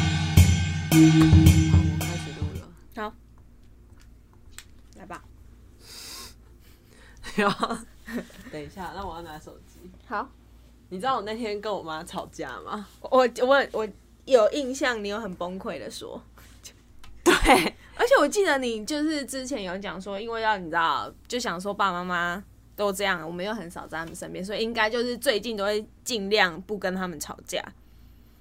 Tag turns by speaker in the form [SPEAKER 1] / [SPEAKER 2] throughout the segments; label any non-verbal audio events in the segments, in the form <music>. [SPEAKER 1] 好，我开始录了。
[SPEAKER 2] 好，来吧。 <laughs>
[SPEAKER 1] 等一下，那我要拿手机。
[SPEAKER 2] 好，
[SPEAKER 1] 你知道我那天跟我妈吵架吗？
[SPEAKER 2] 我我我有印象，你有很崩溃的说，
[SPEAKER 1] 对，
[SPEAKER 2] 而且我记得你就是之前有讲说，因为要你知道，就想说爸爸妈妈都这样，我们又很少在他们身边，所以应该就是最近都会尽量不跟他们吵架。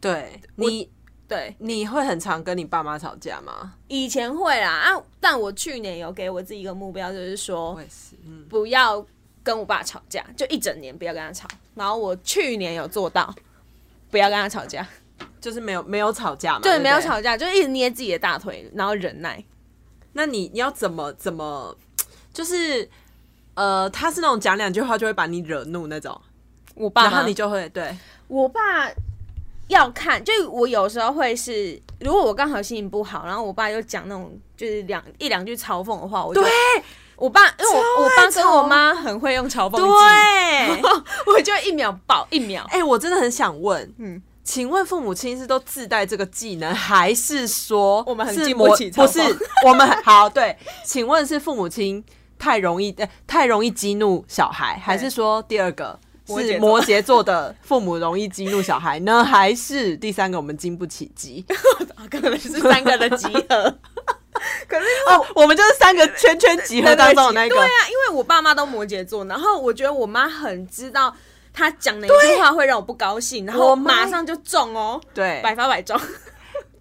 [SPEAKER 1] 对你，
[SPEAKER 2] 对，
[SPEAKER 1] 你会很常跟你爸妈吵架吗？
[SPEAKER 2] 以前会啦啊，但我去年有给我自己一个目标，就是说
[SPEAKER 1] 也是，嗯，
[SPEAKER 2] 不要跟我爸吵架，就一整年不要跟他吵。然后我去年有做到，不要跟他吵架。
[SPEAKER 1] 就是没有没有吵架嘛。
[SPEAKER 2] 对，
[SPEAKER 1] 不
[SPEAKER 2] 没有。吵架，就一直捏自己的大腿，然后忍耐。
[SPEAKER 1] 那你你要怎么怎么，就是呃，他是那种讲两句话就会把你惹怒那种，
[SPEAKER 2] 我爸
[SPEAKER 1] 然
[SPEAKER 2] 妈，
[SPEAKER 1] 后你就会对，
[SPEAKER 2] 我爸要看，就我有时候会是，如果我刚好心情不好，然后我爸又讲那种就是两一两句嘲讽的话，我就
[SPEAKER 1] 对
[SPEAKER 2] 我爸，因为我
[SPEAKER 1] 超
[SPEAKER 2] 我
[SPEAKER 1] 爱
[SPEAKER 2] 爸跟我
[SPEAKER 1] 嘲
[SPEAKER 2] 妈很会用嘲讽句，
[SPEAKER 1] 对。
[SPEAKER 2] 我就一秒爆一
[SPEAKER 1] <laughs>
[SPEAKER 2] 秒。
[SPEAKER 1] 哎、我真的很想问，
[SPEAKER 2] 嗯
[SPEAKER 1] 嗯，请问父母亲是都自带这个技能，还是说
[SPEAKER 2] 我们很
[SPEAKER 1] 是
[SPEAKER 2] 经不
[SPEAKER 1] 模
[SPEAKER 2] 起嘲讽
[SPEAKER 1] 不是， <laughs> 我们很好对，请问是父母亲太容易、呃、太容易激怒小孩，还是说第二个
[SPEAKER 2] 摩羯
[SPEAKER 1] 是
[SPEAKER 2] 座
[SPEAKER 1] 摩羯座的父母容易激怒小孩呢？还是第三个我们经不起
[SPEAKER 2] <laughs>
[SPEAKER 1] 激？啊
[SPEAKER 2] 可能是三个的集合。 <laughs> 可是
[SPEAKER 1] 哦，我们就是三个圈圈集合当中的那一个
[SPEAKER 2] 对。啊，因为我爸妈都摩羯座，然后我觉得我妈很知道她讲哪句话会让我不高兴，然后
[SPEAKER 1] 我妈
[SPEAKER 2] 马上就中哦，
[SPEAKER 1] 对
[SPEAKER 2] 百发百中。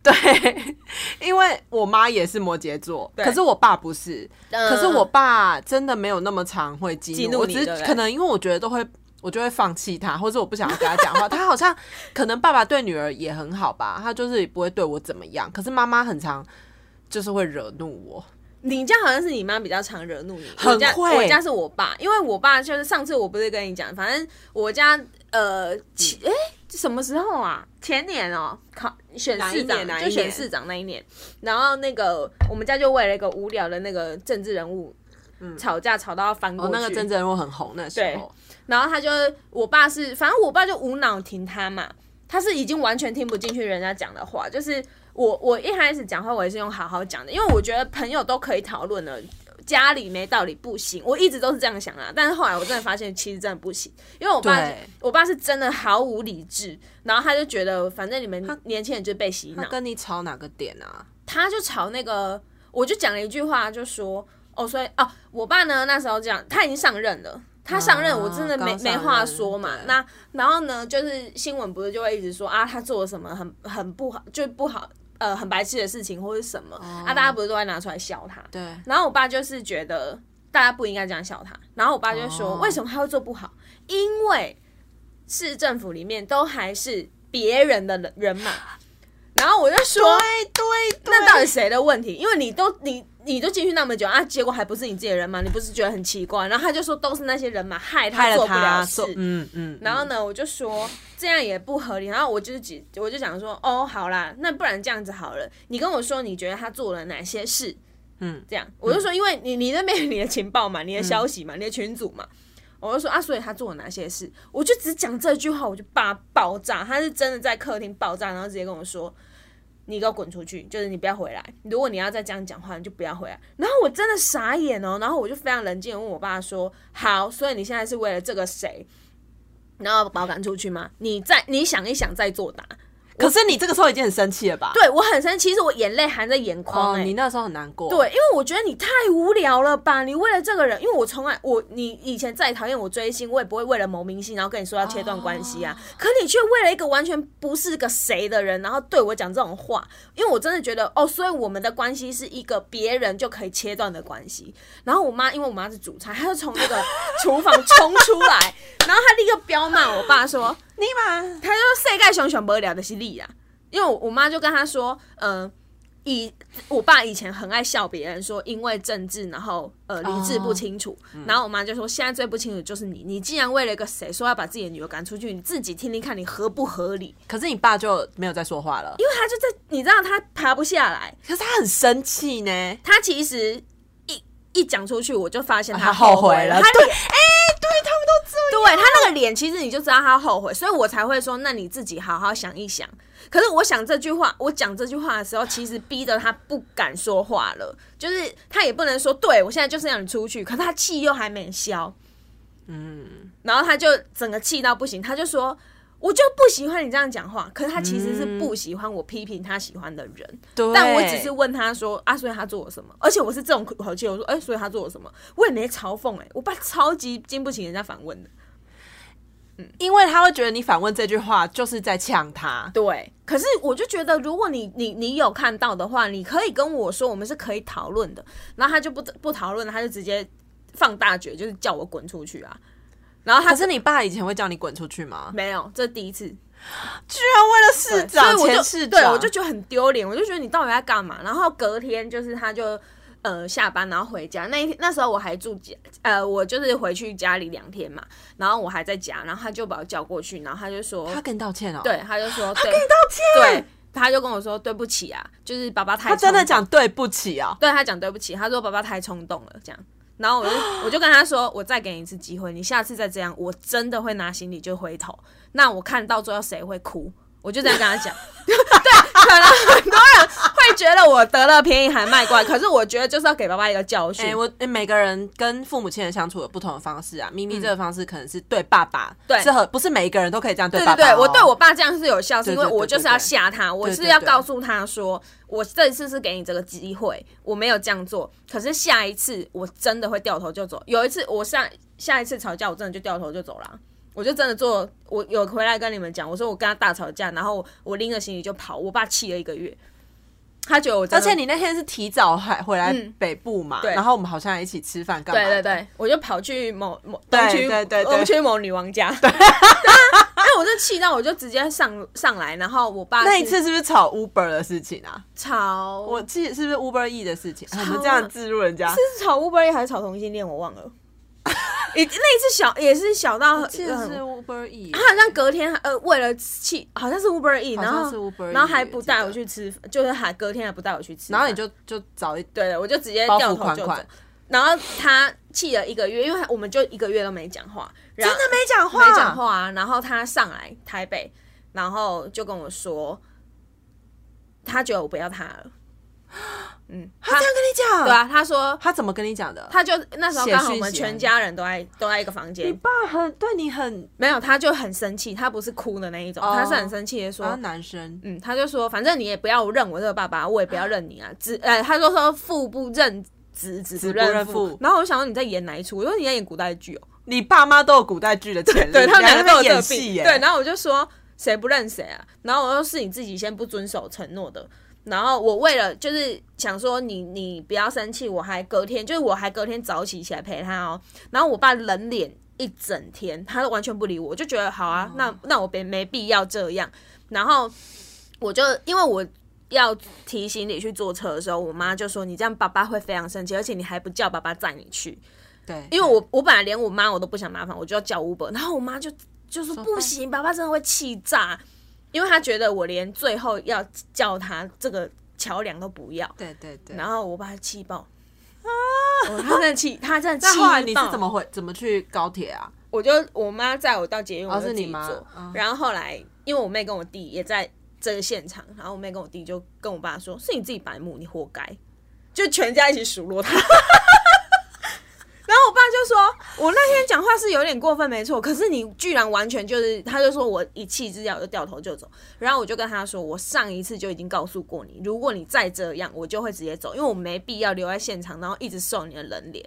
[SPEAKER 1] 对， <laughs> 因为我妈也是摩羯座，
[SPEAKER 2] 对
[SPEAKER 1] 可是我爸不是，
[SPEAKER 2] 嗯
[SPEAKER 1] 可是我爸真的没有那么常会激怒
[SPEAKER 2] 激怒
[SPEAKER 1] 我，
[SPEAKER 2] 你
[SPEAKER 1] 只
[SPEAKER 2] 对不
[SPEAKER 1] 是
[SPEAKER 2] 对
[SPEAKER 1] 可能因为我觉得都会，我就会放弃他，或者我不想要跟他讲话。他好像可能爸爸对女儿也很好吧，他就是也不会对我怎么样。可是妈妈很常就是会惹怒我，
[SPEAKER 2] 你家好像是你妈比较常惹怒你，
[SPEAKER 1] 很
[SPEAKER 2] 我家
[SPEAKER 1] 会
[SPEAKER 2] 我家是我爸，因为我爸就是上次我不是跟你讲，反正我家呃，前哎、什么时候啊？前年哦、考选
[SPEAKER 1] 哪一
[SPEAKER 2] 市长
[SPEAKER 1] 年哪一
[SPEAKER 2] 就选
[SPEAKER 1] 年
[SPEAKER 2] 市长那一年，然后那个我们家就为了一个无聊的那个政治人物。吵架吵到要翻
[SPEAKER 1] 嗯
[SPEAKER 2] 过
[SPEAKER 1] 哦
[SPEAKER 2] 去，，
[SPEAKER 1] 那个真正我很红那时候，
[SPEAKER 2] 然后他就我爸是，反正我爸就无脑听他嘛，他是已经完全听不进去人家讲的话，就是我我一开始讲话我也是用好好讲的，因为我觉得朋友都可以讨论的。家里没道理不行，我一直都是这样想啊。但是后来我真的发现，其实真的不行，因为我爸
[SPEAKER 1] 对，
[SPEAKER 2] 我爸是真的毫无理智，然后他就觉得反正你们年轻人就被洗脑
[SPEAKER 1] 他，跟你吵哪个点啊？
[SPEAKER 2] 他就朝那个，我就讲了一句话，就说哦，所以哦，我爸呢那时候讲他已经上任了。他上任，
[SPEAKER 1] 啊
[SPEAKER 2] 我真的没、
[SPEAKER 1] 刚上
[SPEAKER 2] 没
[SPEAKER 1] 任
[SPEAKER 2] 话说嘛。
[SPEAKER 1] 对
[SPEAKER 2] 那然后呢，就是新闻不是就会一直说啊，他做了什么很很不好，就不好，呃，很白痴的事情或者什么、啊，大家不是都在拿出来笑他。
[SPEAKER 1] 哦对，
[SPEAKER 2] 然后我爸就是觉得大家不应该这样笑他，然后我爸就说、
[SPEAKER 1] 哦
[SPEAKER 2] 为什么他会做不好？因为市政府里面都还是别人的人人嘛。然后我就说，
[SPEAKER 1] 对，
[SPEAKER 2] 那到底谁的问题？因为你都你你都进去那么久啊，结果还不是你自己的人嘛？你不是觉得很奇怪？然后他就说都是那些人嘛，
[SPEAKER 1] 害
[SPEAKER 2] 害他
[SPEAKER 1] 了
[SPEAKER 2] 做不
[SPEAKER 1] 他
[SPEAKER 2] 了
[SPEAKER 1] 做
[SPEAKER 2] 事。，
[SPEAKER 1] 嗯嗯，
[SPEAKER 2] 然后呢，我就说这样也不合理。然后我就是几，我就想说，哦，好啦，那不然这样子好了，你跟我说你觉得他做了哪些事？
[SPEAKER 1] 嗯，
[SPEAKER 2] 这样我就说，因为你你那边有你的情报嘛，你的消息嘛，你的群组嘛，我就说啊，所以他做了哪些事？我就只讲这句话，我就爸爆炸，他是真的在客厅爆炸，然后直接跟我说。你给我滚出去！就是你不要回来。如果你要再这样讲话，你就不要回来。然后我真的傻眼哦，然后我就非常冷静地问我爸说：“好，所以你现在是为了这个谁，然后把我赶出去吗？你再你想一想再作答。
[SPEAKER 1] 可是你这个时候已经很生气了吧？
[SPEAKER 2] 对我很生气，其实我眼泪含在眼眶、
[SPEAKER 1] 哦，
[SPEAKER 2] 欸。
[SPEAKER 1] 你那时候很难过，
[SPEAKER 2] 对，因为我觉得你太无聊了吧？你为了这个人，因为我从来我你以前再讨厌我追星，我也不会为了某明星然后跟你说要切断关系
[SPEAKER 1] 哦
[SPEAKER 2] 啊。可你却为了一个完全不是个谁的人，然后对我讲这种话，因为我真的觉得哦，所以我们的关系是一个别人就可以切断的关系。然后我妈，因为我妈是主菜，她就从那个厨房冲出来，然后她立刻彪骂我爸说：“
[SPEAKER 1] 你嘛，
[SPEAKER 2] 他就说世界熊熊不了的是你啊，因为我我妈就跟他说，嗯、以我爸以前很爱笑别人说因为政治，然后呃理智不清楚，然后我妈就说现在最不清楚就是你，你竟然为了一个谁说要把自己的女儿赶出去，你自己听听看你合不合理？
[SPEAKER 1] 可是你爸就没有再说话了，
[SPEAKER 2] 因为他就在你知道他爬不下来，
[SPEAKER 1] 可是他很生气呢，
[SPEAKER 2] 他其实一一讲出去我就发现
[SPEAKER 1] 他
[SPEAKER 2] 后
[SPEAKER 1] 后悔
[SPEAKER 2] 了，
[SPEAKER 1] 了
[SPEAKER 2] 他
[SPEAKER 1] 对
[SPEAKER 2] 脸对他那个脸，其实你就知道他后悔，所以我才会说，那你自己好好想一想。可是我想这句话，我讲这句话的时候，其实逼得他不敢说话了，就是他也不能说，对我现在就是让你出去，可是他气又还没消，嗯，然后他就整个气到不行，他就说。我就不喜欢你这样讲话，可是他其实是不喜欢我批评他喜欢的人，
[SPEAKER 1] 对，
[SPEAKER 2] 但我只是问他说啊，所以他做了什么？而且我是这种口气，我说哎、所以他做了什么？我也没嘲讽哎、我爸超级经不起人家反问的。
[SPEAKER 1] 因为他会觉得你反问这句话就是在呛他，
[SPEAKER 2] 对，可是我就觉得，如果你你你有看到的话，你可以跟我说，我们是可以讨论的。然后他就不不讨论，他就直接放大绝，就是叫我滚出去啊。然后他
[SPEAKER 1] 可是你爸以前会叫你滚出去吗？
[SPEAKER 2] 没有，这是第一次，
[SPEAKER 1] 居然为了市
[SPEAKER 2] 所以
[SPEAKER 1] 长，
[SPEAKER 2] 我
[SPEAKER 1] 前
[SPEAKER 2] 就
[SPEAKER 1] 市
[SPEAKER 2] 对
[SPEAKER 1] 长，
[SPEAKER 2] 我就觉得很丢脸，我就觉得你到底在干嘛？然后隔天就是他就呃下班然后回家，那一天那时候我还住家，呃我就是回去家里两天嘛，然后我还在家，然后他就把我叫过去，然后他就说
[SPEAKER 1] 他跟你道歉哦、
[SPEAKER 2] 对，他就说他跟你
[SPEAKER 1] 道歉
[SPEAKER 2] 对，他就跟我说对不起啊，就是爸爸太
[SPEAKER 1] 他真的
[SPEAKER 2] 冲动
[SPEAKER 1] 讲对不起啊，
[SPEAKER 2] 对他讲对不起，他说爸爸太冲动了这样。然后我就我就跟他说，我再给你一次机会，你下次再这样，我真的会拿行李就回头。那我看到最后谁会哭，我就这样跟他讲。 <laughs> 对，可能很多人会觉得我得了便宜还卖乖，可是我觉得就是要给爸爸一个教训。
[SPEAKER 1] 哎、我、哎每个人跟父母亲人相处有不同的方式啊。咪咪这个方式可能是对爸爸，
[SPEAKER 2] 对
[SPEAKER 1] 是很不是每一个人都可以这样对
[SPEAKER 2] 对
[SPEAKER 1] 爸
[SPEAKER 2] 对
[SPEAKER 1] 爸、
[SPEAKER 2] 对，
[SPEAKER 1] 哦。
[SPEAKER 2] 我对我爸这样是有效，是因为
[SPEAKER 1] 对对对
[SPEAKER 2] 我就是要吓他，我是
[SPEAKER 1] 对
[SPEAKER 2] 要
[SPEAKER 1] 对
[SPEAKER 2] 告诉他说，我这一次是给你这个机会，我没有这样做，可是下一次我真的会掉头就走。有一次我上下一次吵架，我真的就掉头就走了。我就真的做，我有回来跟你们讲，我说我跟他大吵架，然后我拎着行李就跑，我爸气了一个月，他觉得我真
[SPEAKER 1] 而
[SPEAKER 2] 的
[SPEAKER 1] 且你那天是提早还回来北部嘛、
[SPEAKER 2] 嗯对
[SPEAKER 1] 然后我们好像一起吃饭干嘛？
[SPEAKER 2] 对对，对，我就跑去某某
[SPEAKER 1] 对
[SPEAKER 2] 东区
[SPEAKER 1] 对对对
[SPEAKER 2] 东区某女王
[SPEAKER 1] <laughs>
[SPEAKER 2] 家，对啊，哎，我就气到我就直接上上来，然后我爸
[SPEAKER 1] 那一
[SPEAKER 2] 是
[SPEAKER 1] 次是不是炒 Uber 的事情啊？
[SPEAKER 2] 吵
[SPEAKER 1] 我记得是不是 Uber E 的事情？啊我
[SPEAKER 2] 超
[SPEAKER 1] 们这样置入人家，
[SPEAKER 2] 是炒 Uber Eats 还是炒同性恋，我忘
[SPEAKER 1] <laughs>
[SPEAKER 2] 了。也那一次小也是小到很，
[SPEAKER 1] 记得是
[SPEAKER 2] 很
[SPEAKER 1] Uber E，
[SPEAKER 2] 他好像隔天呃为了气，好像是 Uber E，
[SPEAKER 1] 好
[SPEAKER 2] 然
[SPEAKER 1] 像
[SPEAKER 2] 后
[SPEAKER 1] 是 Uber
[SPEAKER 2] 然后
[SPEAKER 1] Eats，
[SPEAKER 2] 还不
[SPEAKER 1] 我记得
[SPEAKER 2] 带我去吃，就是还隔天还不带我去吃
[SPEAKER 1] 然
[SPEAKER 2] 饭，
[SPEAKER 1] 后你就就找一
[SPEAKER 2] 对我就直接
[SPEAKER 1] 包
[SPEAKER 2] 掉
[SPEAKER 1] 袱
[SPEAKER 2] 头
[SPEAKER 1] 款
[SPEAKER 2] 就走
[SPEAKER 1] 款。，
[SPEAKER 2] 然后他气了一个月，因为我们就一个月都没讲话，然
[SPEAKER 1] 真
[SPEAKER 2] 后
[SPEAKER 1] 的没讲话，
[SPEAKER 2] 没讲。话啊。然后他上来台北，然后就跟我说，他觉得我不要他了。嗯，
[SPEAKER 1] 他这样跟你讲，
[SPEAKER 2] 对，啊，他说
[SPEAKER 1] 他怎么跟你讲的？
[SPEAKER 2] 他就那时候刚好
[SPEAKER 1] 写
[SPEAKER 2] 我
[SPEAKER 1] 讯
[SPEAKER 2] 们
[SPEAKER 1] 息
[SPEAKER 2] 全家人都在都在一个房
[SPEAKER 1] 你
[SPEAKER 2] 间，
[SPEAKER 1] 爸很对你很
[SPEAKER 2] 没有，他就很生气，他不是哭的那一种，
[SPEAKER 1] 哦
[SPEAKER 2] 他是很生气的说。
[SPEAKER 1] 啊，男生
[SPEAKER 2] 嗯，他就说，反正你也不要认我这个爸爸，我也不要认你啊，只呃，他就说父不认子，子不
[SPEAKER 1] 不
[SPEAKER 2] 认
[SPEAKER 1] 认
[SPEAKER 2] 父
[SPEAKER 1] 父。
[SPEAKER 2] 然后我想说你在演哪一出？我说你在演古代剧哦，
[SPEAKER 1] 你爸妈都有古代剧的潜力，
[SPEAKER 2] 对他们两个都有这
[SPEAKER 1] 演
[SPEAKER 2] 个
[SPEAKER 1] 戏
[SPEAKER 2] 病，
[SPEAKER 1] 耶，
[SPEAKER 2] 对，然后我就说谁不认谁啊？然后我说是你自己先不遵守承诺的。然后我为了就是想说你你不要生气，我还隔天就是我还隔天早起起来陪他哦。然后我爸冷脸一整天，他都完全不理我，我就觉得好
[SPEAKER 1] 哦
[SPEAKER 2] 啊，那那我别没必要这样。然后我就因为我要提行你去坐车的时候，我妈就说你这样爸爸会非常生气，而且你还不叫爸爸载你去。
[SPEAKER 1] 对，
[SPEAKER 2] 因为我我本来连我妈我都不想麻烦，我就要叫 Uber，然后我妈就就说不行，爸爸真的会气炸，因为她觉得我连最后要叫他这个桥梁都不要，
[SPEAKER 1] 对对对。
[SPEAKER 2] 然后我把他气爆。啊！他真的气，他 <laughs> 真的
[SPEAKER 1] 那
[SPEAKER 2] 气
[SPEAKER 1] 后来你是
[SPEAKER 2] 爆
[SPEAKER 1] 怎么回？怎么去高铁啊？
[SPEAKER 2] 我就我妈载我到捷运，我就是自己
[SPEAKER 1] 哦你妈
[SPEAKER 2] 坐
[SPEAKER 1] 嗯。
[SPEAKER 2] 然后后来，因为我妹跟我弟也在这个现场，然后我妹跟我弟就跟我爸说：“是你自己白目，你活该。”就全家一起数落他。 <laughs> 然后我爸就说：“我那天讲话是有点过分，没错，可是你居然完全就是……”他就说我一气之下我就掉头就走。然后我就跟他说：“我上一次就已经告诉过你，如果你再这样，我就会直接走，因为我没必要留在现场，然后一直受你的冷脸。”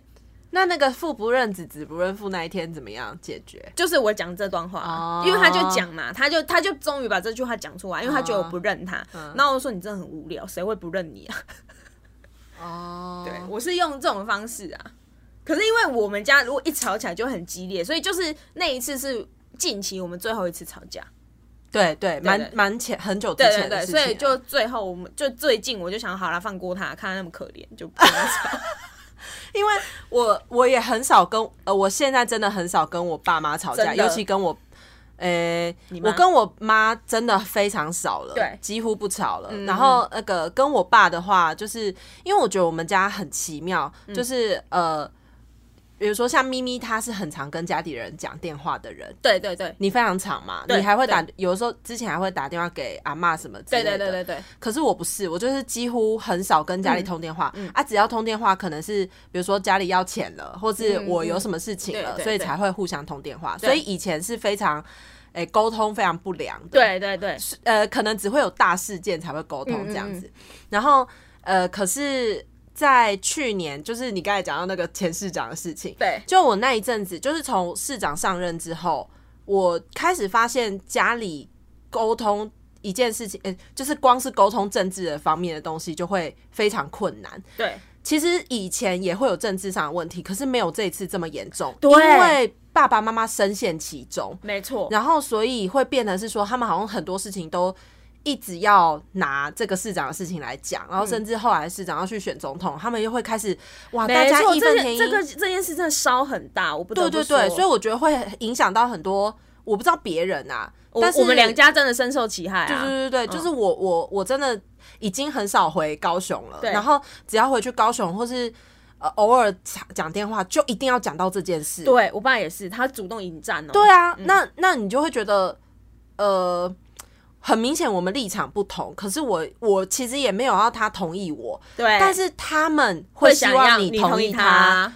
[SPEAKER 1] 那那个父不认子，子不认父那一天怎么样解决？
[SPEAKER 2] 就是我讲这段话啊，
[SPEAKER 1] 哦
[SPEAKER 2] 因为他就讲嘛，他就他就终于把这句话讲出来，因为他觉得我
[SPEAKER 1] 嗯
[SPEAKER 2] 不认他。然后我说你真的很无聊，谁会不认你啊？ <laughs>
[SPEAKER 1] 哦，
[SPEAKER 2] 对，我是用这种方式啊。可是因为我们家如果一吵起来就很激烈，所以就是那一次是近期我们最后一次吵架。
[SPEAKER 1] 对对，
[SPEAKER 2] 对
[SPEAKER 1] 蛮
[SPEAKER 2] 对
[SPEAKER 1] 蛮前很久之
[SPEAKER 2] 对对
[SPEAKER 1] 前的
[SPEAKER 2] 对，
[SPEAKER 1] 事情啊
[SPEAKER 2] 所
[SPEAKER 1] 了，
[SPEAKER 2] 以就最后我们就最近我就想好了放过他，看他那么可怜就不跟他
[SPEAKER 1] <laughs>
[SPEAKER 2] 吵。
[SPEAKER 1] 因为我我也很少跟呃，我现在真的很少跟我爸妈吵架，
[SPEAKER 2] 真的
[SPEAKER 1] 尤其跟我，呃、
[SPEAKER 2] 妈
[SPEAKER 1] 我跟我妈真的非常少了，
[SPEAKER 2] 对
[SPEAKER 1] 几乎不吵了。
[SPEAKER 2] 嗯
[SPEAKER 1] 然后那个跟
[SPEAKER 2] 嗯
[SPEAKER 1] 我爸的话，就是因为我觉得我们家很奇妙，就是呃。比如说像咪咪，她是很常跟家里人讲电话的人，
[SPEAKER 2] 对对对，
[SPEAKER 1] 你非常常嘛，
[SPEAKER 2] 对
[SPEAKER 1] 你还会打，有的时候之前还会打电话给阿妈什 <laughs> 么之
[SPEAKER 2] 对
[SPEAKER 1] 类的。
[SPEAKER 2] 对对对对，
[SPEAKER 1] 可是我不是，我就是几乎很少跟
[SPEAKER 2] 嗯
[SPEAKER 1] 家里通电话、啊，只要通电话，可能是比如说家里要钱了，或是
[SPEAKER 2] 嗯
[SPEAKER 1] 我有什么事情了，
[SPEAKER 2] 对对
[SPEAKER 1] 所以
[SPEAKER 2] 对
[SPEAKER 1] 才会互相通电话。
[SPEAKER 2] 对
[SPEAKER 1] 所以以前是非常，诶、沟通非常不良的。
[SPEAKER 2] 对对对，
[SPEAKER 1] 是呃，可能只会有大事件才会沟通这样
[SPEAKER 2] 嗯
[SPEAKER 1] 子。然后呃，可是，在去年，就是你刚才讲到那个前市长的事情，
[SPEAKER 2] 对
[SPEAKER 1] 就我那一阵子，就是从市长上任之后，我开始发现家里沟通一件事情，呃，就是光是沟通政治的方面的东西，就会非常困难。
[SPEAKER 2] 对
[SPEAKER 1] 其实以前也会有政治上的问题，可是没有这一次这么严重，
[SPEAKER 2] 对
[SPEAKER 1] 因为爸爸妈妈深陷其中。
[SPEAKER 2] 没错，
[SPEAKER 1] 然后所以会变成是说，他们好像很多事情都一直要拿这个市长的事情来讲，
[SPEAKER 2] 嗯
[SPEAKER 1] 然后甚至后来市长要去选总统，他们又会开始哇，大
[SPEAKER 2] 没
[SPEAKER 1] 家
[SPEAKER 2] 错，
[SPEAKER 1] 义愤
[SPEAKER 2] 这
[SPEAKER 1] 填
[SPEAKER 2] 件
[SPEAKER 1] 膺，
[SPEAKER 2] 这个这件事真的烧很大，我不得
[SPEAKER 1] 对
[SPEAKER 2] 不
[SPEAKER 1] 对对，
[SPEAKER 2] 说
[SPEAKER 1] 所以我觉得会影响到很多，我不知道别人啊，
[SPEAKER 2] 我
[SPEAKER 1] 但是
[SPEAKER 2] 我们两。家真的深受其害
[SPEAKER 1] 对
[SPEAKER 2] 啊，
[SPEAKER 1] 对对对，就是我我我真的已经很少回高雄了，
[SPEAKER 2] 对
[SPEAKER 1] 然后只要回去高雄或是呃偶尔讲讲电话，就一定要讲到这件事。
[SPEAKER 2] 对我爸也是，他主动引战哦、
[SPEAKER 1] 对啊，那那你就会觉得，呃，很明显我们立场不同，可是我我其实也没有要他同意我，
[SPEAKER 2] 对，
[SPEAKER 1] 但是他们
[SPEAKER 2] 会
[SPEAKER 1] 会希
[SPEAKER 2] 想要
[SPEAKER 1] 望
[SPEAKER 2] 你
[SPEAKER 1] 同
[SPEAKER 2] 意
[SPEAKER 1] 意他，，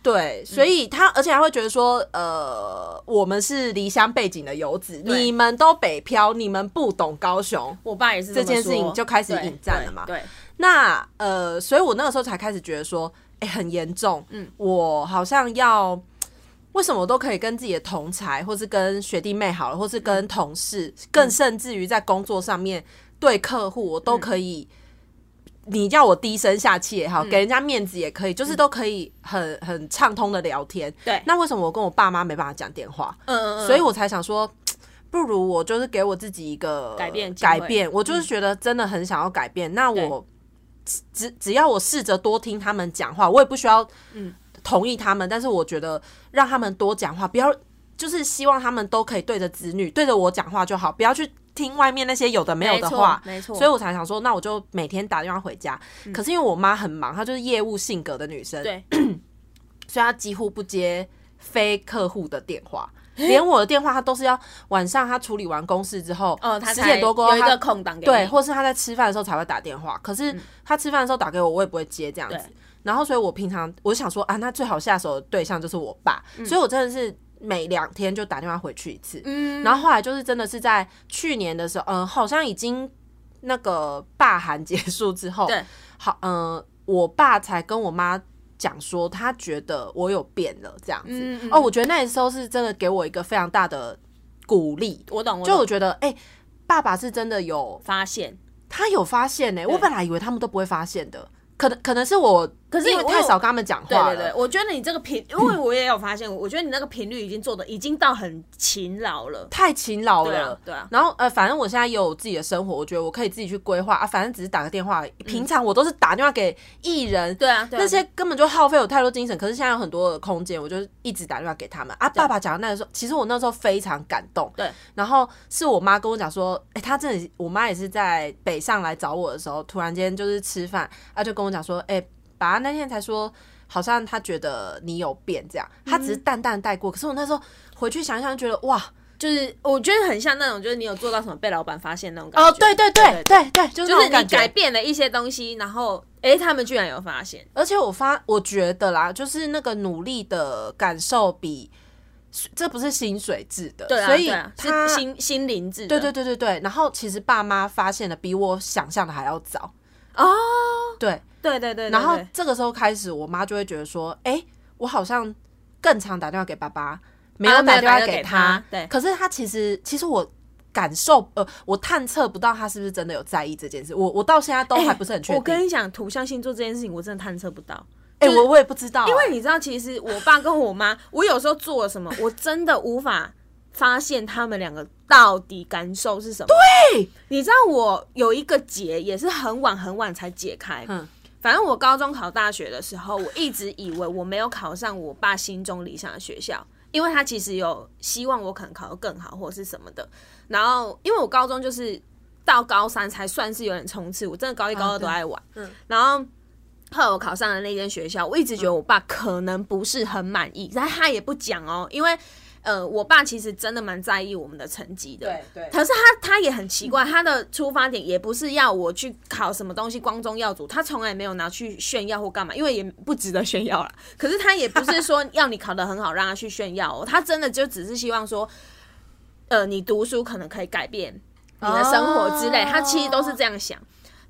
[SPEAKER 1] 对，所以他而且还会觉得说，呃，我们是离乡背景的游子，
[SPEAKER 2] 对
[SPEAKER 1] 你们都北漂，你们不懂高雄。
[SPEAKER 2] 我爸也是
[SPEAKER 1] 这
[SPEAKER 2] 么
[SPEAKER 1] 件事情
[SPEAKER 2] 说
[SPEAKER 1] 就开始
[SPEAKER 2] 对
[SPEAKER 1] 引战
[SPEAKER 2] 对
[SPEAKER 1] 了嘛
[SPEAKER 2] 对，
[SPEAKER 1] 那呃，所以我那个时候才开始觉得说，哎、很严重，嗯，我好像要。为什么我都可以跟自己的同才，或是跟学弟妹好了，或是跟同事，更甚至于在工作上面对客户，我都可以。你叫我低声下气也好，给人家面子也可以，就是都可以很很畅通的聊天。
[SPEAKER 2] 对
[SPEAKER 1] 那为什么我跟我爸妈没办法讲电话？
[SPEAKER 2] 嗯嗯嗯，
[SPEAKER 1] 所以我才想说，不如我就是给我自己一个
[SPEAKER 2] 改变机会嗯
[SPEAKER 1] 改变。我就是觉得真的很想要改变，那我只只只要我试着多听他们讲话，我也不需要
[SPEAKER 2] 嗯
[SPEAKER 1] 同意他们，但是我觉得让他们多讲话，不要就是希望他们都可以对着子女对着我讲话就好，不要去听外面那些有的没有的话。
[SPEAKER 2] 没错，没错嗯
[SPEAKER 1] 所以我才想说，那我就每天打电话回家。可是因为我妈很忙，她就是业务性格的女生，
[SPEAKER 2] 对
[SPEAKER 1] <clears throat> 所以她几乎不接非客户的电话，连我的电话她都是要晚上她处理完公事之后，
[SPEAKER 2] 哦，他
[SPEAKER 1] 十
[SPEAKER 2] 才
[SPEAKER 1] 点多过后
[SPEAKER 2] 有一
[SPEAKER 1] 她
[SPEAKER 2] 个空档给
[SPEAKER 1] 对，
[SPEAKER 2] 你嗯
[SPEAKER 1] 或是她在吃饭的时候才会打电话。可是她吃饭的时候打给我，我也不会接这样子
[SPEAKER 2] 对。
[SPEAKER 1] 然后，所以我平常我想说啊，那最好下手的对象就是我爸，所以我真的是每两天就打电话回去一次。
[SPEAKER 2] 嗯，
[SPEAKER 1] 然后后来就是真的是在去年的时候，嗯、好像已经那个罢韩结束之后，
[SPEAKER 2] 对，
[SPEAKER 1] 好，嗯、我爸才跟我妈讲说，他觉得我有变了这样子。
[SPEAKER 2] 嗯嗯
[SPEAKER 1] 哦，我觉得那时候是真的给我一个非常大的鼓励，
[SPEAKER 2] 我懂，我
[SPEAKER 1] 就
[SPEAKER 2] 懂
[SPEAKER 1] 我觉得，哎、爸爸是真的有，
[SPEAKER 2] 发现，
[SPEAKER 1] 他有发现呢、我本来以为他们都不会发现的，可能可能是我，
[SPEAKER 2] 可是
[SPEAKER 1] 因为
[SPEAKER 2] 我
[SPEAKER 1] 太
[SPEAKER 2] 有
[SPEAKER 1] 少跟他们讲
[SPEAKER 2] 对
[SPEAKER 1] 话了。
[SPEAKER 2] 对对，我觉得你这个 <laughs> 频，因为我也有发现，我觉得你那个频率已经做的已经到很勤劳了，
[SPEAKER 1] 太勤劳了
[SPEAKER 2] 对啊对啊
[SPEAKER 1] 然后呃，反正我现在也有自己的生活，我觉得我可以自己去规划啊。反正只是打个电话而已，平常我都是打电话给艺人，
[SPEAKER 2] 嗯对啊，对啊
[SPEAKER 1] 那些根本就耗费我太多精神。可是现在有很多的空间，我就一直打电话给他们啊。爸爸讲的那个时候，其实我那时候非常感动。
[SPEAKER 2] 对，
[SPEAKER 1] 然后是我妈跟我讲说，哎、她真的，我妈也是在北上来找我的时候，突然间就是吃饭，她就跟我讲说，哎、爸爸那天才说。好像她觉得你有变这样，她只
[SPEAKER 2] 嗯
[SPEAKER 1] 是淡淡带过。可是我那时候回去想一想，觉得哇，
[SPEAKER 2] 就是我觉得很像那种，就是你有做到什么被老板发现那种感觉，
[SPEAKER 1] 哦，对对对
[SPEAKER 2] 对
[SPEAKER 1] 对对，就是
[SPEAKER 2] 就
[SPEAKER 1] 那
[SPEAKER 2] 是
[SPEAKER 1] 种感
[SPEAKER 2] 你改
[SPEAKER 1] 觉。
[SPEAKER 2] 变了一些东西，然后哎，他们居然有发现，
[SPEAKER 1] 而且我发，我觉得啦，就是那个努力的感受比，这不是薪水制的，
[SPEAKER 2] 对啊，
[SPEAKER 1] 所以
[SPEAKER 2] 对啊
[SPEAKER 1] 他
[SPEAKER 2] 是心心灵制的，
[SPEAKER 1] 对对对对对。然后其实爸妈发现的比我想象的还要早，
[SPEAKER 2] 哦，
[SPEAKER 1] 对。
[SPEAKER 2] 对对对，对
[SPEAKER 1] 然后
[SPEAKER 2] 对
[SPEAKER 1] 这个时候开始，我妈就会觉得说，哎、我好像更常打电话给爸爸，啊没有
[SPEAKER 2] 没
[SPEAKER 1] 打
[SPEAKER 2] 有
[SPEAKER 1] 电
[SPEAKER 2] 打
[SPEAKER 1] 话
[SPEAKER 2] 电话
[SPEAKER 1] 给
[SPEAKER 2] 给
[SPEAKER 1] 他
[SPEAKER 2] 他。对
[SPEAKER 1] 可是他其实，其实我。感受呃，我探测不到他是不是真的有在意这件事，我我到现在都还不是很确定。
[SPEAKER 2] 我跟你讲，土象星座这件事情，我真的探测不到。
[SPEAKER 1] 哎、我我也不知道、
[SPEAKER 2] 因为你知道，其实我爸跟我妈，我有时候做了什么，我真的无法发现他们两个到底感受是什么。
[SPEAKER 1] 对，
[SPEAKER 2] 你知道我有一个结也是很晚很晚才解开。
[SPEAKER 1] 嗯
[SPEAKER 2] 反正我高中考大学的时候，我一直以为我没有考上我爸心中理想的学校，因为他其实有希望我可能考得更好或是什么的。然后因为我高中就是到高三才算是有点冲刺，我真的高一高二都
[SPEAKER 1] 对
[SPEAKER 2] 爱玩。
[SPEAKER 1] 嗯
[SPEAKER 2] 然后后来我考上了那间学校，我一直觉得我爸可能不是很满意，但他也不讲哦，因为呃，我爸其实真的蛮在意我们的成绩的，
[SPEAKER 1] 对对
[SPEAKER 2] 可是他他也很奇怪，他的出发点也不是要我去考什么东西光宗耀祖，他从来没有拿去炫耀或干嘛，因为也不值得炫耀啦。可是他也不是说要你考得很好让他去炫耀哦，他真的就只是希望说，呃，你读书可能可以改变你的生活之类，
[SPEAKER 1] 哦
[SPEAKER 2] 他其实都是这样想。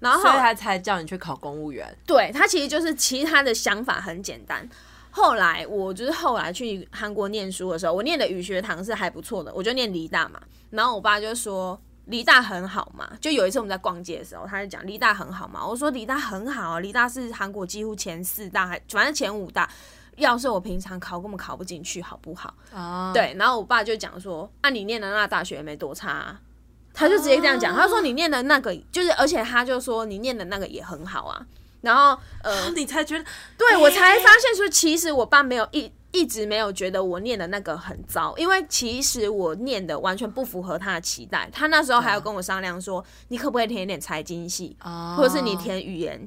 [SPEAKER 2] 然后
[SPEAKER 1] 所以他才叫你去考公务员。
[SPEAKER 2] 对他其实就是，其实他的想法很简单。后来我就是后来去韩国念书的时候，我念的语学堂是还不错的，我就念梨大嘛。然后我爸就说梨大很好嘛，就有一次我们在逛街的时候，他就讲梨大很好嘛，我说梨大很好啊，梨大是韩国几乎前四大，还反正前五大。要是我平常考根本考不进去，好不好？
[SPEAKER 1] 哦，
[SPEAKER 2] 对，然后我爸就讲说，啊，你念的那大学也没多差、啊，他就直接这样讲，
[SPEAKER 1] 哦
[SPEAKER 2] 他说你念的那个就是，而且他就说你念的那个也很好啊，然后呃，
[SPEAKER 1] 你才觉得
[SPEAKER 2] 对我才发现说，其实我爸没有一。一直没有觉得我念的那个很糟，因为其实我念的完全不符合他的期待。他那时候还有跟我商量说，你可不可以填一点财经系，
[SPEAKER 1] 哦
[SPEAKER 2] 或者是你填语言？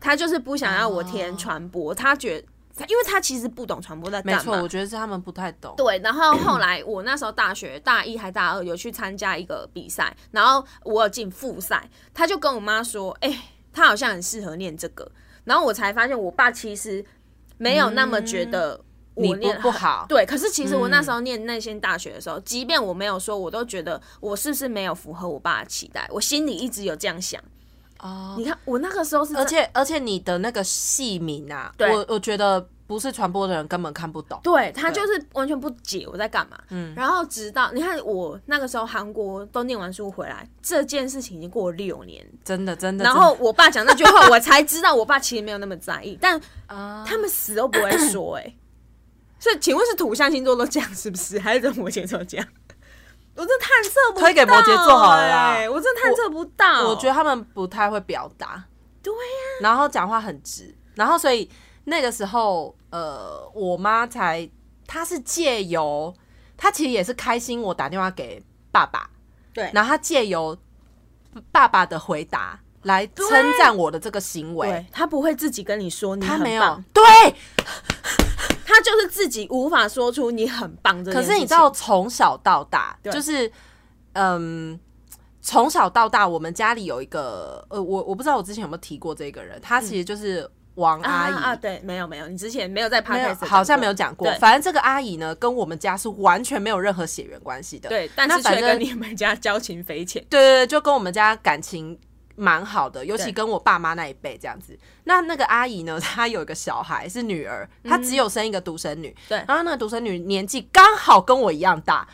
[SPEAKER 2] 他就是不想要我填传播，他觉他因为他其实不懂传播在干
[SPEAKER 1] 没
[SPEAKER 2] 嘛。
[SPEAKER 1] 错，我觉得是他们不太懂。
[SPEAKER 2] 对，然后后来我那时候大学大一还大二有去参加一个比赛，然后我有进复赛，他就跟我妈说，哎、他好像很适合念这个，然后我才发现我爸其实没有那么觉得
[SPEAKER 1] 嗯你
[SPEAKER 2] 我
[SPEAKER 1] 不
[SPEAKER 2] 念很
[SPEAKER 1] 不。好，嗯
[SPEAKER 2] 对，可是其实我那时候念那些大学的时候，即便我没有说，我都觉得我是不是没有符合我爸的期待，我心里一直有这样想。
[SPEAKER 1] 哦
[SPEAKER 2] 你看，我那个时候是
[SPEAKER 1] 而
[SPEAKER 2] 真
[SPEAKER 1] 且而且你的那个戏名啊，
[SPEAKER 2] 对
[SPEAKER 1] 我我觉得不是传播的人根本看不懂。
[SPEAKER 2] 对他就是完全不解我在干嘛。嗯，然后直到你看我那个时候韩国都念完书回来，这件事情已经过了六年，
[SPEAKER 1] 真的真的。
[SPEAKER 2] 然
[SPEAKER 1] 真的
[SPEAKER 2] 后我爸讲那句话，我才知道我爸其实没有那么在意，但
[SPEAKER 1] 啊
[SPEAKER 2] 他们死都不会说哎、所以请问是土象星座都这样是不是？还是只有摩羯座这样？我真的探测不到、欸，
[SPEAKER 1] 推
[SPEAKER 2] 欸
[SPEAKER 1] 给摩羯座好了啦
[SPEAKER 2] 我真的探测不到。
[SPEAKER 1] 我觉得他们不太会表达，
[SPEAKER 2] 哦对呀、
[SPEAKER 1] 然后讲话很直，然后所以那个时候，呃，我妈才，她是借由，她其实也是开心我打电话给爸爸，
[SPEAKER 2] 对
[SPEAKER 1] 然后她借由爸爸的回答来称赞我的这个行为
[SPEAKER 2] 对，他不会自己跟你说你
[SPEAKER 1] 她
[SPEAKER 2] 很
[SPEAKER 1] 没有
[SPEAKER 2] 棒，
[SPEAKER 1] 对，
[SPEAKER 2] 他就是自己无法说出你很棒这件
[SPEAKER 1] 可
[SPEAKER 2] 事
[SPEAKER 1] 是你知
[SPEAKER 2] 情
[SPEAKER 1] 道，从小到大，
[SPEAKER 2] 对
[SPEAKER 1] 就是嗯，从小到大，我们家里有一个，呃，我我不知道我之前有没有提过这个人，她其实就是王阿姨。
[SPEAKER 2] 啊啊，对，没有没有，你之前没有在 p
[SPEAKER 1] 啊
[SPEAKER 2] o
[SPEAKER 1] 没
[SPEAKER 2] d
[SPEAKER 1] 有
[SPEAKER 2] c，
[SPEAKER 1] 好像没有讲过
[SPEAKER 2] 对。
[SPEAKER 1] 反正这个阿姨呢，跟我们家是完全没有任何血缘关系的。
[SPEAKER 2] 对，但
[SPEAKER 1] 那
[SPEAKER 2] 是
[SPEAKER 1] 反
[SPEAKER 2] 却
[SPEAKER 1] 正
[SPEAKER 2] 跟你们家交情匪浅。
[SPEAKER 1] 对对对，就跟我们家感情蛮好的，尤其
[SPEAKER 2] 对
[SPEAKER 1] 跟我爸妈那一辈这样子。那那个阿姨呢，她有一个小孩是女儿，她只有生一个独生女。
[SPEAKER 2] 嗯对哦
[SPEAKER 1] 然后那个独生女年纪刚好跟我一样大，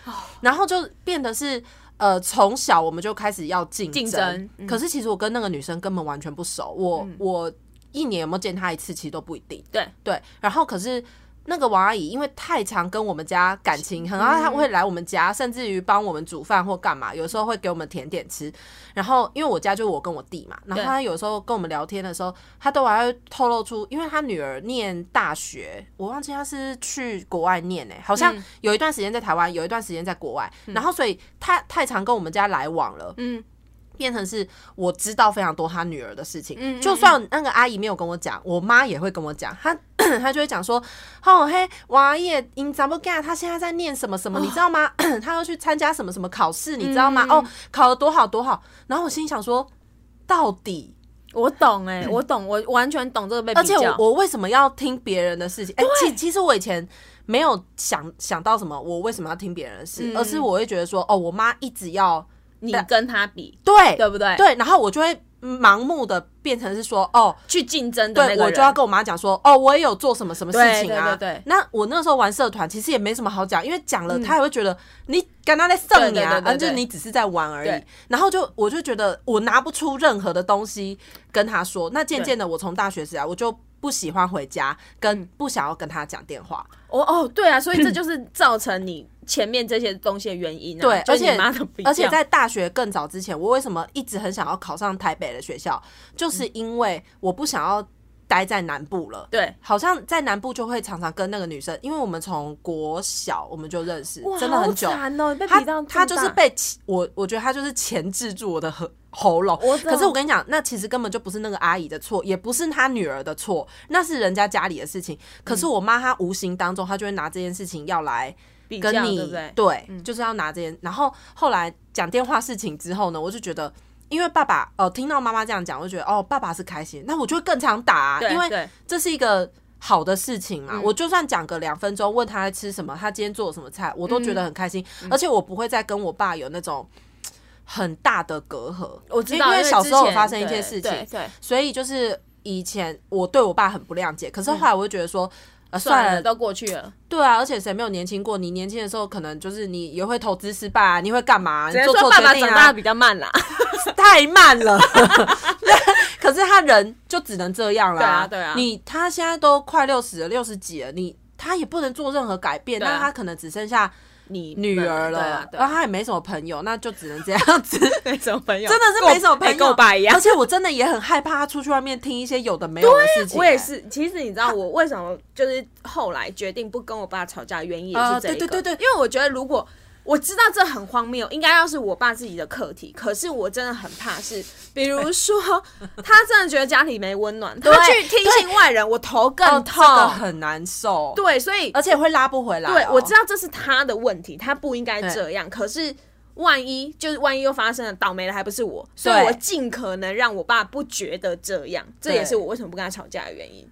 [SPEAKER 1] 然后就变得是。呃，从小我们就开始要竞
[SPEAKER 2] 竞争嗯
[SPEAKER 1] 可是其实我跟那个女生根本完全不熟，我、我一年有没有见她一次，其实都不一定。
[SPEAKER 2] 对
[SPEAKER 1] 对，然后可是那个王阿姨因为太常跟我们家感情很好，她会来我们家，甚至于帮我们煮饭或干嘛，有时候会给我们甜点吃。然后因为我家就我跟我弟嘛，然后
[SPEAKER 2] 对
[SPEAKER 1] 她有时候跟我们聊天的时候，她都还会透露出，因为她女儿念大学，我忘记她是去国外念诶、好像有一段时间在台湾，有一段时间在国外，然后所以她太常跟我们家来往了，
[SPEAKER 2] 嗯。
[SPEAKER 1] 变成是我知道非常多她女儿的事情，
[SPEAKER 2] 嗯嗯
[SPEAKER 1] 就算那个阿姨没有跟我讲，我妈也会跟我讲，她 <coughs> 她就会讲说，哦嘿，王爷，你怎么干？她现在在念什么什么，你知道吗？ <coughs> 她要去参加什么什么考试，你知道吗？
[SPEAKER 2] 哦
[SPEAKER 1] 哦，
[SPEAKER 2] 嗯
[SPEAKER 1] 考得多好多好。然后我心里想说，到底，
[SPEAKER 2] 我懂
[SPEAKER 1] 欸
[SPEAKER 2] 哎、我懂，我完全懂这个被
[SPEAKER 1] 而
[SPEAKER 2] 比
[SPEAKER 1] 且我
[SPEAKER 2] 较。
[SPEAKER 1] 我为什么要听别人的事情？哎、其其实我以前没有想想到什么，我为什么要听别人的事，
[SPEAKER 2] 嗯
[SPEAKER 1] 而是我会觉得说，哦，我妈一直要
[SPEAKER 2] 你跟他比，
[SPEAKER 1] 对
[SPEAKER 2] 对不对？，
[SPEAKER 1] 对，然后我就会盲目的变成是说，哦。
[SPEAKER 2] 去竞争的那
[SPEAKER 1] 对，
[SPEAKER 2] 个
[SPEAKER 1] 我
[SPEAKER 2] 人
[SPEAKER 1] 就要跟我妈讲说，哦，我也有做什么什么事
[SPEAKER 2] 对
[SPEAKER 1] 情啊。
[SPEAKER 2] 对对对嗯
[SPEAKER 1] 那我那时候玩社团，其实也没什么好讲，因为讲了，她也会觉得你跟他在送你啊，
[SPEAKER 2] 对对对对
[SPEAKER 1] 啊，就是你只是在玩而已
[SPEAKER 2] 对。
[SPEAKER 1] 然后就我就觉得我拿不出任何的东西跟她说。那渐渐的，我从大学时来，我就不喜欢回家，跟不想要跟她讲电话。
[SPEAKER 2] 哦哦，对啊，
[SPEAKER 1] <clears throat>
[SPEAKER 2] 所以这就是造成你前面这些东西的原因、啊。
[SPEAKER 1] 对，
[SPEAKER 2] 就
[SPEAKER 1] 而
[SPEAKER 2] 是你
[SPEAKER 1] 且
[SPEAKER 2] 妈的比较
[SPEAKER 1] 而且在大学更早
[SPEAKER 2] 嗯
[SPEAKER 1] 之前，我为什么一直很想要考上台北的学校，就是因为我不想要。待在南部了。
[SPEAKER 2] 对，
[SPEAKER 1] 好像在南部就会常常跟那个女生，因为我们从国小我们就认识，真的很久。
[SPEAKER 2] 好惨哦，被
[SPEAKER 1] 他
[SPEAKER 2] 比到
[SPEAKER 1] 他就是
[SPEAKER 2] 这么大
[SPEAKER 1] 被钳我，我觉得他就是钳制住我的喉喉咙。
[SPEAKER 2] 我懂
[SPEAKER 1] 可是我跟你讲，那其实根本就不是那个阿姨的错，也不是她女儿的错，那是人家家里的事情。可是我妈她无形当中，她就会拿这件事情要来
[SPEAKER 2] 比较，
[SPEAKER 1] 跟你
[SPEAKER 2] 对不对？嗯
[SPEAKER 1] 就是要拿这件。然后后来讲电话事情之后呢，我就觉得。因为爸爸，呃，听到妈妈这样讲，我就觉得哦，爸爸是开心，那我就会更常打、啊，
[SPEAKER 2] 对
[SPEAKER 1] 因为
[SPEAKER 2] 对
[SPEAKER 1] 这是一个好的事情嘛。
[SPEAKER 2] 嗯
[SPEAKER 1] 我就算讲个两分钟，问他在吃什么，他今天做了什么菜，我都觉得很开心。
[SPEAKER 2] 嗯
[SPEAKER 1] 而且我不会再跟我爸有那种嘖很大的隔阂。
[SPEAKER 2] 我知道，
[SPEAKER 1] 因为
[SPEAKER 2] 之
[SPEAKER 1] 小时候
[SPEAKER 2] 前
[SPEAKER 1] 有发生一
[SPEAKER 2] 对
[SPEAKER 1] 件事
[SPEAKER 2] 对
[SPEAKER 1] 情，
[SPEAKER 2] 对，
[SPEAKER 1] 所以就是以前我对我爸很不谅解，可是后来我就觉得说。呃，算
[SPEAKER 2] 嗯算
[SPEAKER 1] 了
[SPEAKER 2] 了，，都过去了，
[SPEAKER 1] 对啊，而且谁没有年轻过？你年轻的时候，可能就是你也会投资失败啊，你会干嘛、你
[SPEAKER 2] 只能
[SPEAKER 1] 做
[SPEAKER 2] 说
[SPEAKER 1] 错
[SPEAKER 2] 爸
[SPEAKER 1] 决
[SPEAKER 2] 爸
[SPEAKER 1] 定
[SPEAKER 2] 长大
[SPEAKER 1] 啊，
[SPEAKER 2] 比较慢啦。
[SPEAKER 1] 太慢
[SPEAKER 2] <laughs>
[SPEAKER 1] 了。可是他人就只能这样啦。
[SPEAKER 2] 对啊对啊
[SPEAKER 1] 你他现在都快六十了，六十几了，你他也不能做任何改变，
[SPEAKER 2] 对啊
[SPEAKER 1] 那他可能只剩下
[SPEAKER 2] <laughs> 你
[SPEAKER 1] 女儿了
[SPEAKER 2] 对啊，对
[SPEAKER 1] 然
[SPEAKER 2] 啊，
[SPEAKER 1] 后他也没什么朋友，那就只能这样
[SPEAKER 2] <laughs>
[SPEAKER 1] 子。
[SPEAKER 2] 没什么朋友，
[SPEAKER 1] 真的是没什么朋友，
[SPEAKER 2] 跟我爸一样
[SPEAKER 1] 而。且我真的也很害怕他出去外面听一些有的没有的事情、
[SPEAKER 2] 啊我也，是，其实你知道我为什么就是后来决定不跟我爸吵架，原因也是
[SPEAKER 1] 啊
[SPEAKER 2] 这一个。
[SPEAKER 1] 对对对对
[SPEAKER 2] 因为我觉得如果我知道这很荒谬，应该要是我爸自己的课题，可是我真的很怕是，比如 <laughs> 说他真的觉得家里没温暖，他去听信外人，我头
[SPEAKER 1] 哦，
[SPEAKER 2] 更
[SPEAKER 1] 这
[SPEAKER 2] 痛。
[SPEAKER 1] 个很难受，
[SPEAKER 2] 对，所以
[SPEAKER 1] 而且会拉不回来哦、
[SPEAKER 2] 呃对我知
[SPEAKER 1] 道
[SPEAKER 2] 道这是他的问题，他不应该这样，可是。万一就是万一又发生了，倒霉的还不是我，所以
[SPEAKER 1] 对
[SPEAKER 2] 我尽可能让我爸不觉得这样，这
[SPEAKER 1] 对
[SPEAKER 2] 也是我为什么不跟他吵架的原因。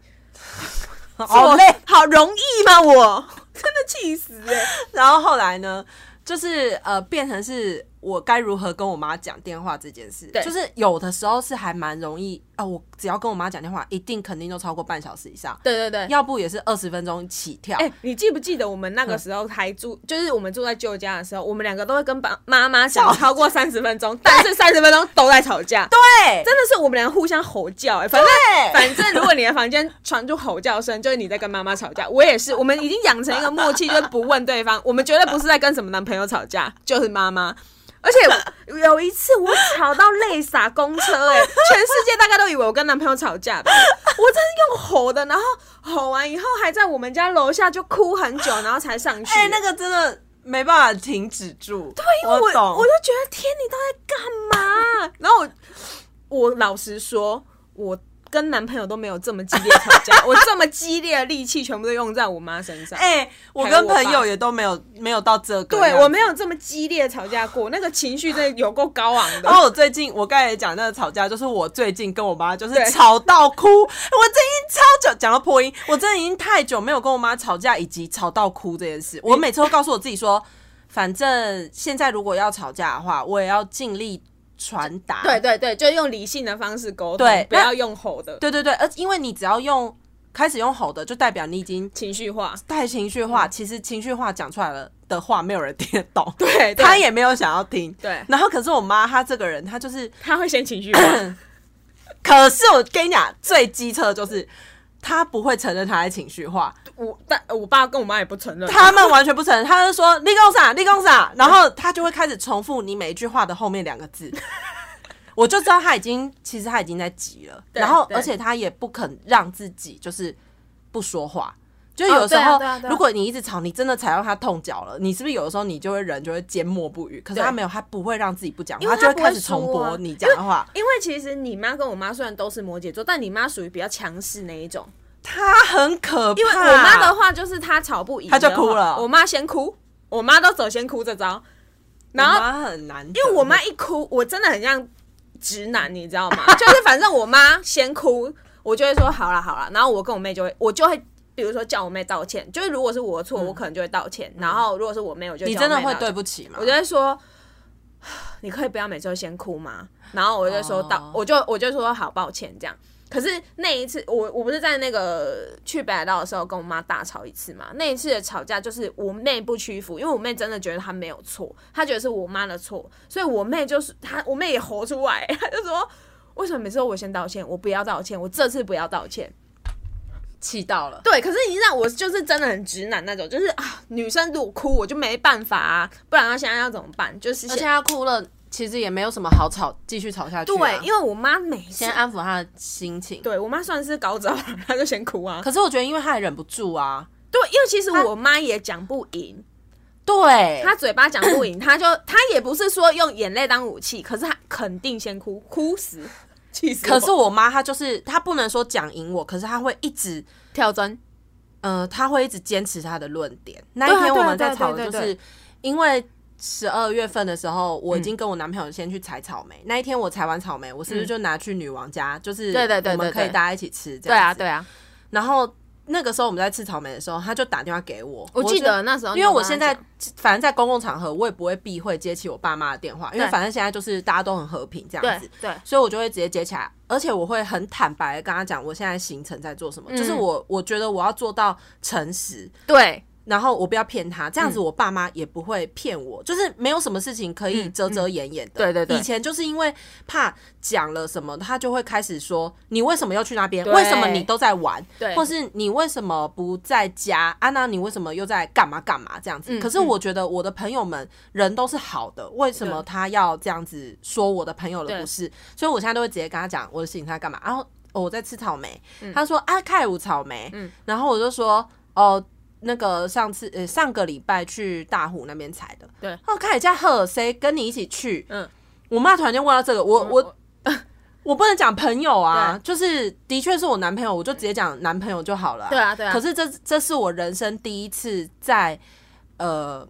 [SPEAKER 1] 好累。，
[SPEAKER 2] <laughs> 好容易吗？我 <laughs> 真的气死哎、
[SPEAKER 1] 然后后来呢，就是呃，变成是我该如何跟我妈讲电话这件事
[SPEAKER 2] 对，
[SPEAKER 1] 就是有的时候是还蛮容易啊、我只要跟我妈讲电话，一定肯定都超过半小时以上，
[SPEAKER 2] 对对对，
[SPEAKER 1] 要不也是二十分钟起跳。
[SPEAKER 2] 哎、你记不记得我们那个时候还住，就是我们住在舅家的时候，我们两个都会跟爸妈妈讲超过三十分钟，但是三十分钟都在吵架。
[SPEAKER 1] 对，
[SPEAKER 2] 真的是我们两个互相吼叫、哎，反正
[SPEAKER 1] 对
[SPEAKER 2] <laughs> 反正，如果你的房间传出吼叫声，就是你在跟妈妈吵架。我也是，我们已经养成一个默契，就是不问对方，我们绝对不是在跟什么男朋友吵架，就是妈妈。而且有一次我吵到泪洒公车、
[SPEAKER 1] <laughs>
[SPEAKER 2] 哎，全世界大概都以为我跟男朋友吵架吧。我真是用吼的，然后吼完以后还在我们家楼下就哭很久，然后才上
[SPEAKER 1] <laughs>
[SPEAKER 2] 去。
[SPEAKER 1] 哎、那个真的没办法停止住。对，
[SPEAKER 2] 因为我
[SPEAKER 1] 懂，
[SPEAKER 2] 我就觉得天，你到底在干 <laughs> 嘛？然后我我老实说，我跟男朋友都没有这么激烈吵 <laughs> 架，我这么激烈的力气全部都用在我妈身上。
[SPEAKER 1] 哎、我
[SPEAKER 2] 还有
[SPEAKER 1] 跟
[SPEAKER 2] 我爸
[SPEAKER 1] 朋友也都没有没有到这个样子。
[SPEAKER 2] 对我啊没有这么激烈地吵架过，那个情绪真的有够高昂的
[SPEAKER 1] 然。后我最近，我刚才也讲那个吵架，就是我最近跟我妈就是
[SPEAKER 2] 对
[SPEAKER 1] 吵到哭，我最近超久讲到破音，我真的已经太久没有跟我妈吵架以及吵到哭这件事。我每次都告诉我自己说，反正现在如果要吵架的话，我也要尽力传达。
[SPEAKER 2] 对对对，就用理性的方式沟通
[SPEAKER 1] 对，
[SPEAKER 2] 不要用吼的，
[SPEAKER 1] 对对对，而因为你只要用开始用吼的，就代表你已经
[SPEAKER 2] 情绪化。
[SPEAKER 1] 太情绪
[SPEAKER 2] 嗯
[SPEAKER 1] 化。其实情绪化讲出来了的话，没有人听得懂，
[SPEAKER 2] 对，对
[SPEAKER 1] 她也没有想要听。
[SPEAKER 2] 对，
[SPEAKER 1] 然后可是我妈她这个人，她就是
[SPEAKER 2] 他会先情绪化。
[SPEAKER 1] 可是我跟你讲，最机车的就是他不会承认他在情绪化，
[SPEAKER 2] <clears throat> 我但我爸跟我妈也不承认。
[SPEAKER 1] 他们完全不承认，他就说立功啥立功啥，然后他就会开始重复你每一句话的后面两个
[SPEAKER 2] <laughs>
[SPEAKER 1] 字。我就知道他已经，其实他已经在急了，
[SPEAKER 2] 对
[SPEAKER 1] 然后
[SPEAKER 2] 对
[SPEAKER 1] 而且他也不肯让自己就是不说话，就
[SPEAKER 2] 哦
[SPEAKER 1] 有时候、
[SPEAKER 2] 对啊对啊对啊
[SPEAKER 1] 如果你一直吵，你真的踩到他痛脚了，你是不是有的时候你就会人就会缄默不语？可是
[SPEAKER 2] 对
[SPEAKER 1] 他没有，他不会让自己不讲话，
[SPEAKER 2] 因为
[SPEAKER 1] 就
[SPEAKER 2] 他
[SPEAKER 1] 会
[SPEAKER 2] 不会
[SPEAKER 1] 开始重
[SPEAKER 2] 说啊
[SPEAKER 1] 驳你讲的话。
[SPEAKER 2] 因为其实你妈跟我妈虽然都是摩羯座，但你妈属于比较强势那一种。
[SPEAKER 1] 他很可怕，
[SPEAKER 2] 因为我妈的话就是她吵不赢的话，
[SPEAKER 1] 她就哭了
[SPEAKER 2] 我妈先哭，我妈都走先哭这招。然后
[SPEAKER 1] 我妈很难得，
[SPEAKER 2] 因为我妈一哭，我真的很像直男，你知道吗？ <laughs> 就是反正我妈先哭，我就会说好了好了，然后我跟我妹就会，我就会。比如说叫我妹道歉，就是如果是我的错，我可能就会道歉。然后如果是我妹，我就
[SPEAKER 1] 嗯你
[SPEAKER 2] 叫
[SPEAKER 1] 真
[SPEAKER 2] 我
[SPEAKER 1] 的
[SPEAKER 2] 妹
[SPEAKER 1] 会
[SPEAKER 2] 道
[SPEAKER 1] 对
[SPEAKER 2] 歉，
[SPEAKER 1] 不起吗？
[SPEAKER 2] 我就会说， <sighs> 你可以不要每次都先哭吗？然后我就说道，
[SPEAKER 1] 哦
[SPEAKER 2] 我就我就说好抱歉这样。可是那一次，我我不是在那个去北海道的时候跟我妈大吵一次嘛？那一次的吵架就是我妹不屈服，因为我妹真的觉得她没有错，她觉得是我妈的错，所以我妹就是她，我妹也吼出来，她就说为什么每次都我先道歉，我不要道歉，我这次不要道歉。
[SPEAKER 1] 气到了。
[SPEAKER 2] 对，可是你知道，我就是真的很直男那种，就是啊，女生如果哭我就没办法啊，不然她现在要怎么办？就是
[SPEAKER 1] 而且他哭了，其实也没有什么好吵，继续吵下去、啊。
[SPEAKER 2] 对，因为我妈每次
[SPEAKER 1] 先，安抚他的心情。
[SPEAKER 2] 对我妈算是高招 <laughs> 了，她就先哭啊。
[SPEAKER 1] 可是我觉得，因为他也忍不住啊，
[SPEAKER 2] 对，因为其实我妈也讲不赢，
[SPEAKER 1] 对，
[SPEAKER 2] 她嘴巴讲不 <laughs> 赢，她就她也不是说用眼泪当武器，可是她肯定先哭，哭死，气死我。
[SPEAKER 1] 可是我妈她就是她不能说讲赢我，可是她会一直
[SPEAKER 2] 跳针，
[SPEAKER 1] 呃，她会一直坚持她的论点。那
[SPEAKER 2] 对啊
[SPEAKER 1] 一天
[SPEAKER 2] 对啊
[SPEAKER 1] 我们在
[SPEAKER 2] 对啊
[SPEAKER 1] 吵
[SPEAKER 2] 对
[SPEAKER 1] 的
[SPEAKER 2] 啊
[SPEAKER 1] 就
[SPEAKER 2] 对啊嗯
[SPEAKER 1] 是因为十二月份的时候，我已经跟我男朋友先去采草莓。那一天我采完草莓，我是不是就拿去女王家？就是
[SPEAKER 2] 对对对
[SPEAKER 1] 我们
[SPEAKER 2] 对
[SPEAKER 1] 可以
[SPEAKER 2] 对
[SPEAKER 1] 大家一起吃这
[SPEAKER 2] 对
[SPEAKER 1] 样
[SPEAKER 2] 啊
[SPEAKER 1] 子。
[SPEAKER 2] 对啊，
[SPEAKER 1] 然后那个时候我们在吃草莓的时候，他就打电话给我，
[SPEAKER 2] 我记
[SPEAKER 1] 就
[SPEAKER 2] 得那时候你
[SPEAKER 1] 因
[SPEAKER 2] 有
[SPEAKER 1] 为我
[SPEAKER 2] 跟她
[SPEAKER 1] 现在
[SPEAKER 2] 讲
[SPEAKER 1] 反正在公共场合，我也不会避讳接起我爸妈的电话，因为
[SPEAKER 2] 对
[SPEAKER 1] 反正现在就是大家都很和平这样子
[SPEAKER 2] 对，对
[SPEAKER 1] 所以我就会直接接起来，而且我会很坦白的跟他讲我现在行程在做什么，
[SPEAKER 2] 嗯
[SPEAKER 1] 就是我我觉得我要做到诚实，
[SPEAKER 2] 对，
[SPEAKER 1] 然后我不要骗他，这样子我爸妈也不会骗我，就是没有什么事情可以遮遮掩掩的。
[SPEAKER 2] 嗯嗯嗯对对对
[SPEAKER 1] 以前就是因为怕讲了什么，他就会开始说你为什么又去那边，
[SPEAKER 2] 对
[SPEAKER 1] 为什么你都在玩，
[SPEAKER 2] 对
[SPEAKER 1] 或是你为什么不在家？啊，那你为什么又在干嘛干嘛这样
[SPEAKER 2] 嗯
[SPEAKER 1] 子？可是我觉得我的朋友们人都是好的，为什么他要这样子说我的朋友的不是？所以我现在都会直接跟他讲我的事情他干嘛，然后、哦我在吃草莓，
[SPEAKER 2] 嗯
[SPEAKER 1] 他说啊开五草莓，然后我就说哦。那个上次呃上个礼拜去大湖那边采的，
[SPEAKER 2] 对
[SPEAKER 1] 哦，看人家喝，谁跟你一起去？
[SPEAKER 2] 嗯，哦
[SPEAKER 1] 我妈突然间问到这个，我我
[SPEAKER 2] 我
[SPEAKER 1] 我不能讲朋友啊，就是的确是我男朋友，我就直接讲男朋友就好了、
[SPEAKER 2] 对啊对啊
[SPEAKER 1] 可是这这是我人生第一次在呃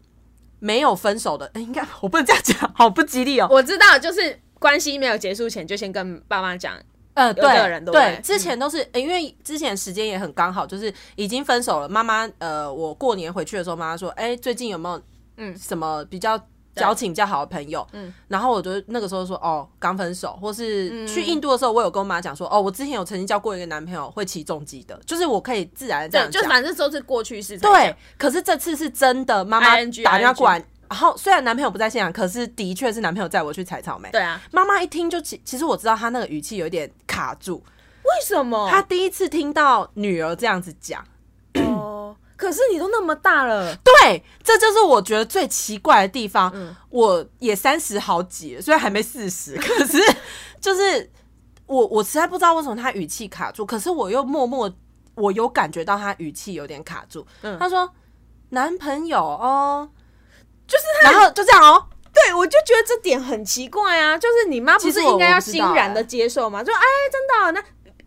[SPEAKER 1] 没有分手的，应该 <laughs> 我不能这样讲，好不吉利哦。
[SPEAKER 2] 我知道，就是关系没有结束前就先跟爸妈讲，
[SPEAKER 1] 呃，
[SPEAKER 2] 有这个
[SPEAKER 1] 对
[SPEAKER 2] 人对不
[SPEAKER 1] 对
[SPEAKER 2] 对，嗯
[SPEAKER 1] 之前都是、呃因为之前时间也很刚好，就是已经分手了。妈妈呃，我过年回去的时候，妈妈说，哎、最近有没有嗯
[SPEAKER 2] 嗯
[SPEAKER 1] 什么比较交情比较好的朋友？嗯，然后我就那个时候说，哦，刚分手，或
[SPEAKER 2] 嗯
[SPEAKER 1] 是去印度的时候，我有跟我妈讲说，哦，我之前有曾经交过一个男朋友会骑重机的，就是我可以自然地这
[SPEAKER 2] 对，
[SPEAKER 1] 样
[SPEAKER 2] 就
[SPEAKER 1] 讲。
[SPEAKER 2] 反正都是过去式才讲。
[SPEAKER 1] 对，可是这次是真的，妈妈
[SPEAKER 2] ING
[SPEAKER 1] 打电话过来，然后虽然男朋友不在现场，可是的确是男朋友载我去采草莓。
[SPEAKER 2] 对啊，
[SPEAKER 1] 妈妈一听就其其实我知道她那个语气有一点卡住，
[SPEAKER 2] 为什么？
[SPEAKER 1] 她第一次听到女儿这样子讲，
[SPEAKER 2] 哦，可是你都那么大了，
[SPEAKER 1] 对，这就是我觉得最奇怪的地方。我也三十好几了，虽然还没四 <laughs> 十，可是就是我我实在不知道为什么她语气卡住，可是我又默默我有感觉到她语气有点卡住。
[SPEAKER 2] 嗯
[SPEAKER 1] 她说男朋友哦，
[SPEAKER 2] 就是他。
[SPEAKER 1] 然后就这样哦，
[SPEAKER 2] 对，我就觉得这点很奇怪啊，就是你妈不
[SPEAKER 1] 其
[SPEAKER 2] 是
[SPEAKER 1] 实我
[SPEAKER 2] 应该
[SPEAKER 1] 我
[SPEAKER 2] 要
[SPEAKER 1] 不知
[SPEAKER 2] 欣
[SPEAKER 1] 道
[SPEAKER 2] 然
[SPEAKER 1] 欸
[SPEAKER 2] 的接受吗？就哎，真的啊、那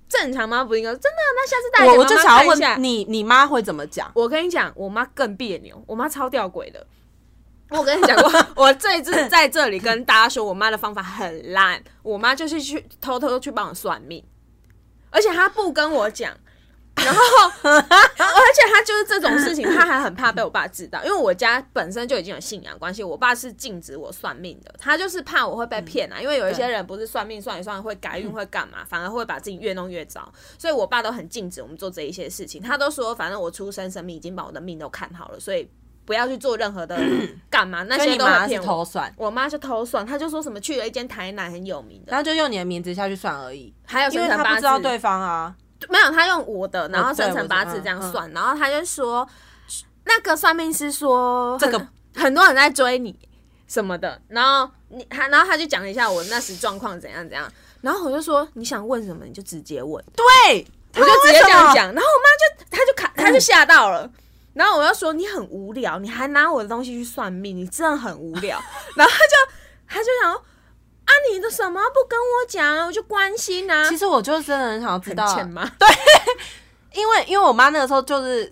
[SPEAKER 2] 正常吗？不应该真的啊、那下次带
[SPEAKER 1] 我
[SPEAKER 2] 给
[SPEAKER 1] 我
[SPEAKER 2] 妈
[SPEAKER 1] 就
[SPEAKER 2] 妈
[SPEAKER 1] 想
[SPEAKER 2] 看
[SPEAKER 1] 要
[SPEAKER 2] 一
[SPEAKER 1] 问
[SPEAKER 2] 下
[SPEAKER 1] 你，你妈会怎么讲？
[SPEAKER 2] 我跟你讲，我妈更别扭，我妈超吊诡的。我跟你讲过，我这一次在这里跟大家说，我妈的方法很烂。我妈就是去偷偷去帮我算命，而且她不跟我
[SPEAKER 1] <laughs>
[SPEAKER 2] 讲，然后而且她就是这种事情，她还很怕被我爸知道，因为我家本身就已经有信仰关系，我爸是禁止我算命的，他就是怕我会被骗
[SPEAKER 1] 嗯
[SPEAKER 2] 啊。因为有一些人不是算命算一算会改运会干嘛，反而会把自己越弄越糟。所以我爸都很禁止我们做这一些事情。他都说，反正我出生神明已经把我的命都看好了，所以不要去做任
[SPEAKER 1] <clears throat>
[SPEAKER 2] 何的干嘛，那
[SPEAKER 1] 所以
[SPEAKER 2] 些
[SPEAKER 1] 你
[SPEAKER 2] 都
[SPEAKER 1] 妈
[SPEAKER 2] 很
[SPEAKER 1] 是
[SPEAKER 2] 骗我。
[SPEAKER 1] 偷算，
[SPEAKER 2] 我妈就偷算，她就说什么去了一间台南很有名的，
[SPEAKER 1] 然后就用你的名字下去算而已，
[SPEAKER 2] 还有
[SPEAKER 1] 因
[SPEAKER 2] 生
[SPEAKER 1] 为
[SPEAKER 2] 辰
[SPEAKER 1] 她
[SPEAKER 2] 八
[SPEAKER 1] 不
[SPEAKER 2] 字
[SPEAKER 1] 知道对方啊。
[SPEAKER 2] 没有，他用我的，然后
[SPEAKER 1] 对
[SPEAKER 2] 生
[SPEAKER 1] 我
[SPEAKER 2] 辰
[SPEAKER 1] 的
[SPEAKER 2] 八字
[SPEAKER 1] 嗯
[SPEAKER 2] 这样
[SPEAKER 1] 嗯
[SPEAKER 2] 算，然后他就说，那个算命师说，这
[SPEAKER 1] 个
[SPEAKER 2] 很多人在追你什么的，然后你他，然后他就讲了一下我那时状况怎样怎样，然后我就说你想问什么你就直接问，
[SPEAKER 1] 对，我
[SPEAKER 2] 我就直接这样，讲，然后我妈就她就卡，她就吓到了。然后我就说你很无聊，你还拿我的东西去算命，你真的很无
[SPEAKER 1] <laughs>
[SPEAKER 2] 聊。然后她就她就想说啊，你的什么不跟我讲，我就关心啊，
[SPEAKER 1] 其实我就真的很想要知道，啊
[SPEAKER 2] 很欠吗？
[SPEAKER 1] 因为因为我妈那个时候就是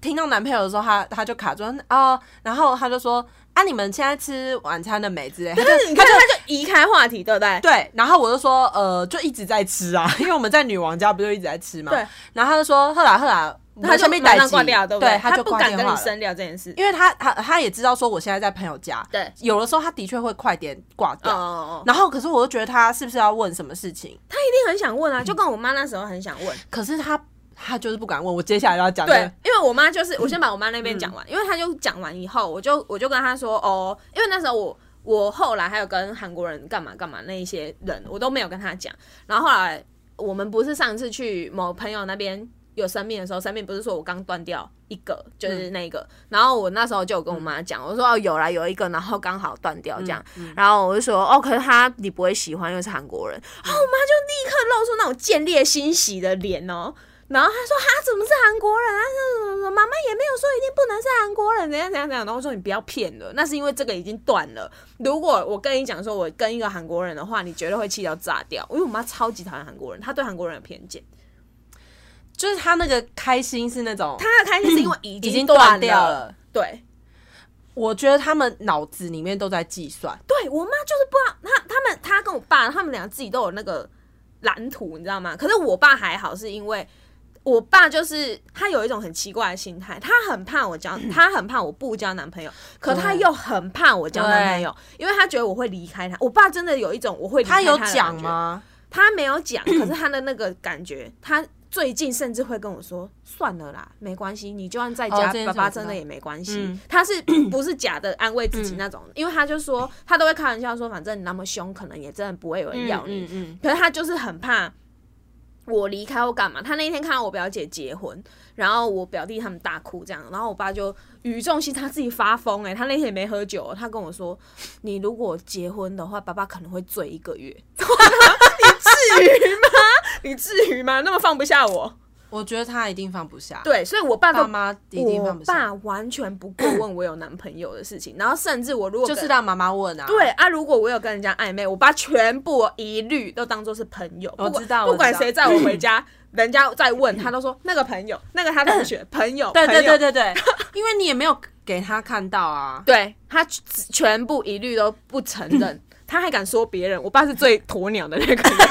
[SPEAKER 1] 听到男朋友的时候，她她就卡住哦，然后她就说啊，你们现在吃晚餐了没之类，她就
[SPEAKER 2] 你看她嗯就移开话题，对不对？
[SPEAKER 1] 对，然后我就说呃，就一直在吃啊， <laughs> 因为我们在女王家不就一直在吃嘛，
[SPEAKER 2] 对，
[SPEAKER 1] 然后她就说后来后来，
[SPEAKER 2] 她就
[SPEAKER 1] 没
[SPEAKER 2] 马上挂掉，对不
[SPEAKER 1] 对，
[SPEAKER 2] 她
[SPEAKER 1] 就
[SPEAKER 2] 不
[SPEAKER 1] 挂
[SPEAKER 2] 敢
[SPEAKER 1] 电
[SPEAKER 2] 跟
[SPEAKER 1] 话
[SPEAKER 2] 你
[SPEAKER 1] 了。
[SPEAKER 2] 深聊这件事。
[SPEAKER 1] 因为她她她也知道说我现在在朋友家，
[SPEAKER 2] 对，
[SPEAKER 1] 有的时候她的确会快点挂
[SPEAKER 2] 哦
[SPEAKER 1] 掉，
[SPEAKER 2] 哦哦，
[SPEAKER 1] 然后可是我就觉得她是不是要问什么事情，
[SPEAKER 2] 她一定很想问啊，就跟我妈那时候很想问。
[SPEAKER 1] 可是她她就是不敢问我接下来要讲
[SPEAKER 2] 对
[SPEAKER 1] 的，，
[SPEAKER 2] 因为我妈就是，我先把我妈那边讲完，因为她就讲完以后，我就我就跟她说，哦，因为那时候我我后来还有跟韩国人干嘛干嘛那一些人，我都没有跟她讲。然后后来我们不是上次去某朋友那边有生病的时候，生病不是说我刚断掉一个，就是那一个。然后我那时候就有跟我妈讲，我说哦有啦，有一个，然后刚好断掉这样。然后我就说哦，可是他你不会喜欢，因为是韩国人。然后我妈就立刻露出那种见猎欣喜的脸哦。然后她说：“哈，怎么是韩国人啊？什么什么什么？妈妈也没有说一定不能是韩国人，怎样怎样怎样。”然后我说：“你不要骗了，那是因为这个已经断了。如果我跟你讲说我跟一个韩国人的话，你绝对会气到炸掉。因为我妈超级讨厌韩国人，她对韩国人有偏见。
[SPEAKER 1] 就是他那个开心是那种
[SPEAKER 2] 她的开心是因为已
[SPEAKER 1] 已
[SPEAKER 2] 经
[SPEAKER 1] 经
[SPEAKER 2] 断
[SPEAKER 1] 断掉
[SPEAKER 2] 了。
[SPEAKER 1] 了。
[SPEAKER 2] 对，
[SPEAKER 1] 我觉得他们脑子里面都在计算，
[SPEAKER 2] 对我妈就是不知道，她他们她跟我爸他们俩自己都有那个蓝图，你知道吗？可是我爸还好，是因为我爸就是他有一种很奇怪的心态，他很怕我交， <laughs> 他很怕我不交男朋友，可他
[SPEAKER 1] 对
[SPEAKER 2] 又很怕我交男朋友，因为他觉得我会离开他。我爸真的有一种我会离开
[SPEAKER 1] 他有
[SPEAKER 2] 的感
[SPEAKER 1] 讲
[SPEAKER 2] 觉？
[SPEAKER 1] 吗？
[SPEAKER 2] 他没
[SPEAKER 1] <clears throat>
[SPEAKER 2] 有讲，可是他的那个感觉，他最近甚至会跟我说：“算了啦，没关系，你就算在
[SPEAKER 1] 哦
[SPEAKER 2] 家，
[SPEAKER 1] 这件事
[SPEAKER 2] 爸爸
[SPEAKER 1] 我知道
[SPEAKER 2] 真的也没关系。
[SPEAKER 1] 嗯
[SPEAKER 2] 他是不是假的安慰自己那种？因为他就说，他都会开玩笑说，反正你那么凶，可能也真的不会有人要你。
[SPEAKER 1] 嗯嗯
[SPEAKER 2] 可是他就是很怕我离开或干嘛。他那一天看到我表姐结婚，然后我表弟他们大哭这样，然后我爸就语重心他自己发疯哎、欸他那天也没喝酒哦，他跟我说：“你如果结婚的话，爸爸可能会醉一个月。”你至于吗？ <laughs> 你至于吗？那么放不下我？
[SPEAKER 1] 我觉得他一定放不下，
[SPEAKER 2] 对，所以我爸
[SPEAKER 1] 爸
[SPEAKER 2] 都。
[SPEAKER 1] 妈一定
[SPEAKER 2] 我
[SPEAKER 1] 放不下，
[SPEAKER 2] 爸完全不过问我有男朋友的事情，然后甚至我如果
[SPEAKER 1] 就
[SPEAKER 2] 跟
[SPEAKER 1] 是让妈妈问啊。
[SPEAKER 2] 对啊，如果我有跟人家暧昧，我把全部我一律都当做是朋友，
[SPEAKER 1] 我
[SPEAKER 2] 不管
[SPEAKER 1] 知道
[SPEAKER 2] 不管
[SPEAKER 1] 我知道
[SPEAKER 2] 谁载哦我回 <clears throat> 家，人家在问他都说那个朋友，那个他同学朋 <laughs> 友，
[SPEAKER 1] 对对
[SPEAKER 2] 朋友
[SPEAKER 1] 对对对， <laughs> 因为你也没有给他看到啊。
[SPEAKER 2] 对他全部一律都不承 <clears throat> 认，他还敢说别人，我爸是最鸵鸟的那个人，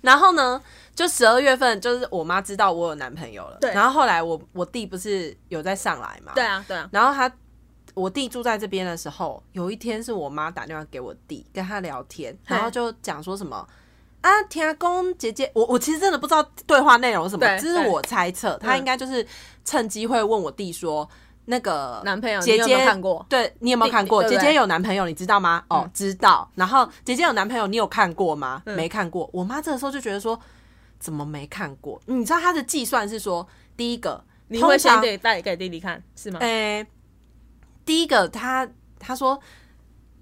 [SPEAKER 1] 然后呢，就十二月份，就是我妈知道我有男朋友了。
[SPEAKER 2] 对
[SPEAKER 1] 然后后来我我弟不是有在上来嘛？
[SPEAKER 2] <laughs> 对。啊对啊，
[SPEAKER 1] 然后他我弟住在这边的时候，有一天是我妈打电话给我弟，跟他聊天，
[SPEAKER 2] 嘿
[SPEAKER 1] 然后就讲说什么。啊，天公姐姐，我我其实真的不知道对话内容是什么，
[SPEAKER 2] 对嗯
[SPEAKER 1] 这是
[SPEAKER 2] 对
[SPEAKER 1] 我猜测，他应该就是趁机会问我弟说，那个
[SPEAKER 2] 男朋友
[SPEAKER 1] 姐
[SPEAKER 2] 你有没有
[SPEAKER 1] 姐
[SPEAKER 2] 看过
[SPEAKER 1] 对你有没有看过？
[SPEAKER 2] 弟弟
[SPEAKER 1] 姐
[SPEAKER 2] 对嗯不对
[SPEAKER 1] 姐有男朋友，你知道吗？哦，知道。然后姐姐有男朋友，你有看过吗？
[SPEAKER 2] 嗯
[SPEAKER 1] 没看过。我妈这个时候就觉得说，怎么没看过？你知道她的计算是说，第一个，
[SPEAKER 2] 你
[SPEAKER 1] 通
[SPEAKER 2] 会
[SPEAKER 1] 常
[SPEAKER 2] 先给带给弟弟看是吗？
[SPEAKER 1] 诶、第一个她她说，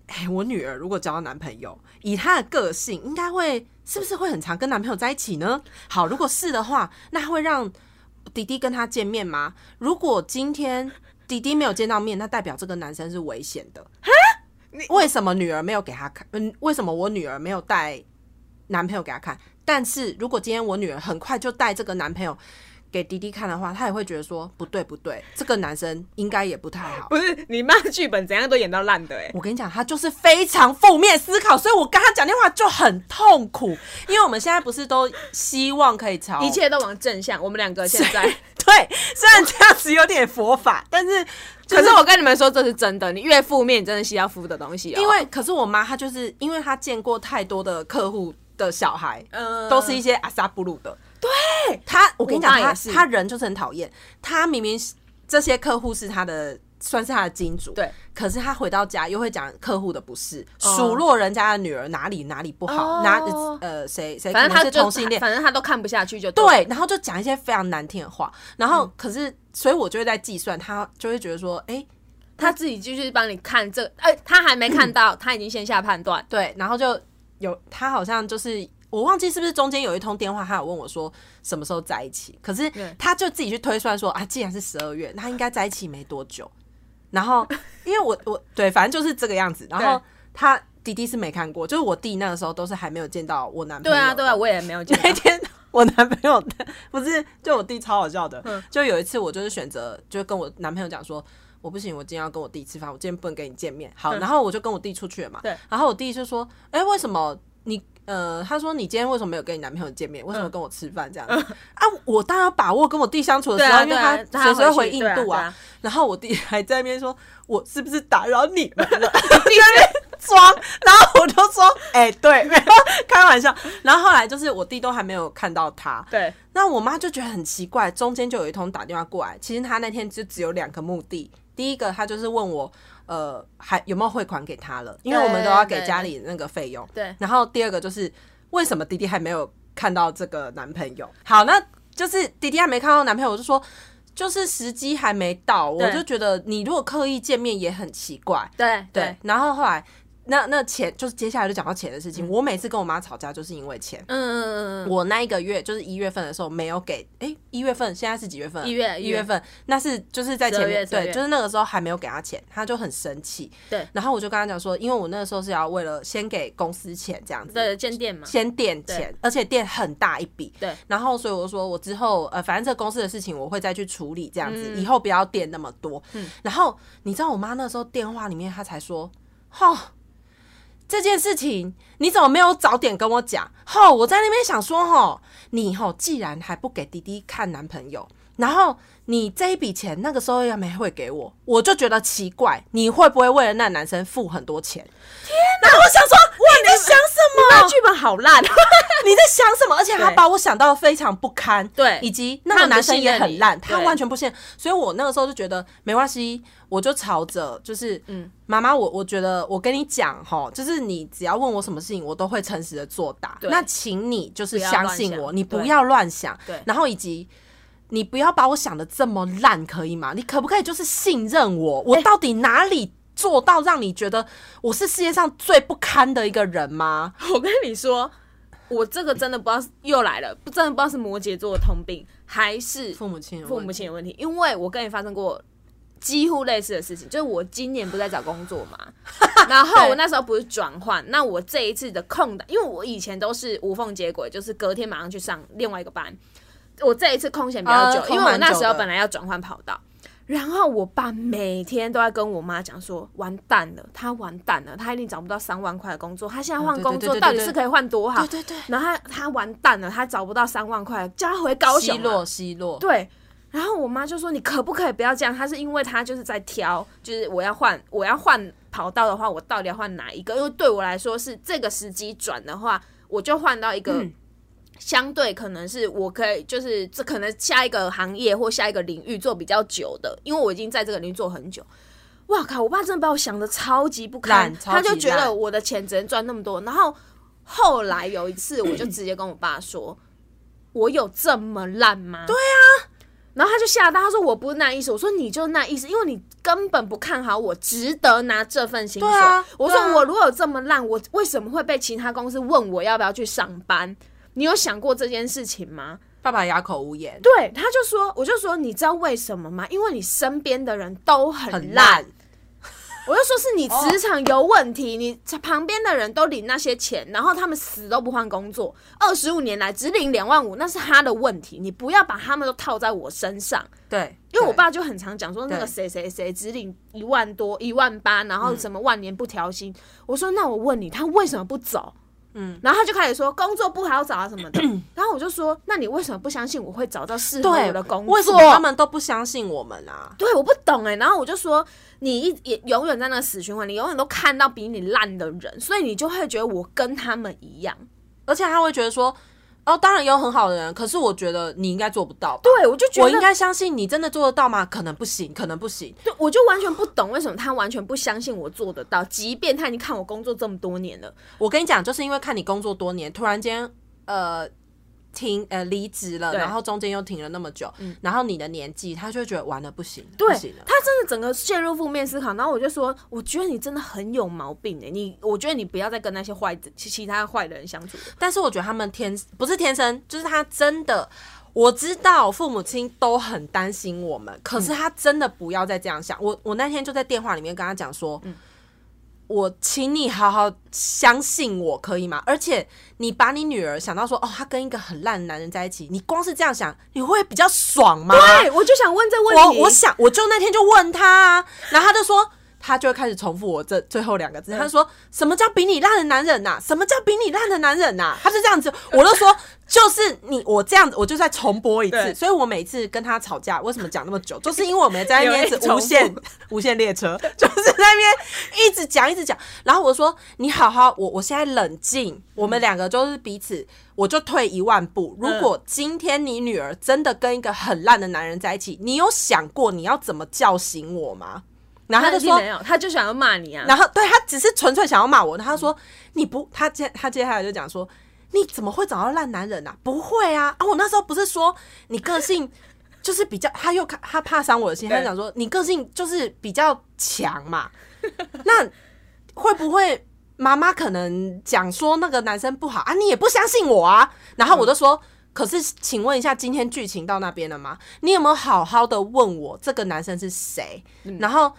[SPEAKER 1] 哎、我女儿如果交到男朋友，以她的个性，应该会是不是会很常跟男朋友在一起呢？好，如果是的话，那会让弟弟跟她见面吗？如果今天弟弟没有见到面，那代表这个男生是危险的。为什么女儿没有给他看？嗯，为什么我女儿没有带男朋友给他看？但是如果今天我女儿很快就带这个男朋友给弟弟看的话，她也会觉得说不对不对，这个男生应该也不太好。
[SPEAKER 2] 不是你妈剧本怎样都演到烂的哎、
[SPEAKER 1] 我跟你讲，他就是非常负面思考，所以我跟他讲电话就很痛苦，因为我们现在不是都希望可以朝
[SPEAKER 2] 一切都往正向，我们两个现 <laughs> 在。
[SPEAKER 1] 对，虽然这样子有点佛法，但是
[SPEAKER 2] 可是我跟你们说，这是真的。你越负面，你真的吸到负的东西、哦。
[SPEAKER 1] 因为可是我妈她就是因为她见过太多的客户的小孩，
[SPEAKER 2] 嗯
[SPEAKER 1] 都是一些阿萨布鲁的。对她，我跟你讲，
[SPEAKER 2] 我爸
[SPEAKER 1] 她
[SPEAKER 2] 也是
[SPEAKER 1] 她人就是很讨厌，她明明是这些客户是她的。算是她的金主，
[SPEAKER 2] 对。
[SPEAKER 1] 可是她回到家又会讲客户的不是，
[SPEAKER 2] 哦
[SPEAKER 1] 数落人家的女儿哪里哪里不好，
[SPEAKER 2] 哦
[SPEAKER 1] 哪呃谁谁
[SPEAKER 2] 反正
[SPEAKER 1] 可
[SPEAKER 2] 他
[SPEAKER 1] 能是
[SPEAKER 2] 就
[SPEAKER 1] 同性恋，
[SPEAKER 2] 反正他都看不下去就对了。
[SPEAKER 1] 对，然后就讲一些非常难听的话，然
[SPEAKER 2] 嗯
[SPEAKER 1] 后可是，所以我就会在计算，她就会觉得说，哎、
[SPEAKER 2] 他自己就是帮你看这，哎、他还没看到，他已经先下判断。
[SPEAKER 1] 对，然后就有他好像就是我忘记是不是中间有一通电话，他有问我说什么时候在一起，可是
[SPEAKER 2] 对
[SPEAKER 1] 他就自己去推算说啊，既然是十二月，那他应该在一起没多久。然后因为我我对，反正就是这个样子。然后
[SPEAKER 2] 对
[SPEAKER 1] 他弟弟是没看过，就是我弟那个时候都是还没有见到我男朋
[SPEAKER 2] 对
[SPEAKER 1] 友。
[SPEAKER 2] 啊，对啊，。我也没有见
[SPEAKER 1] 那
[SPEAKER 2] 到。
[SPEAKER 1] 天我男朋友的不是，就我弟超好笑的。
[SPEAKER 2] 嗯
[SPEAKER 1] 就有一次，我就是选择，就跟我男朋友讲说，我不行，我今天要跟我弟吃饭，我今天不能跟你见面。好，然后我就跟我弟出去了嘛。
[SPEAKER 2] 嗯对。
[SPEAKER 1] 然后我弟就说：“哎、为什么你？”呃，他说你今天为什么没有跟你男朋友见面？为什
[SPEAKER 2] 嗯
[SPEAKER 1] 么跟我吃饭这样子、啊？我当然要把握跟我弟相处的
[SPEAKER 2] 对
[SPEAKER 1] 时候，
[SPEAKER 2] 啊，
[SPEAKER 1] 因
[SPEAKER 2] 对
[SPEAKER 1] 为
[SPEAKER 2] 啊，
[SPEAKER 1] 他随时会
[SPEAKER 2] 他
[SPEAKER 1] 回
[SPEAKER 2] 去
[SPEAKER 1] 印
[SPEAKER 2] 对
[SPEAKER 1] 度
[SPEAKER 2] 啊。
[SPEAKER 1] 然后我弟还在那边说：“我是不是打扰你们
[SPEAKER 2] <laughs>
[SPEAKER 1] 了？”
[SPEAKER 2] 对啊
[SPEAKER 1] 装，然后我就说，哎、对，没有开玩笑。然后后来就是我弟都还没有看到他，
[SPEAKER 2] 对，啊
[SPEAKER 1] 那我妈就觉得很奇怪，中间就有一通打电话过来，其实她那天就只有两个目的，第一个她就是问我，呃，还有没有汇款给她了，因为我们都要给家里那个费用，
[SPEAKER 2] 对对对啊
[SPEAKER 1] 然后第二个就是为什么弟弟还没有看到这个男朋友？好，那就是弟弟还没看到男朋友，我就说。就是时机还没到，我就觉得你如果刻意见面也很奇怪。
[SPEAKER 2] 对
[SPEAKER 1] 对，，然后后来那那钱就是接下来就讲到钱的事情。我每次跟我妈吵架就是因为钱。
[SPEAKER 2] 嗯嗯嗯嗯，
[SPEAKER 1] 我那一个月就是一月份的时候没有给，哎、一月份现在是几月份啊？
[SPEAKER 2] 一月
[SPEAKER 1] 一
[SPEAKER 2] 一月
[SPEAKER 1] 月份，那是就是在前面
[SPEAKER 2] 十二月
[SPEAKER 1] 对，就是那个时候还没有给他钱，他就很生气。
[SPEAKER 2] 对，
[SPEAKER 1] 然后我就跟他讲说，因为我那个时候是要为了先给公司钱这样子，
[SPEAKER 2] 对，见店嘛，
[SPEAKER 1] 先垫钱，而且垫很大一笔。
[SPEAKER 2] 对，
[SPEAKER 1] 然后所以我就说，我之后呃，反正这公司的事情我会再去处理，这样子、以后不要垫那么多。然后你知道我妈那时候电话里面她才说，吼。这件事情你怎么没有早点跟我讲？吼，我在那边想说，吼，你吼既然还不给弟弟看男朋友，然后你这一笔钱那个时候也没会给我，我就觉得奇怪，你会不会为了那男生付很多钱？然后我想说，你在想什么？
[SPEAKER 2] 那剧本好烂，啊
[SPEAKER 1] 你在想什么？而且他
[SPEAKER 2] 对
[SPEAKER 1] 把我想到的非常不堪，
[SPEAKER 2] 对
[SPEAKER 1] 以及那个男生也很烂，
[SPEAKER 2] 他很不信任你
[SPEAKER 1] 他
[SPEAKER 2] 对
[SPEAKER 1] 完全不信任，所以我那个时候就觉得没关系，我就朝着就是，嗯，妈妈，我我觉得我跟你讲哈，就是你只要问我什么事情，我都会诚实的作答，
[SPEAKER 2] 对
[SPEAKER 1] 那请你就是
[SPEAKER 2] 不要
[SPEAKER 1] 相信
[SPEAKER 2] 乱
[SPEAKER 1] 我，
[SPEAKER 2] 想
[SPEAKER 1] 你不
[SPEAKER 2] 对
[SPEAKER 1] 要乱想，
[SPEAKER 2] 对
[SPEAKER 1] 然后以及。你不要把我想的这么烂，可以吗？你可不可以就是信任我？我到底哪里做到让你觉得我是世界上最不堪的一个人吗？
[SPEAKER 2] <laughs> 我跟你说，我这个真的不知道是又来了，不真的不知道是摩羯座的通病还是
[SPEAKER 1] 父母亲，
[SPEAKER 2] 父母亲的问题，因为我跟你发生过几乎类似的事情，就是我今年不是在找工作
[SPEAKER 1] <laughs>
[SPEAKER 2] 嘛，然后我那时候不是转换，那我这一次的空档，因为我以前都是无缝接轨，就是隔天马上去上另外一个班，我这一次空闲比较久，
[SPEAKER 1] 啊
[SPEAKER 2] 因
[SPEAKER 1] 空
[SPEAKER 2] 为
[SPEAKER 1] 蛮
[SPEAKER 2] 我那
[SPEAKER 1] 久
[SPEAKER 2] 时候
[SPEAKER 1] 的
[SPEAKER 2] 本来要转换跑道。然后我爸每天都在跟我妈讲说，完蛋了，他完蛋了，他一定找不到三万块的工作，他现在换
[SPEAKER 1] 啊对
[SPEAKER 2] 工
[SPEAKER 1] 对
[SPEAKER 2] 作
[SPEAKER 1] 对
[SPEAKER 2] 到
[SPEAKER 1] 对
[SPEAKER 2] 底
[SPEAKER 1] 对
[SPEAKER 2] 是可以换多好？
[SPEAKER 1] 对对对
[SPEAKER 2] 然后他他完蛋了，他找不到三万块，叫他回高雄
[SPEAKER 1] 奚
[SPEAKER 2] 啊、
[SPEAKER 1] 落奚落，
[SPEAKER 2] 对，然后我妈就说：“你可不可以不要这样？”她是因为她就是在挑，就是我要换，我要换跑道的话，我到底要换哪一个？因为对我来说是这个时机转的话，我就换到一个。
[SPEAKER 1] 嗯
[SPEAKER 2] 相对可能是我可以，就是这可能下一个行业或下一个领域做比较久的，因为我已经在这个领域做很久。哇靠！我爸真的把我想的超级不堪
[SPEAKER 1] 烂，超
[SPEAKER 2] 他就
[SPEAKER 1] 级
[SPEAKER 2] 觉得
[SPEAKER 1] 烂
[SPEAKER 2] 我的钱只能赚那么多。然后后来有一次，我就直接跟我爸说：“我有这么烂吗？”对啊。然后他就吓到，他说：“我不是那意思。”我说：“你就那意思，因为你根本不看好我值得拿这份薪水。
[SPEAKER 1] 对啊
[SPEAKER 2] 我
[SPEAKER 1] 对啊
[SPEAKER 2] 说：“我如果有这么烂，我为什么会被其他公司问我要不要去上班？你有想过这件事情吗？”
[SPEAKER 1] 爸爸哑口无言，
[SPEAKER 2] 对，他就说，我就说，你知道为什么吗？因为你身边的人都很
[SPEAKER 1] 很
[SPEAKER 2] 烂
[SPEAKER 1] 烂，，
[SPEAKER 2] 我就说是你职场有问题，你旁边的人都领那些钱，然后他们死都不换工作，二十五年来只领两万五，那是他的问题，你不要把他们都套在我身上。
[SPEAKER 1] 对，
[SPEAKER 2] 因为我
[SPEAKER 1] 对
[SPEAKER 2] 爸就很常讲说，那个
[SPEAKER 1] 对
[SPEAKER 2] 谁谁谁只领一万多、一万八，然后什么万年不调薪。我说那我问你，他为什么不走？嗯，然后他就开始说工作不好找啊什么的，然后我就说，那你为什么不相信我会找到适合我的工作？
[SPEAKER 1] 为什么他们都不相信我们啊？
[SPEAKER 2] 对，我不懂哎、然后我就说，你一也永远在那个死循环，你永远都看到比你烂的人，所以你就会觉得我跟他们一样。
[SPEAKER 1] 而且他会觉得说，哦，当然有很好的人，可是我觉得你应该做不到吧，
[SPEAKER 2] 对，我就觉得
[SPEAKER 1] 我应该相信你真的做得到吗？可能不行，可能不行。
[SPEAKER 2] 对，我就完全不懂为什么他完全不相信我做得到，即便他已经看我工作这么多年了。
[SPEAKER 1] 我跟你讲，就是因为看你工作多年，突然间呃停呃离职了，
[SPEAKER 2] 对嗯
[SPEAKER 1] 然后中间又停了那么久，然后你的年纪，他就会觉得完了不行，
[SPEAKER 2] 对
[SPEAKER 1] 不行了。
[SPEAKER 2] 啊他真的整个陷入负面思考，然后我就说，我觉得你真的很有毛病哎、你我觉得你不要再跟那些坏其其他坏的人相处了。
[SPEAKER 1] 但是我觉得他们天不是天生，就是他真的。我知道父母亲都很担心我们，可是他真的不要再这样想。我我那天就在电话里面跟他讲说，我请你好好相信我，可以吗？而且你把你女儿想到说，哦，她跟一个很烂的男人在一起，你光是这样想，你会比较爽吗？
[SPEAKER 2] 对，我就想问这问
[SPEAKER 1] 我
[SPEAKER 2] 题，
[SPEAKER 1] 我想，我就那天就问他、啊，然后他就说，他就会开始重复我这最后两个字，
[SPEAKER 2] 嗯
[SPEAKER 1] 他就说什么叫比你烂的男人呐、什么叫比你烂的男人呐、啊他就这样子，我就说就是你，我这样子，我就再重播一次。
[SPEAKER 2] 对
[SPEAKER 1] 所以我每次跟他吵架，为什么讲那么久，就是因为我们在那边一
[SPEAKER 2] 有一
[SPEAKER 1] 直
[SPEAKER 2] 种
[SPEAKER 1] 无限 <laughs> 无限列车，就是在那边一直讲一直讲。然后我说你好好，我我现在冷静，我们两个就是彼此。我就退一万步，如
[SPEAKER 2] 嗯
[SPEAKER 1] 果今天你女儿真的跟一个很烂的男人在一起，你有想过你要怎么叫醒我吗？然后
[SPEAKER 2] 他
[SPEAKER 1] 他
[SPEAKER 2] 就
[SPEAKER 1] 就
[SPEAKER 2] 说
[SPEAKER 1] 说
[SPEAKER 2] 没，有，他就想要骂你啊。
[SPEAKER 1] 然后对他只是纯粹想要骂我，然后他说你不，他接他接下来就讲说你怎么会找到烂男人啊？不会啊，啊我那时候不是说你个性就是比较，他又看他怕伤我的心，
[SPEAKER 2] 对
[SPEAKER 1] 他就想说你个性就是比较强嘛，那会不会妈妈可能讲说那个男生不好啊？你也不相信我啊？然后我就说。可是，请问一下，今天剧情到那边了吗？你有没有好好的问我这个男生是谁？然后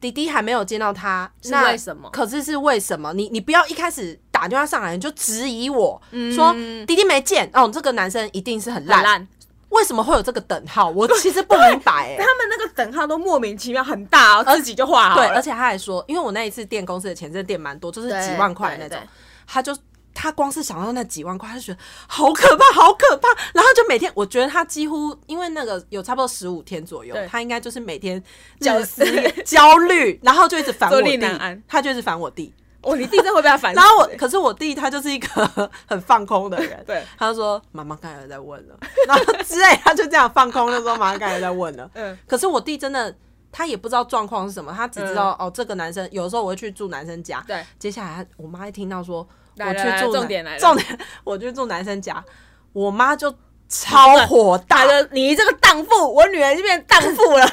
[SPEAKER 1] 迪迪还没有见到他，
[SPEAKER 2] 嗯是
[SPEAKER 1] 那
[SPEAKER 2] 为什么
[SPEAKER 1] 可是是为什么？你你不要一开始打电话上来你就质疑我、说迪迪没见哦，这个男生一定是很烂
[SPEAKER 2] 嗯很，烂。
[SPEAKER 1] 为什么会有这个等号？我 <laughs> 其实不明白、欸。
[SPEAKER 2] 他们那个等号都莫名其妙很大哦，自己就画好
[SPEAKER 1] 对，
[SPEAKER 2] 了。
[SPEAKER 1] 而且他还说，因为我那一次垫公司的钱真的垫蛮多，就是
[SPEAKER 2] 对
[SPEAKER 1] 几万块那种
[SPEAKER 2] 对对， <laughs>
[SPEAKER 1] 他就。他光是想到那几万块，他就觉得好可怕，好可怕。然后就每天，我觉得他几乎因为那个有差不多十五天左右
[SPEAKER 2] 对，
[SPEAKER 1] 他应该就是每天
[SPEAKER 2] 焦
[SPEAKER 1] 思焦虑，然后就一直烦我
[SPEAKER 2] 坐立
[SPEAKER 1] 弟
[SPEAKER 2] 难安，
[SPEAKER 1] 他就一直烦我弟。
[SPEAKER 2] 哦，你弟真的会被他烦死。
[SPEAKER 1] 然后我，可是我弟他就是一个很放空的人，
[SPEAKER 2] 对，
[SPEAKER 1] 他就说妈妈刚才有在问了，然后之类，他就这样放空，就说妈妈刚才有在问了。
[SPEAKER 2] 嗯，
[SPEAKER 1] 可是我弟真的，他也不知道状况是什么，他只知道、哦，这个男生有时候我会去住男生家。
[SPEAKER 2] 嗯对，
[SPEAKER 1] 接下来他我妈一听到说
[SPEAKER 2] 来
[SPEAKER 1] 我去
[SPEAKER 2] 来来
[SPEAKER 1] 住男
[SPEAKER 2] 重点来了
[SPEAKER 1] 重点我去住男生家，我妈就
[SPEAKER 2] <laughs>
[SPEAKER 1] 超火大
[SPEAKER 2] 大，哥，你这个荡妇，我女儿就变荡妇了。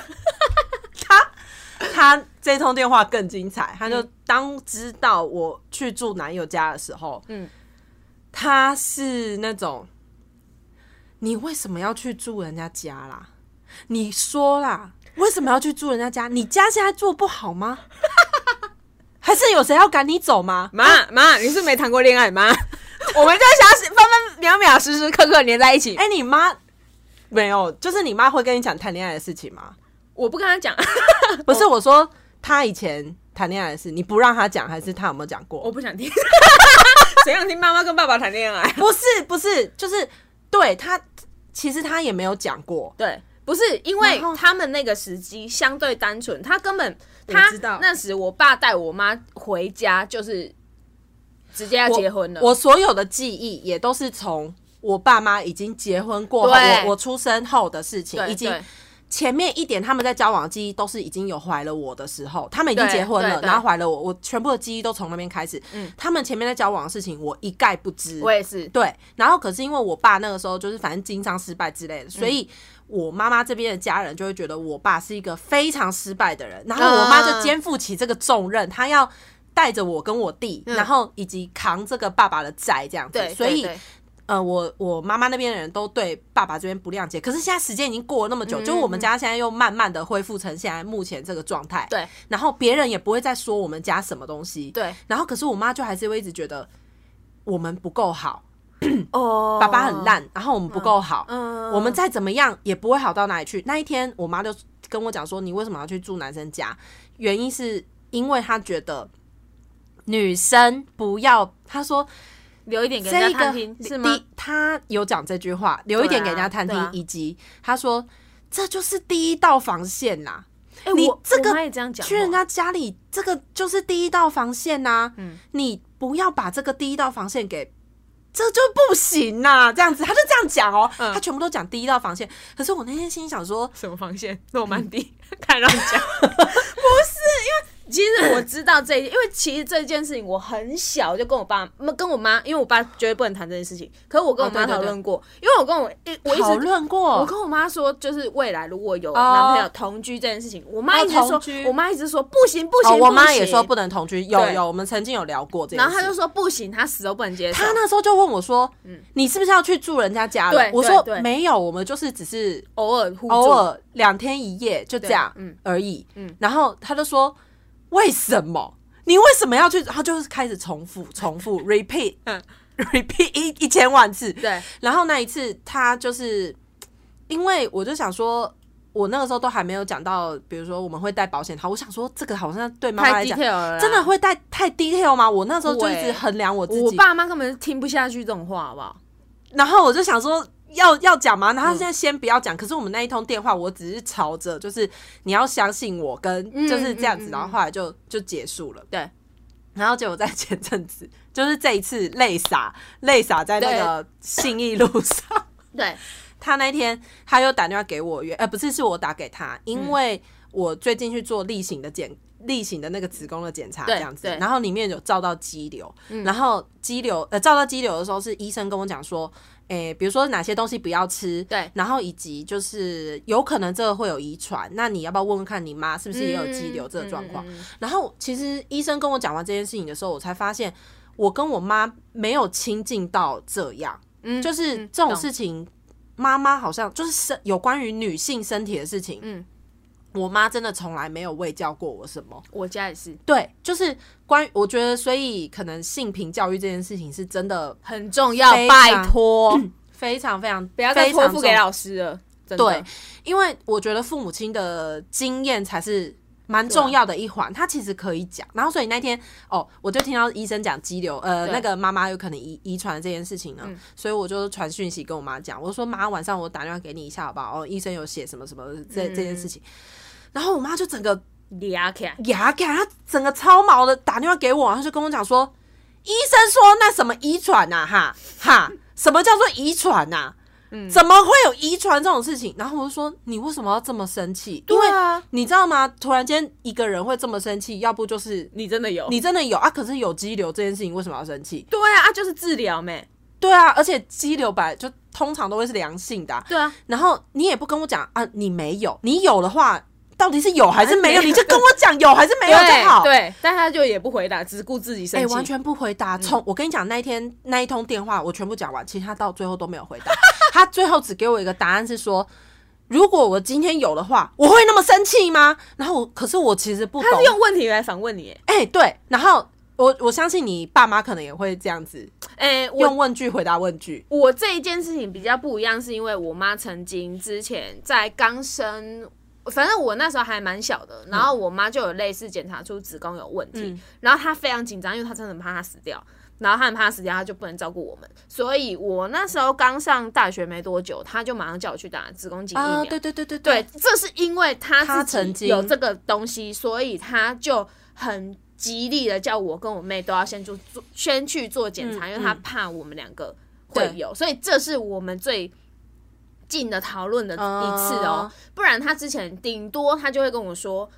[SPEAKER 1] 她这通电话更精彩，
[SPEAKER 2] 嗯
[SPEAKER 1] 她就当知道我去住男友家的时候，
[SPEAKER 2] 嗯
[SPEAKER 1] 嗯，她是那种。你为什么要去住人家家啦？你说啦，为什么要去住人家家？你家现在做不好吗？ <laughs> 还是有谁要赶你走吗？
[SPEAKER 2] 妈妈，你是没谈过恋爱 <laughs> 吗？ <laughs> 我们就是想要分分秒秒、时时刻刻黏在一起。
[SPEAKER 1] 哎、你妈没有，就是你妈会跟你讲谈恋爱的事情吗？
[SPEAKER 2] 我不跟他讲， <laughs>
[SPEAKER 1] 不是，我说她以前谈恋爱的事，你不让她讲，还是她有没有讲
[SPEAKER 2] 我
[SPEAKER 1] 过？
[SPEAKER 2] 不想听。 <laughs> 谁想听妈妈跟爸爸谈恋爱？
[SPEAKER 1] <laughs> 不是，不是，就是对她，其实她也没有讲过。
[SPEAKER 2] 对，不是因为
[SPEAKER 1] 然后
[SPEAKER 2] 他们那个时机相对单纯，他根本
[SPEAKER 1] 我
[SPEAKER 2] 他
[SPEAKER 1] 知道
[SPEAKER 2] 那时我爸带我妈回家就是直接要结婚了。
[SPEAKER 1] 我。我所有的记忆也都是从我爸妈已经结婚过后，
[SPEAKER 2] 对
[SPEAKER 1] 我我出生后的事情，
[SPEAKER 2] 对
[SPEAKER 1] 已经
[SPEAKER 2] 对
[SPEAKER 1] 前面一点他们在交往的记忆都是已经有怀了我的时候，他们已经
[SPEAKER 2] 对
[SPEAKER 1] 结婚
[SPEAKER 2] 对
[SPEAKER 1] 了，
[SPEAKER 2] 对
[SPEAKER 1] 然后怀了我，我全部的记忆都从那边开始。
[SPEAKER 2] 嗯
[SPEAKER 1] 他们前面在交往的事情我一概不知。
[SPEAKER 2] 我也是，
[SPEAKER 1] 对，然后可是因为我爸那个时候就是反正经商失败之类的，
[SPEAKER 2] 嗯
[SPEAKER 1] 所以我妈妈这边的家人就会觉得我爸是一个非常失败的人，然后
[SPEAKER 2] 啊
[SPEAKER 1] 我妈就肩负起这个重任，她要带着我跟我弟，然后以及扛这个爸爸的债这样子
[SPEAKER 2] 嗯对，，
[SPEAKER 1] 所以
[SPEAKER 2] 对对
[SPEAKER 1] 呃，我我妈妈那边的人都对爸爸这边不谅解，可是现在时间已经过了那么
[SPEAKER 2] 嗯
[SPEAKER 1] 久，就我们家现在又慢慢的恢复成现在目前这个状态，
[SPEAKER 2] 对，
[SPEAKER 1] 然后别人也不会再说我们家什么东西，
[SPEAKER 2] 对，
[SPEAKER 1] 然后可是我妈就还是会一直觉得我们不够好，
[SPEAKER 2] 哦
[SPEAKER 1] 爸爸很，烂，然后我们不够好，
[SPEAKER 2] 嗯
[SPEAKER 1] 我们再怎么样也不会好到哪里去。那一天，我妈就跟我讲说：“你为什么要去住男生家？”原因是因为她觉得女生不要，她说
[SPEAKER 2] 留一点给
[SPEAKER 1] 这
[SPEAKER 2] 人
[SPEAKER 1] 一
[SPEAKER 2] 家
[SPEAKER 1] 个
[SPEAKER 2] 探听是吗？
[SPEAKER 1] 第，她有讲这句话，留一点给人家探听，
[SPEAKER 2] 对啊对啊
[SPEAKER 1] 以及她说这就是第一道防线呐、
[SPEAKER 2] 哎
[SPEAKER 1] 你
[SPEAKER 2] 我
[SPEAKER 1] 这个
[SPEAKER 2] 我妈也这样讲话，
[SPEAKER 1] 去人家家里，这个就是第一道防线呐、嗯，你不要把这个第一道防线给，这就不行呐、这样子，他就这样讲哦、
[SPEAKER 2] 嗯
[SPEAKER 1] 他全部都讲第一道防线。可是我那天心里想说，
[SPEAKER 2] 什么防线？诺曼底 <laughs> 看让讲，嗯不是因为其实我知道这一，因为其实这件事情我很小就跟我爸、跟我妈，因为我爸绝对不能谈这件事情，可是我跟我
[SPEAKER 1] 哦对
[SPEAKER 2] 妈
[SPEAKER 1] 对
[SPEAKER 2] 讨论过，因为我跟我一我一
[SPEAKER 1] 讨
[SPEAKER 2] 直。
[SPEAKER 1] 论
[SPEAKER 2] 我
[SPEAKER 1] 过，
[SPEAKER 2] 跟我妈说，就是未来如果有男朋友同居这件事情，我妈
[SPEAKER 1] 哦
[SPEAKER 2] 一直说
[SPEAKER 1] 同，居
[SPEAKER 2] 我妈一直说不行不行，
[SPEAKER 1] 哦我妈
[SPEAKER 2] 行
[SPEAKER 1] 也说，不能同居，有
[SPEAKER 2] 对
[SPEAKER 1] 有，我们曾经有聊过这件
[SPEAKER 2] 然
[SPEAKER 1] 事。
[SPEAKER 2] 后她就说不行，她死都不能接受
[SPEAKER 1] 他。那时候就问我说：“你是不是要去住人家家了
[SPEAKER 2] 对？”
[SPEAKER 1] 我说
[SPEAKER 2] 对对：“
[SPEAKER 1] 没有，我们就是只是
[SPEAKER 2] 偶尔互助
[SPEAKER 1] 偶尔两天一夜就这样
[SPEAKER 2] 对嗯
[SPEAKER 1] 而已。
[SPEAKER 2] 嗯
[SPEAKER 1] 然后他就说：“为什么？你为什么要去？”他就是开始重
[SPEAKER 2] <laughs>
[SPEAKER 1] 复、重复、repeat
[SPEAKER 2] 嗯
[SPEAKER 1] repeat 一一千万次。
[SPEAKER 2] 对
[SPEAKER 1] 然后那一次，他就是因为我就想说，我那个时候都还没有讲到，比如说我们会带保险套，我想说这个好像对妈妈
[SPEAKER 2] 太
[SPEAKER 1] 来讲
[SPEAKER 2] detail 了啦，
[SPEAKER 1] 真的会带太 detail 吗？我那时候就一
[SPEAKER 2] 不会
[SPEAKER 1] 直衡量我自己，
[SPEAKER 2] 我爸妈根本就听不下去这种话，好不好？
[SPEAKER 1] 然后我就想说要要讲嘛，然后现
[SPEAKER 2] 嗯
[SPEAKER 1] 在先不要讲。可是我们那一通电话，我只是朝着就是你要相信我，跟
[SPEAKER 2] 嗯
[SPEAKER 1] 就是这样子，
[SPEAKER 2] 嗯嗯
[SPEAKER 1] 然后后来就就结束了。
[SPEAKER 2] 对，
[SPEAKER 1] 然后结果在前阵子，就是这一次啊泪洒泪洒在那个信义路上，
[SPEAKER 2] 对，
[SPEAKER 1] 他那天
[SPEAKER 2] 嗯
[SPEAKER 1] 他又打电话给我约，呃，不是是我打给他，因为我最近去做例行的检例行的那个子宫的检查这样子
[SPEAKER 2] 对，嗯
[SPEAKER 1] 然后里面有照到肌瘤，然后肌瘤呃照到肌瘤的时候是医生跟我讲说，诶、比如说哪些东西不要吃，
[SPEAKER 2] 对
[SPEAKER 1] 然后以及就是有可能这个会有遗传，那你要不要问问看你妈是不是也有肌瘤这个状况？
[SPEAKER 2] 嗯嗯嗯嗯
[SPEAKER 1] 然后其实医生跟我讲完这件事情的时候，我才发现我跟我妈没有亲近到这样，
[SPEAKER 2] 嗯
[SPEAKER 1] 就是
[SPEAKER 2] 嗯
[SPEAKER 1] 这种
[SPEAKER 2] 懂
[SPEAKER 1] 事情，妈妈好像就是身有关于女性身体的事情，
[SPEAKER 2] 嗯，
[SPEAKER 1] 我妈真的从来没有喂教过我什么。
[SPEAKER 2] 我家也是
[SPEAKER 1] 对，就是关于我觉得，所以可能性平教育这件事情是真的
[SPEAKER 2] 很重要，
[SPEAKER 1] 非常
[SPEAKER 2] 拜托， <coughs>
[SPEAKER 1] 非常非常
[SPEAKER 2] 嗯不要再
[SPEAKER 1] 非
[SPEAKER 2] 托
[SPEAKER 1] 常
[SPEAKER 2] 付
[SPEAKER 1] 重
[SPEAKER 2] 给老师了。真的
[SPEAKER 1] 对，因为我觉得父母亲的经验才是蛮重要的一环，他其实可以讲。然后，所以那天哦，我就听到医生讲肌瘤，呃，
[SPEAKER 2] 对
[SPEAKER 1] 那个妈妈有可能遗遗传的这件事情呢，所以我就传讯息跟我妈讲，我说妈，晚上我打电话给你一下好不好？哦，医生有写什么什么这、这件事情，然后我妈就整个
[SPEAKER 2] 俩起来，
[SPEAKER 1] 牙干，她整个超毛的打电话给我，然后就跟我讲说，医生说那什么遗传呐，哈哈，什么叫做遗传呐？
[SPEAKER 2] 嗯
[SPEAKER 1] 怎么会有遗传这种事情？然后我就说，你为什么要这么生气？因为
[SPEAKER 2] 啊，
[SPEAKER 1] 你知道吗？突然间一个人会这么生气，要不就是
[SPEAKER 2] 你真的有
[SPEAKER 1] 你真的有啊，可是有肌瘤这件事情为什么要生气？
[SPEAKER 2] 对啊，啊就是治疗没？
[SPEAKER 1] 对啊，而且肌瘤本来就通常都会是良性的啊、
[SPEAKER 2] 对啊，
[SPEAKER 1] 然后你也不跟我讲啊，你没有，你有的话到底是有还是没有？
[SPEAKER 2] 还是没有
[SPEAKER 1] 你就跟我讲有还是没有就好。
[SPEAKER 2] 对，但他就也不回答，只顾自己
[SPEAKER 1] 哎、
[SPEAKER 2] 生气，
[SPEAKER 1] 完全不回答。从、我跟你讲，那一天那一通电话，我全部讲完，其实他到最后都没有回答。他最后只给我一个答案是说，如果我今天有的话，我会那么生气吗？然后我，可是我其实不懂
[SPEAKER 2] 他是。用问题来反问你耶。
[SPEAKER 1] 哎、对，然后我我相信你爸妈可能也会这样子，
[SPEAKER 2] 哎，我
[SPEAKER 1] 用问句回答问句。
[SPEAKER 2] 我这一件事情比较不一样，是因为我妈曾经之前在刚生，反正我那时候还蛮小的，然后
[SPEAKER 1] 嗯
[SPEAKER 2] 我妈就有类似检查出子宫有问题，然后她非常紧张，因为她真的很怕她死掉。然后她很怕她死掉，她就不能照顾我们，所以我那时候刚上大学没多久，她就马上叫我去打子宫颈疫苗。
[SPEAKER 1] 啊，对对对对
[SPEAKER 2] 对，，这是因为他
[SPEAKER 1] 他
[SPEAKER 2] 自己
[SPEAKER 1] 曾经
[SPEAKER 2] 有这个东西，所以他就很极力的叫我跟我妹都要先做做先去做检查，
[SPEAKER 1] 嗯
[SPEAKER 2] 因为他怕我们两个会有，所以这是我们最。近的讨论的一次哦，
[SPEAKER 1] 啊
[SPEAKER 2] 不然他之前顶多他就会跟我说，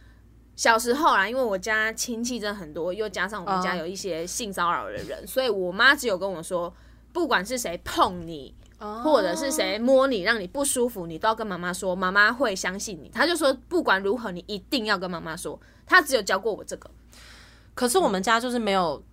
[SPEAKER 2] 小时候啊啦，因为我家亲戚真的很多，又加上我们家
[SPEAKER 1] 啊
[SPEAKER 2] 有一些性骚扰的人，所以我妈只有跟我说，不管是谁碰你，或
[SPEAKER 1] 或
[SPEAKER 2] 者是谁摸你让你不舒服，你都要跟妈妈说，妈妈会相信你。他就说不管如何，你一定要跟妈妈说。他只有教过我这个，，
[SPEAKER 1] 可是我们家就是没有，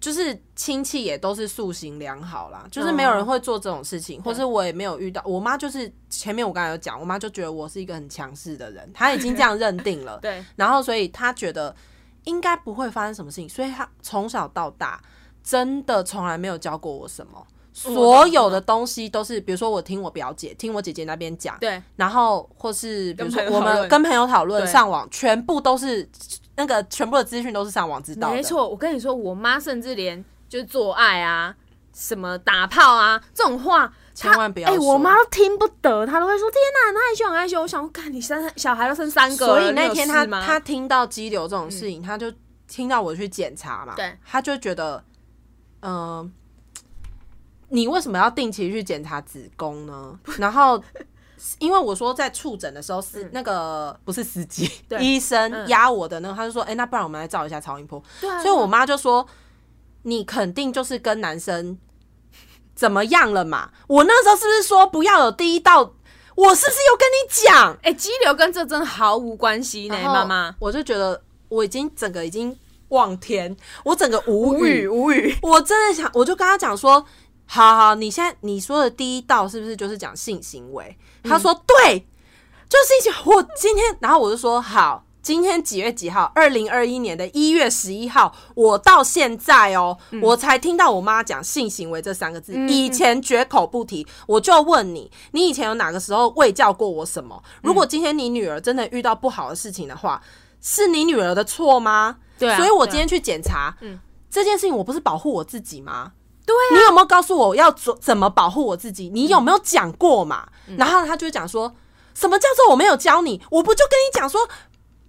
[SPEAKER 1] 就是亲戚也都是素行良好啦，就是没有人会做这种事情，或是我也没有遇到。我妈就是前面我刚才有讲，我妈就觉得我是一个很强势的人，她已经这样认定了 <laughs>
[SPEAKER 2] 对，
[SPEAKER 1] 然后所以她觉得应该不会发生什么事情，所以她从小到大真的从来没有教过哦我什么。所有的东西都是，比如说我听我表姐、听我姐姐那边讲，
[SPEAKER 2] 对，
[SPEAKER 1] 然后或是比如说
[SPEAKER 2] 跟朋友
[SPEAKER 1] 我
[SPEAKER 2] 讨
[SPEAKER 1] 们
[SPEAKER 2] 论
[SPEAKER 1] 跟朋友讨论、
[SPEAKER 2] 对
[SPEAKER 1] 上网，全部都是那个全部的资讯都是上网知道的，
[SPEAKER 2] 没错。我跟你说，我妈甚至连就是做爱啊、什么打炮啊这种话，
[SPEAKER 1] 千
[SPEAKER 2] 她
[SPEAKER 1] 万不要
[SPEAKER 2] 哎、
[SPEAKER 1] 说
[SPEAKER 2] 我妈都听不得，她都会说：“天哪、很害羞，很害羞。”我想说，看你生小孩都生三个了，
[SPEAKER 1] 所以那
[SPEAKER 2] 你有
[SPEAKER 1] 天
[SPEAKER 2] 事
[SPEAKER 1] 他
[SPEAKER 2] 吗嗯
[SPEAKER 1] 他听到肌瘤这种事情，他就听到我去检查嘛，
[SPEAKER 2] 对，
[SPEAKER 1] 他就觉得，嗯、你为什么要定期去检查子宫
[SPEAKER 2] <laughs>
[SPEAKER 1] 呢？然后。因为我说在触诊的时候司那个不是司机
[SPEAKER 2] 嗯对嗯
[SPEAKER 1] 医生压我的那个，他就说，哎、那不然我们来照一下超音波。
[SPEAKER 2] 对啊
[SPEAKER 1] 所以我妈就说，你肯定就是跟男生怎么样了嘛？我那时候是不是说不要有第一道？我是不是有跟你讲？
[SPEAKER 2] 哎、肌瘤跟这真的毫无关系呢，
[SPEAKER 1] 然后
[SPEAKER 2] 妈妈。
[SPEAKER 1] 我就觉得我已经整个已经望天，我整个无
[SPEAKER 2] 无语
[SPEAKER 1] 语，
[SPEAKER 2] 无语，
[SPEAKER 1] 我真的想，我就跟他讲说，好好，你现在你说的第一道是不是就是讲性行为？
[SPEAKER 2] 嗯
[SPEAKER 1] 他说对，就是性行为。我今天，然后我就说好。今天几月几号？二零二一年的一月十一号，我到现在哦，
[SPEAKER 2] 嗯
[SPEAKER 1] 我才听到我妈讲性行为这三个字，以前绝口不提。我就问你，你以前有哪个时候未教过我什么？
[SPEAKER 2] 嗯
[SPEAKER 1] 如果今天你女儿真的遇到不好的事情的话，是你女儿的错吗？
[SPEAKER 2] 对啊
[SPEAKER 1] 所以我
[SPEAKER 2] 对啊
[SPEAKER 1] 今天去检查，
[SPEAKER 2] 嗯
[SPEAKER 1] 这件事情我不是保护我自己吗？
[SPEAKER 2] 对
[SPEAKER 1] 你有没有告诉我要怎怎么保护我自己？你有没有讲
[SPEAKER 2] 嗯
[SPEAKER 1] 过嘛？然后他就会讲说，什么叫做我没有教你？我不就跟你讲说，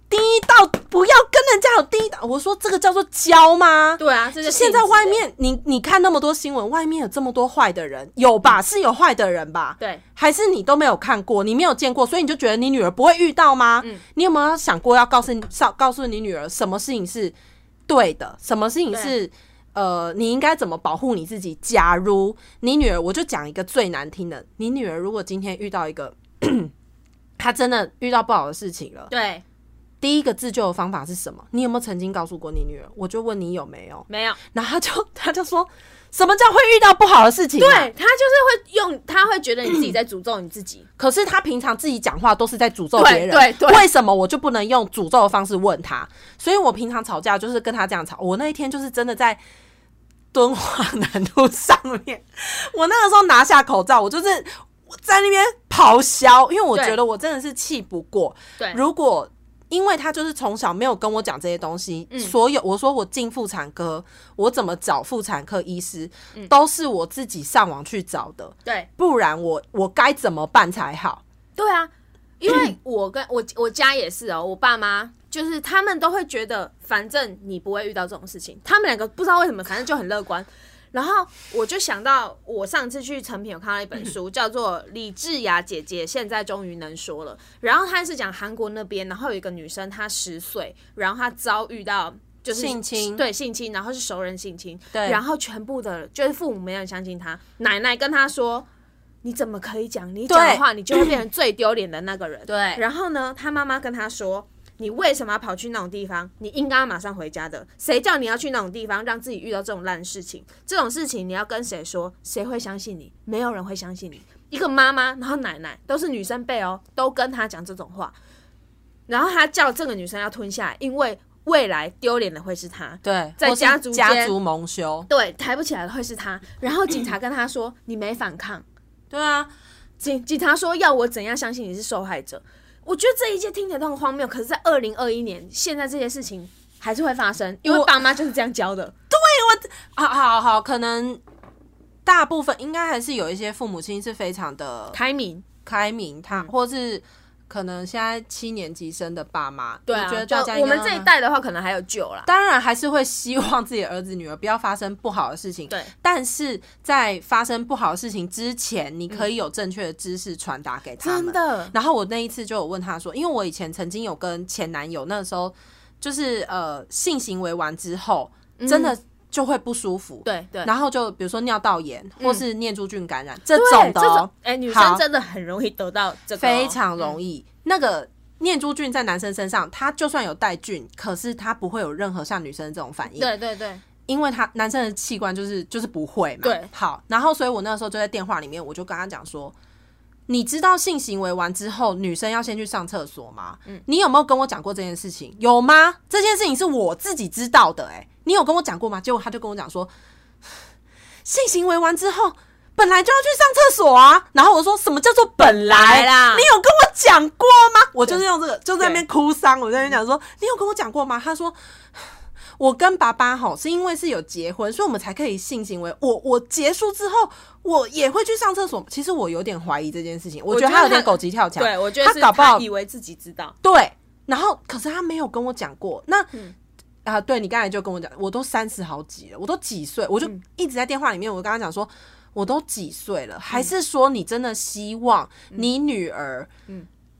[SPEAKER 1] 第一道不要跟人家有第一道。我说这个叫做教吗？
[SPEAKER 2] 对啊，这就
[SPEAKER 1] 现在外面你你看那么多新闻，外面有这么多坏的人，有
[SPEAKER 2] 嗯
[SPEAKER 1] 吧？是有坏的人吧？
[SPEAKER 2] 对，
[SPEAKER 1] 还是你都没有看过，你没有见过，所以你就觉得你女儿不会遇到吗？你有没有想过要告诉告告诉你女儿什么事情是对的，什么事情是呃你应该怎么保护你自己？假如你女儿，我就讲一个最难听的，你女儿如果今天遇到一个 <clears throat> 她真的遇到不好的事情了，
[SPEAKER 2] 对，
[SPEAKER 1] 第一个自救的方法是什么？你有没有曾经告诉过你女儿？我就问你有没有，
[SPEAKER 2] 没有，
[SPEAKER 1] 然后她就 <laughs> 她就说什么叫会遇到不好的事情、啊
[SPEAKER 2] 对，他就是会用，他会觉得你自己在诅咒你自己，
[SPEAKER 1] 可是他平常自己讲话都是在诅咒
[SPEAKER 2] 对
[SPEAKER 1] 别人，
[SPEAKER 2] 对对
[SPEAKER 1] 为什么我就不能用诅咒的方式问他？所以我平常吵架就是跟他这样吵。我那一天就是真的在敦化南路上面，我那个时候拿下口罩，我就是在那边咆哮，因为我
[SPEAKER 2] 对
[SPEAKER 1] 觉得我真的是气不过。
[SPEAKER 2] 对
[SPEAKER 1] 如果因为他就是从小没有跟我讲这些东西，
[SPEAKER 2] 嗯
[SPEAKER 1] 所有我说我进妇产科，我怎么找妇产科医师，
[SPEAKER 2] 嗯
[SPEAKER 1] 都是我自己上网去找的。
[SPEAKER 2] 对，
[SPEAKER 1] 不然我我该怎么办才好？
[SPEAKER 2] 对啊，因
[SPEAKER 1] <clears throat>
[SPEAKER 2] 为我跟我我家也是哦，我爸妈就是他们都会觉得，反正你不会遇到这种事情。他们两个不知道为什么，反正就很乐观。
[SPEAKER 1] <laughs>
[SPEAKER 2] 然后我就想到，我上次去成品有看到一本
[SPEAKER 1] <laughs>
[SPEAKER 2] 书，叫做《李智雅姐姐现在终于能说了》。然后她是讲韩国那边，然后有一个女生，她十岁，然后她遭遇到就是
[SPEAKER 1] 性侵
[SPEAKER 2] 对性侵，然后是熟人性侵，
[SPEAKER 1] 对
[SPEAKER 2] 然后全部的就是父母没有人相信她，奶奶跟她说：“你怎么可以讲？你讲的
[SPEAKER 1] 对
[SPEAKER 2] 话，你就会变成最丢脸的那个人。”
[SPEAKER 1] 对
[SPEAKER 2] 然后呢，他妈妈跟他说：“你为什么要跑去那种地方？你应该要马上回家的。谁叫你要去那种地方，让自己遇到这种烂事情？这种事情你要跟谁说？谁会相信你？没有人会相信你。一个妈妈，然后奶奶都是女生辈哦，都跟她讲这种话，然后她叫这个女生要吞下来，因为未来丢脸的会是她。
[SPEAKER 1] 对，
[SPEAKER 2] 在
[SPEAKER 1] 或是
[SPEAKER 2] 家族间
[SPEAKER 1] 家族蒙羞，
[SPEAKER 2] 对，抬不起来的会是她。然后警察跟她说：你没反抗。”
[SPEAKER 1] 对啊，
[SPEAKER 2] 警警察说要我怎样相信你是受害者？我觉得这一切听起来都很荒谬，可是，在二零二一年，现在这些事情还是会发生，因为
[SPEAKER 1] 我
[SPEAKER 2] 爸妈就是这样教的。
[SPEAKER 1] 好好好，可能大部分应该还是有一些父母亲是非常的
[SPEAKER 2] 开明，
[SPEAKER 1] 开明，他
[SPEAKER 2] 嗯
[SPEAKER 1] 或是可能现在七年级生的爸妈，
[SPEAKER 2] 对啊，
[SPEAKER 1] 我觉得
[SPEAKER 2] 就
[SPEAKER 1] 大家应该
[SPEAKER 2] 我们这一代的话，可能还有救啦。
[SPEAKER 1] 当然还是会希望自己的儿子女儿不要发生不好的事情，
[SPEAKER 2] 对，
[SPEAKER 1] 但是在发生不好的事情之前，你可以有正确的知识传达给他们。
[SPEAKER 2] 真的
[SPEAKER 1] 然后我那一次就有问他说，因为我以前曾经有跟前男友，那时候就是呃性行为完之后，真的就会不舒服。
[SPEAKER 2] 嗯对对，
[SPEAKER 1] 然后就比如说尿道炎或是念珠菌感染、这
[SPEAKER 2] 对
[SPEAKER 1] 种的
[SPEAKER 2] 这
[SPEAKER 1] 哦
[SPEAKER 2] 种，，哎、女
[SPEAKER 1] 好
[SPEAKER 2] 生真的很容易得到这个哦、
[SPEAKER 1] 非常容易。那个念珠菌在男生身上，他就算有带菌，可是他不会有任何像女生这种反应。
[SPEAKER 2] 对对对，
[SPEAKER 1] 因为他男生的器官就是就是不会嘛。
[SPEAKER 2] 对
[SPEAKER 1] 好，然后所以我那时候就在电话里面，我就跟他讲说。你知道性行为完之后，女生要先去上厕所吗？嗯，你有没有跟我讲过这件事情？有吗？这件事情是我自己知道的、欸，你有跟我讲过吗？结果他就跟我讲说， <sighs> 性行为完之后本来就要去上厕所啊。然后我说什么叫做本来
[SPEAKER 2] 本来啦
[SPEAKER 1] 你有跟我讲过吗？我就是用这个，就在那边哭丧，我在那边
[SPEAKER 2] 嗯
[SPEAKER 1] 讲说，你有跟我讲过吗？他说我跟爸爸吼是因为是有结婚，所以我们才可以性行为。我我结束之后，我也会去上厕所。其实我有点怀疑这件事情，我觉
[SPEAKER 2] 觉
[SPEAKER 1] 得
[SPEAKER 2] 得
[SPEAKER 1] 他有点
[SPEAKER 2] 他
[SPEAKER 1] 狗急跳墙。
[SPEAKER 2] 对我觉得是
[SPEAKER 1] 他搞不好
[SPEAKER 2] 以为自己知道，
[SPEAKER 1] 对，然后可是他没有跟我讲过。那啊、对你刚才就跟我讲，我都三十好几了，我都几岁，我就一直在电话里面，我跟他讲说，我都几岁了，还是说你真的希望你女儿，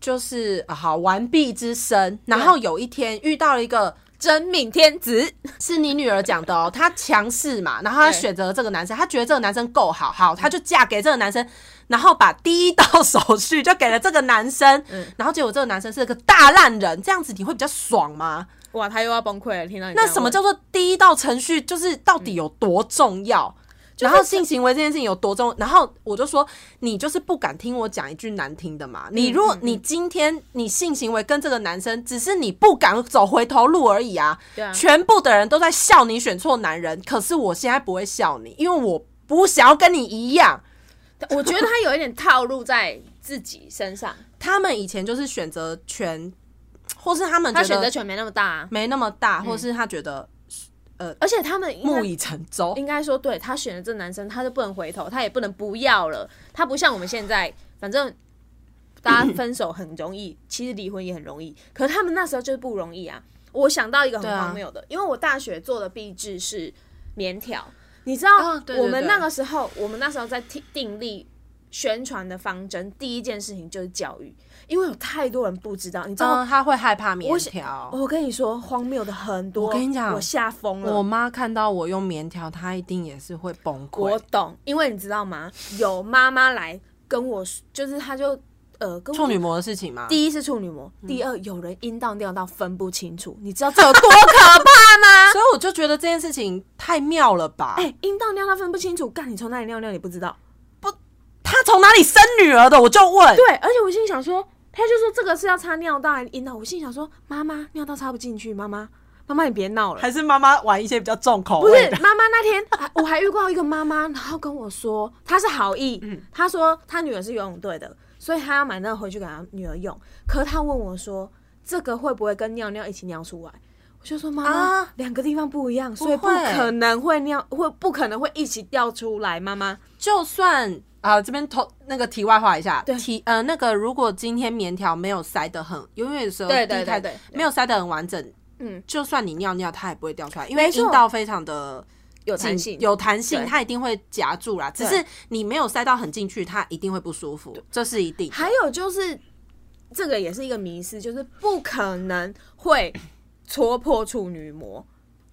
[SPEAKER 1] 就是、啊好完毕之身，然后有一天遇到了一个。
[SPEAKER 2] 真命天子，
[SPEAKER 1] 是你女儿讲的哦，她强势嘛，然后她
[SPEAKER 2] 对
[SPEAKER 1] 选择了这个男生，她觉得这个男生够好，好，她就嫁给这个男生，然后把第一道手续就给了这个男生，然后结果这个男生是个大烂人，这样子你会比较爽吗？
[SPEAKER 2] 哇，他又要崩溃了，听到你这
[SPEAKER 1] 那
[SPEAKER 2] 样
[SPEAKER 1] 什么
[SPEAKER 2] 问
[SPEAKER 1] 叫做第一道程序就是到底有多重要？然后性行为这件事情有多重？然后我就说，你就是不敢听我讲一句难听的嘛。你如果你今天你性行为跟这个男生，只是你不敢走回头路而已啊。
[SPEAKER 2] 对啊
[SPEAKER 1] 全部的人都在笑你选错男人，可是我现在不会笑你，因为我不想要跟你一样。
[SPEAKER 2] 我觉得他有一点套路在自己身上，
[SPEAKER 1] 他们以前就是选择权，或是他们
[SPEAKER 2] 他
[SPEAKER 1] 觉
[SPEAKER 2] 选择
[SPEAKER 1] 得
[SPEAKER 2] 权没那么大、啊，
[SPEAKER 1] 没那么大，或是他觉得
[SPEAKER 2] 而且他们应该
[SPEAKER 1] 木已成舟。
[SPEAKER 2] 应该说，对他选的这男生，他就不能回头，他也不能不要了。他不像我们现在，反正大家分手很容易，其实离婚也很容易，可是他们那时候就是不容易啊。我想到一个很
[SPEAKER 1] 啊
[SPEAKER 2] 荒谬的，因为我大学做的壁纸是棉条，你知道
[SPEAKER 1] 啊对对
[SPEAKER 2] 我们
[SPEAKER 1] 对
[SPEAKER 2] 那个时候，我们那时候在订订立宣传的方针，第一件事情就是教育，因为有太多人不知道，你知道。
[SPEAKER 1] 嗯，他会害怕棉条。
[SPEAKER 2] 我跟你说，荒谬的很多。
[SPEAKER 1] 我跟你讲
[SPEAKER 2] 我吓疯了。
[SPEAKER 1] 我妈看到我用棉条，她一定也是会崩溃。
[SPEAKER 2] 我懂，因为你知道吗？有妈妈来跟我说，就是她就呃跟我
[SPEAKER 1] 处女膜的事情嘛，
[SPEAKER 2] 第一是处女膜，第二有人阴道尿道分不清楚，你知道这有多可怕吗？
[SPEAKER 1] 所以我就觉得这件事情太妙了吧？
[SPEAKER 2] <laughs> 哎、阴道尿道分不清楚，干你从哪里尿尿你不知道？
[SPEAKER 1] 她从哪里生女儿的？我就问。
[SPEAKER 2] 对，而且我心里想说，他就说这个是要插尿道还是阴道？我心里想说，妈妈尿道插不进去，妈妈妈妈你别闹了。
[SPEAKER 1] 还是妈妈玩一些比较重口
[SPEAKER 2] 不
[SPEAKER 1] 味
[SPEAKER 2] 是
[SPEAKER 1] 的，
[SPEAKER 2] 妈妈那天， <laughs> 啊我还遇到一个妈妈，然后跟我说她是好意，
[SPEAKER 1] 嗯
[SPEAKER 2] 她说她女儿是游泳队的，所以她要买那个回去给她女儿用。可她问我说，这个会不会跟尿尿一起尿出来？我就说妈妈
[SPEAKER 1] 啊，
[SPEAKER 2] 两、个地方不一样，所以不
[SPEAKER 1] 不会
[SPEAKER 2] 可能会尿，会不可能会一起尿出来。妈妈，
[SPEAKER 1] 就算啊，这边偷那个题外话一下，
[SPEAKER 2] 对
[SPEAKER 1] 题呃那个如果今天棉条没有塞的很，因为有时候
[SPEAKER 2] 对
[SPEAKER 1] 第
[SPEAKER 2] 对
[SPEAKER 1] 一胎
[SPEAKER 2] 对对对
[SPEAKER 1] 没有塞的很完整，
[SPEAKER 2] 嗯，
[SPEAKER 1] 就算你尿尿它也不会掉出来，因为
[SPEAKER 2] 没错
[SPEAKER 1] 阴道非常的
[SPEAKER 2] 有弹
[SPEAKER 1] 紧
[SPEAKER 2] 性，
[SPEAKER 1] 有弹性，
[SPEAKER 2] 对
[SPEAKER 1] 它一定会夹住啦。只
[SPEAKER 2] 对
[SPEAKER 1] 是你没有塞到很进去，它一定会不舒服，这是一定。
[SPEAKER 2] 还有就是，这个也是一个迷思，就是不可能会戳破处女膜。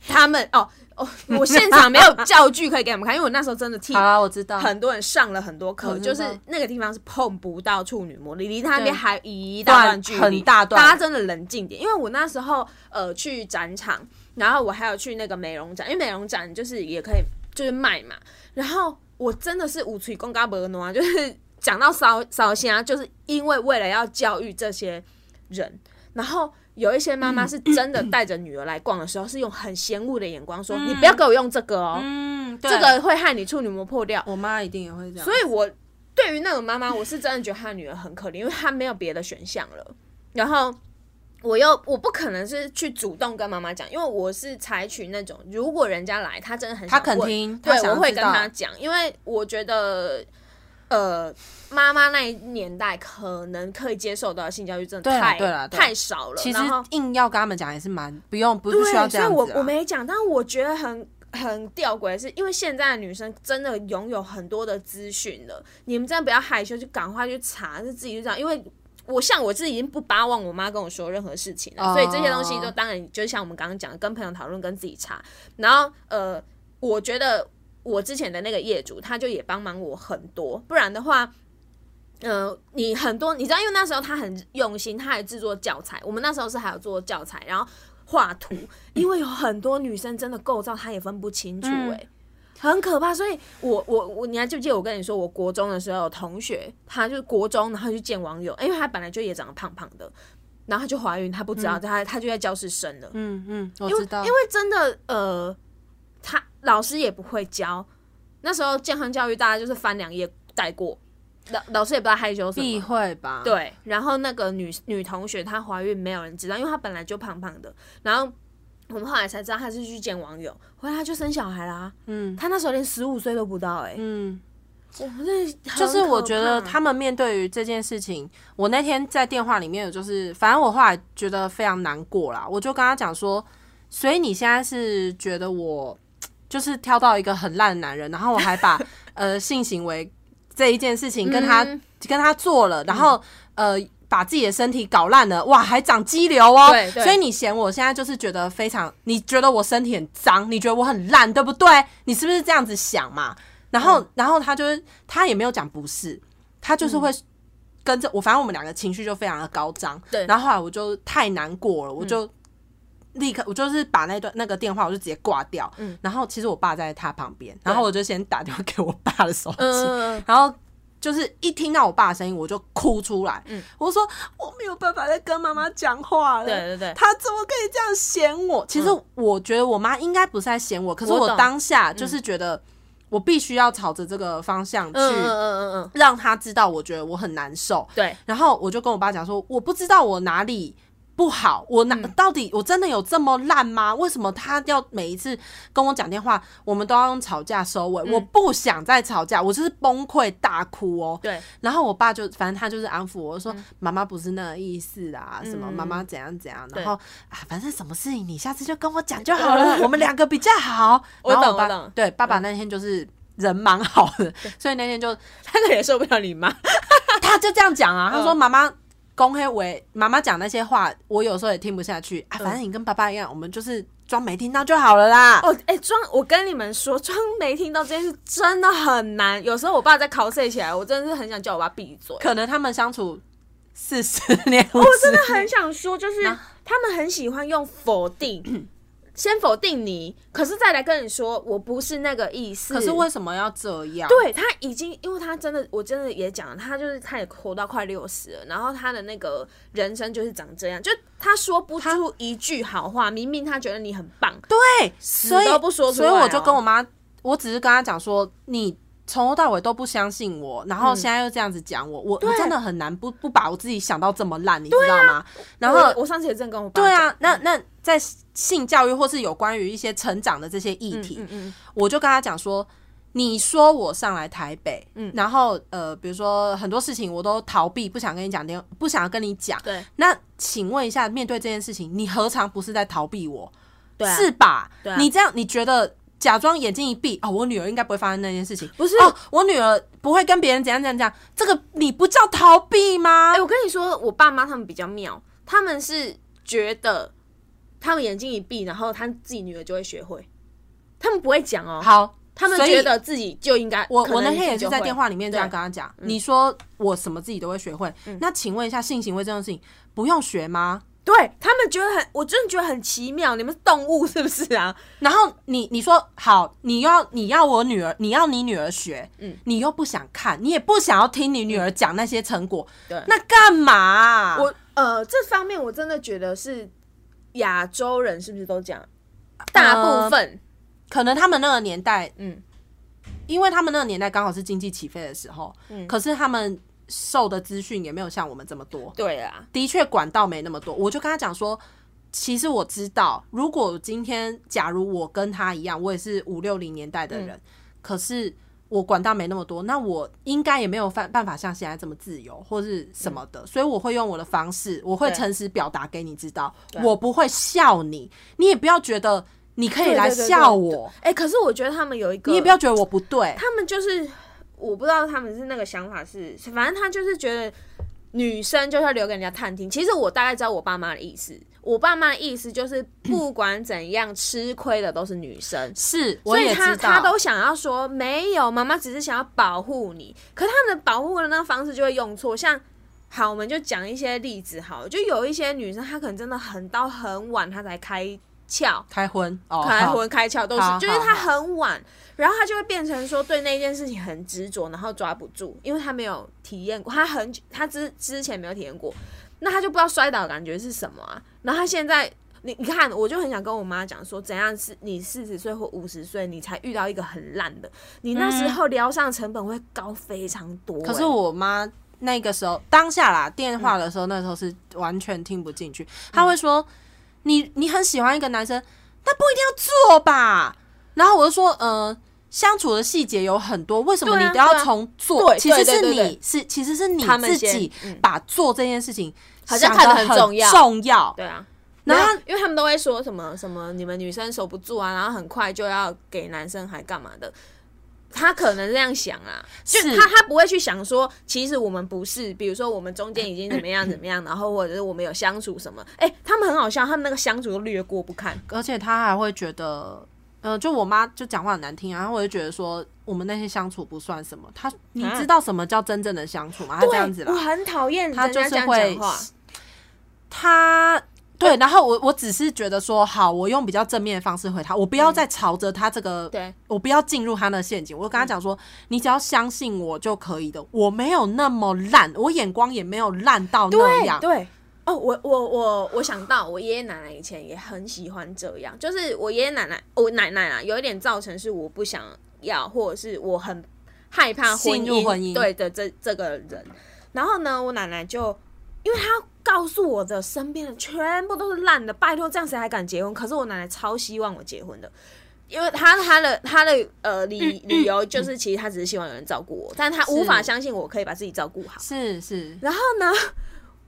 [SPEAKER 2] 他们哦哦，我现场没有教具可以给你们看，因为我那时候真的替
[SPEAKER 1] 好啦，我知道，
[SPEAKER 2] 很多人上了很多课，
[SPEAKER 1] 我知
[SPEAKER 2] 就
[SPEAKER 1] 道
[SPEAKER 2] 是那个地方是碰不到处女膜，你离他那边
[SPEAKER 1] 对
[SPEAKER 2] 还一大段
[SPEAKER 1] 段
[SPEAKER 2] 距离，
[SPEAKER 1] 很大段
[SPEAKER 2] 大家真的冷静点，因为我那时候呃去展场，然后我还有去那个美容展，因为美容展就是也可以就是卖嘛，然后我真的是五吹公嘎伯诺啊， <laughs> 就是讲到烧烧香啊，就是因为为了要教育这些人，然后。有一些妈妈是真的带着女儿来逛的时候，是用很嫌恶的眼光说：“你不要给我用这个哦，
[SPEAKER 1] 嗯，
[SPEAKER 2] 这
[SPEAKER 1] 这
[SPEAKER 2] 个会害你处女膜破掉。”
[SPEAKER 1] 我妈一定也会这样，
[SPEAKER 2] 所以我对于那种妈妈，我是真的觉得她女儿很可怜，因为她没有别的选项了。然后我又我不可能是去主动跟妈妈讲，因为我是采取那种如果人家来，她真的很
[SPEAKER 1] 她
[SPEAKER 2] 想
[SPEAKER 1] 肯
[SPEAKER 2] 问
[SPEAKER 1] 听
[SPEAKER 2] 对
[SPEAKER 1] 她，想
[SPEAKER 2] 我
[SPEAKER 1] 要
[SPEAKER 2] 会
[SPEAKER 1] 知
[SPEAKER 2] 跟
[SPEAKER 1] 道
[SPEAKER 2] 她讲，因为我觉得。呃，妈妈那一年代可能可以接受到的性教育真的
[SPEAKER 1] 对啦
[SPEAKER 2] 太
[SPEAKER 1] 对啦对啦
[SPEAKER 2] 太少了，
[SPEAKER 1] 其实
[SPEAKER 2] 然后
[SPEAKER 1] 硬要跟他们讲也是蛮不用，不是
[SPEAKER 2] 对，
[SPEAKER 1] 需要这样子、
[SPEAKER 2] 所
[SPEAKER 1] 啊。
[SPEAKER 2] 以我我没讲，但我觉得很很吊诡，的是因为现在的女生真的拥有很多的资讯了，你们真的不要害羞，就赶快去查，就自己去找，因为。我像我自己已经不巴望我妈跟我说任何事情了
[SPEAKER 1] 哦
[SPEAKER 2] 所以这些东西就当然就像我们刚刚讲的，跟朋友讨论，跟自己查。然后呃，我觉得我之前的那个业主他就也帮忙我很多，不然的话，呃，你很多你知道，因为那时候他很用心，他还制作教材。我们那时候是还有做教材，然后画图，因为有很多女生真的构造她也分不清楚、欸，很可怕。所以我我我，你还记不记得我跟你说，我国中的时候有同学，她就是国中，然后去见网友，因为她本来就也长得胖胖的，然后她就怀孕，她不知道，她她就在教室生了。
[SPEAKER 1] 嗯嗯，我
[SPEAKER 2] 因为
[SPEAKER 1] 知道，
[SPEAKER 2] 因为真的呃，他老师也不会教。那时候健康教育大家就是翻两页带过，老老师也不知道害羞什
[SPEAKER 1] 避
[SPEAKER 2] 么。
[SPEAKER 1] 讳吧？，
[SPEAKER 2] 对，然后那个女女同学她怀孕，没有人知道，因为她本来就胖胖的。然后我们后来才知道她是去见网友，回来她就生小孩啦。
[SPEAKER 1] 嗯
[SPEAKER 2] 她那时候连十五岁都不到、欸，哎、
[SPEAKER 1] 嗯，
[SPEAKER 2] 我们这
[SPEAKER 1] 就是我觉得他们面对于这件事情，我那天在电话里面，有就是反正我后来觉得非常难过啦，我就跟他讲说，所以你现在是觉得我就是挑到一个很烂的男人，然后我还把呃性行为这一件事情跟他、
[SPEAKER 2] 嗯
[SPEAKER 1] 跟他做了，然后、呃。把自己的身体搞烂了，哇，还长肌瘤哦！
[SPEAKER 2] 对对
[SPEAKER 1] 所以你嫌我现在就是觉得非常，你觉得我身体很脏，你觉得我很烂，对不对？你是不是这样子想嘛？然后，
[SPEAKER 2] 嗯
[SPEAKER 1] 然后他就是他也没有讲不是，他就是会跟着我，反正我们两个情绪就非常的高涨。
[SPEAKER 2] 对
[SPEAKER 1] 然后后来我就太难过了，我就立刻我就是把那段那个电话我就直接挂掉。
[SPEAKER 2] 嗯
[SPEAKER 1] 然后其实我爸在他旁边，然后我就先打电话给我爸的手机，
[SPEAKER 2] 嗯，嗯
[SPEAKER 1] 然后。就是一听到我爸的声音，我就哭出来。
[SPEAKER 2] 嗯
[SPEAKER 1] 我说我没有办法再跟妈妈讲话了。
[SPEAKER 2] 对对对，
[SPEAKER 1] 他怎么可以这样嫌我？其实我觉得我妈应该不是在嫌我，可是
[SPEAKER 2] 我
[SPEAKER 1] 我
[SPEAKER 2] 懂
[SPEAKER 1] 当下就是觉得我必须要朝着这个方向去
[SPEAKER 2] 嗯嗯嗯嗯嗯，
[SPEAKER 1] 让他知道，我觉得我很难受。
[SPEAKER 2] 对，
[SPEAKER 1] 然后我就跟我爸讲说，我不知道我哪里不好，我
[SPEAKER 2] 嗯
[SPEAKER 1] 哪、到底我真的有这么烂吗？为什么他要每一次跟我讲电话，我们都要用吵架收
[SPEAKER 2] 嗯
[SPEAKER 1] 尾？我不想再吵架，我就是崩溃大哭哦。
[SPEAKER 2] 对，
[SPEAKER 1] 然后我爸就反正他就是安抚我
[SPEAKER 2] 嗯
[SPEAKER 1] 说：“妈妈不是那个意思啊，什么妈妈怎样怎样。”然后啊，反正什么事情你下次就跟我讲就好
[SPEAKER 2] <laughs>
[SPEAKER 1] 了，我们两个比较好。
[SPEAKER 2] 我
[SPEAKER 1] 然后
[SPEAKER 2] 懂我
[SPEAKER 1] 爸
[SPEAKER 2] 懂嗯
[SPEAKER 1] 对爸爸那天就是人蛮好的，所以那天就
[SPEAKER 2] 他可能也受不了你妈。
[SPEAKER 1] 他就这样讲啊，他说
[SPEAKER 2] 嗯
[SPEAKER 1] 妈妈。公黑为妈妈讲那些话，我有时候也听不下去啊。反正你跟爸爸一样，我们就是装没听到就好了啦。
[SPEAKER 2] 哦，哎、装，我跟你们说，装没听到这件事真的很难。有时候我爸在 cos 起来，我真的是很想叫我爸闭嘴。
[SPEAKER 1] 可能他们相处四十年，我
[SPEAKER 2] 我真的很想说，就是他们很喜欢用否定，先否定你，可是再来跟你说我不是那个意思。
[SPEAKER 1] 可是为什么要这样？
[SPEAKER 2] 对他已经，因为他真的，我真的也讲了，他就是他也活到快六十了，然后他的那个人生就是长这样，就他说不出一句好话，明明他觉得你很棒，
[SPEAKER 1] 对，所以
[SPEAKER 2] 都不说出
[SPEAKER 1] 所以
[SPEAKER 2] 来
[SPEAKER 1] 我
[SPEAKER 2] 哦
[SPEAKER 1] 就跟我妈，我只是跟她讲说，你从头到尾都不相信我，然后现在又这样子讲我，我我真的很难不不把我自己想到这么烂，你知道吗？然后
[SPEAKER 2] 我我上次也正跟我爸
[SPEAKER 1] 对
[SPEAKER 2] 讲，
[SPEAKER 1] 啊，那那在性教育或是有关于一些成长的这些议题，
[SPEAKER 2] 嗯嗯
[SPEAKER 1] 我就跟他讲说，你说我上来台北，嗯，然后呃，比如说很多事情我都逃避，不想跟你讲电，不想要跟你讲。
[SPEAKER 2] 对，
[SPEAKER 1] 那请问一下，面对这件事情，你何尝不是在逃避我？
[SPEAKER 2] 对啊
[SPEAKER 1] 是吧？
[SPEAKER 2] 对啊
[SPEAKER 1] 你这样，你觉得假装眼睛一闭，哦，我女儿应该不会发生那件事情，
[SPEAKER 2] 不是
[SPEAKER 1] 哦，我女儿不会跟别人怎样怎样怎样，这个你不叫逃避吗
[SPEAKER 2] 哎、？我跟你说，我爸妈他们比较妙，他们是觉得他们眼睛一闭，然后他自己女儿就会学会，他们不会讲哦，
[SPEAKER 1] 好，
[SPEAKER 2] 他们
[SPEAKER 1] 所以
[SPEAKER 2] 觉得自己就应该，
[SPEAKER 1] 我
[SPEAKER 2] 可
[SPEAKER 1] 我那
[SPEAKER 2] 能
[SPEAKER 1] 天也
[SPEAKER 2] 自己
[SPEAKER 1] 是
[SPEAKER 2] 就
[SPEAKER 1] 在
[SPEAKER 2] 会嗯
[SPEAKER 1] 电话里面这样跟他讲，你说我什么自己都会学会，那请问一下性行为这种事情不用学吗？
[SPEAKER 2] 对他们觉得很，我真的觉得很奇妙，你们是动物是不是啊？
[SPEAKER 1] 然后你你说好，你要你要我女儿，你要你女儿学，嗯，你又不想看，你也不想要听你女儿讲那些成果，
[SPEAKER 2] 嗯对
[SPEAKER 1] 那干嘛啊、
[SPEAKER 2] 我呃，这方面我真的觉得是亚洲人是不是都这样？大
[SPEAKER 1] 呃
[SPEAKER 2] 部分，
[SPEAKER 1] 可能他们那个年代，
[SPEAKER 2] 嗯，
[SPEAKER 1] 因为他们那个年代刚好是经济起飞的时候，嗯，可是他们受的资讯也没有像我们这么多，
[SPEAKER 2] 对啦，
[SPEAKER 1] 的确管道没那么多。我就跟他讲说，其实我知道，如果今天假如我跟他一样，我也是五六零年代的人，
[SPEAKER 2] 嗯
[SPEAKER 1] 可是我管道没那么多，那我应该也没有办办法像现在这么自由或是什么的，所以我会用我的方式，我会
[SPEAKER 2] 嗯对
[SPEAKER 1] 诚实表达给你知道，我不会笑你，你也不要觉得你可以来
[SPEAKER 2] 对对对
[SPEAKER 1] 笑
[SPEAKER 2] 对
[SPEAKER 1] 我，
[SPEAKER 2] 哎、可是我觉得他们有一个，
[SPEAKER 1] 你也不要觉得我不对。
[SPEAKER 2] 他们就是我不知道他们是那个想法是，反正他就是觉得女生就是要留给人家探听。其实我大概知道我爸妈的意思，我爸妈的意思就是不管怎样吃亏的都是女生。
[SPEAKER 1] 是，我
[SPEAKER 2] 所以
[SPEAKER 1] 也
[SPEAKER 2] 他
[SPEAKER 1] 知
[SPEAKER 2] 他
[SPEAKER 1] 道
[SPEAKER 2] 都。想要说没有，妈妈只是想要保护你，可他们的保护的那个方式就会用错。像好，我们就讲一些例子好了，就有一些女生她可能真的很到很晚她才开窍，
[SPEAKER 1] 开荤哦，
[SPEAKER 2] 开
[SPEAKER 1] 好
[SPEAKER 2] 魂开窍都是
[SPEAKER 1] 好，
[SPEAKER 2] 就是他
[SPEAKER 1] 好
[SPEAKER 2] 很晚，然后他就会变成说对那件事情很执着，然后抓不住，因为他没有体验过，他很他之之前没有体验过，那他就不知道摔倒的感觉是什么啊。然后他现在，你你看，我就很想跟我妈讲说，怎样是你四十岁或五十岁你才遇到一个很烂的，你那
[SPEAKER 1] 嗯
[SPEAKER 2] 时候疗伤成本会高非常多、
[SPEAKER 1] 可是
[SPEAKER 2] 欸
[SPEAKER 1] 我妈那个时候当下啦，电话的时候，那时候是完全听不进
[SPEAKER 2] 嗯
[SPEAKER 1] 去。她会说：“你你很喜欢一个男生，但不一定要做吧？”然后我就说：“呃，相处的细节有很多，为什么
[SPEAKER 2] 对
[SPEAKER 1] 你
[SPEAKER 2] 啊
[SPEAKER 1] 都要
[SPEAKER 2] 对啊
[SPEAKER 1] 从做？
[SPEAKER 2] 对
[SPEAKER 1] 其实
[SPEAKER 2] 对对
[SPEAKER 1] 是
[SPEAKER 2] 对
[SPEAKER 1] 你
[SPEAKER 2] 对
[SPEAKER 1] 是其实是你
[SPEAKER 2] 他们
[SPEAKER 1] 自
[SPEAKER 2] 先
[SPEAKER 1] 己
[SPEAKER 2] 嗯
[SPEAKER 1] 把做这件事情
[SPEAKER 2] 好像
[SPEAKER 1] 想
[SPEAKER 2] 看得
[SPEAKER 1] 很
[SPEAKER 2] 很重要
[SPEAKER 1] 重要。
[SPEAKER 2] 对啊。
[SPEAKER 1] 然后
[SPEAKER 2] 没有因为他们都会说什么什么，你们女生守不住啊，然后很快就要给男生还干嘛的。他可能这样想啦，就是他他不会去想说，其实我们不是，比如说我们中间已经怎
[SPEAKER 1] <coughs>
[SPEAKER 2] 么样怎么样，然后或者是我们有相处什么，哎、他们很好笑，他们那个相处都略过不看，
[SPEAKER 1] 而且她还会觉得。”呃，就我妈就讲话很难听啊，然后我就觉得说我们那些相处不算什么。她你
[SPEAKER 2] 啊
[SPEAKER 1] 知道什么叫真正的相处吗？她这样子啦，
[SPEAKER 2] 我很讨厌人
[SPEAKER 1] 他
[SPEAKER 2] 家
[SPEAKER 1] 就是
[SPEAKER 2] 这样
[SPEAKER 1] 会
[SPEAKER 2] 讲话，
[SPEAKER 1] 他对，然后我我只是觉得说，好，我用比较正面的方式回他，我不要再朝着他这个，
[SPEAKER 2] 对
[SPEAKER 1] 我不要进入他的陷阱。我跟他讲说，你只要相信我就可以的，我没有那么烂，我眼光也没有烂到那样。
[SPEAKER 2] 对。哦，我我我我想到，我爷爷奶奶以前也很喜欢这样，就是我爷爷奶奶，我奶奶啊，有一点造成是我不想要，或者是我很害怕婚
[SPEAKER 1] 陷
[SPEAKER 2] 姻
[SPEAKER 1] 入婚姻
[SPEAKER 2] 对的这这个人。然后呢，我奶奶就因为她告诉我的身边的全部都是烂的，拜托，这样谁还敢结婚？可是我奶奶超希望我结婚的，因为她她的她的呃理
[SPEAKER 1] 嗯
[SPEAKER 2] 理由就是，其实她只是希望有人照顾我，但她无法相信我可以把自己照顾好。
[SPEAKER 1] 是是，
[SPEAKER 2] 然后呢， <laughs>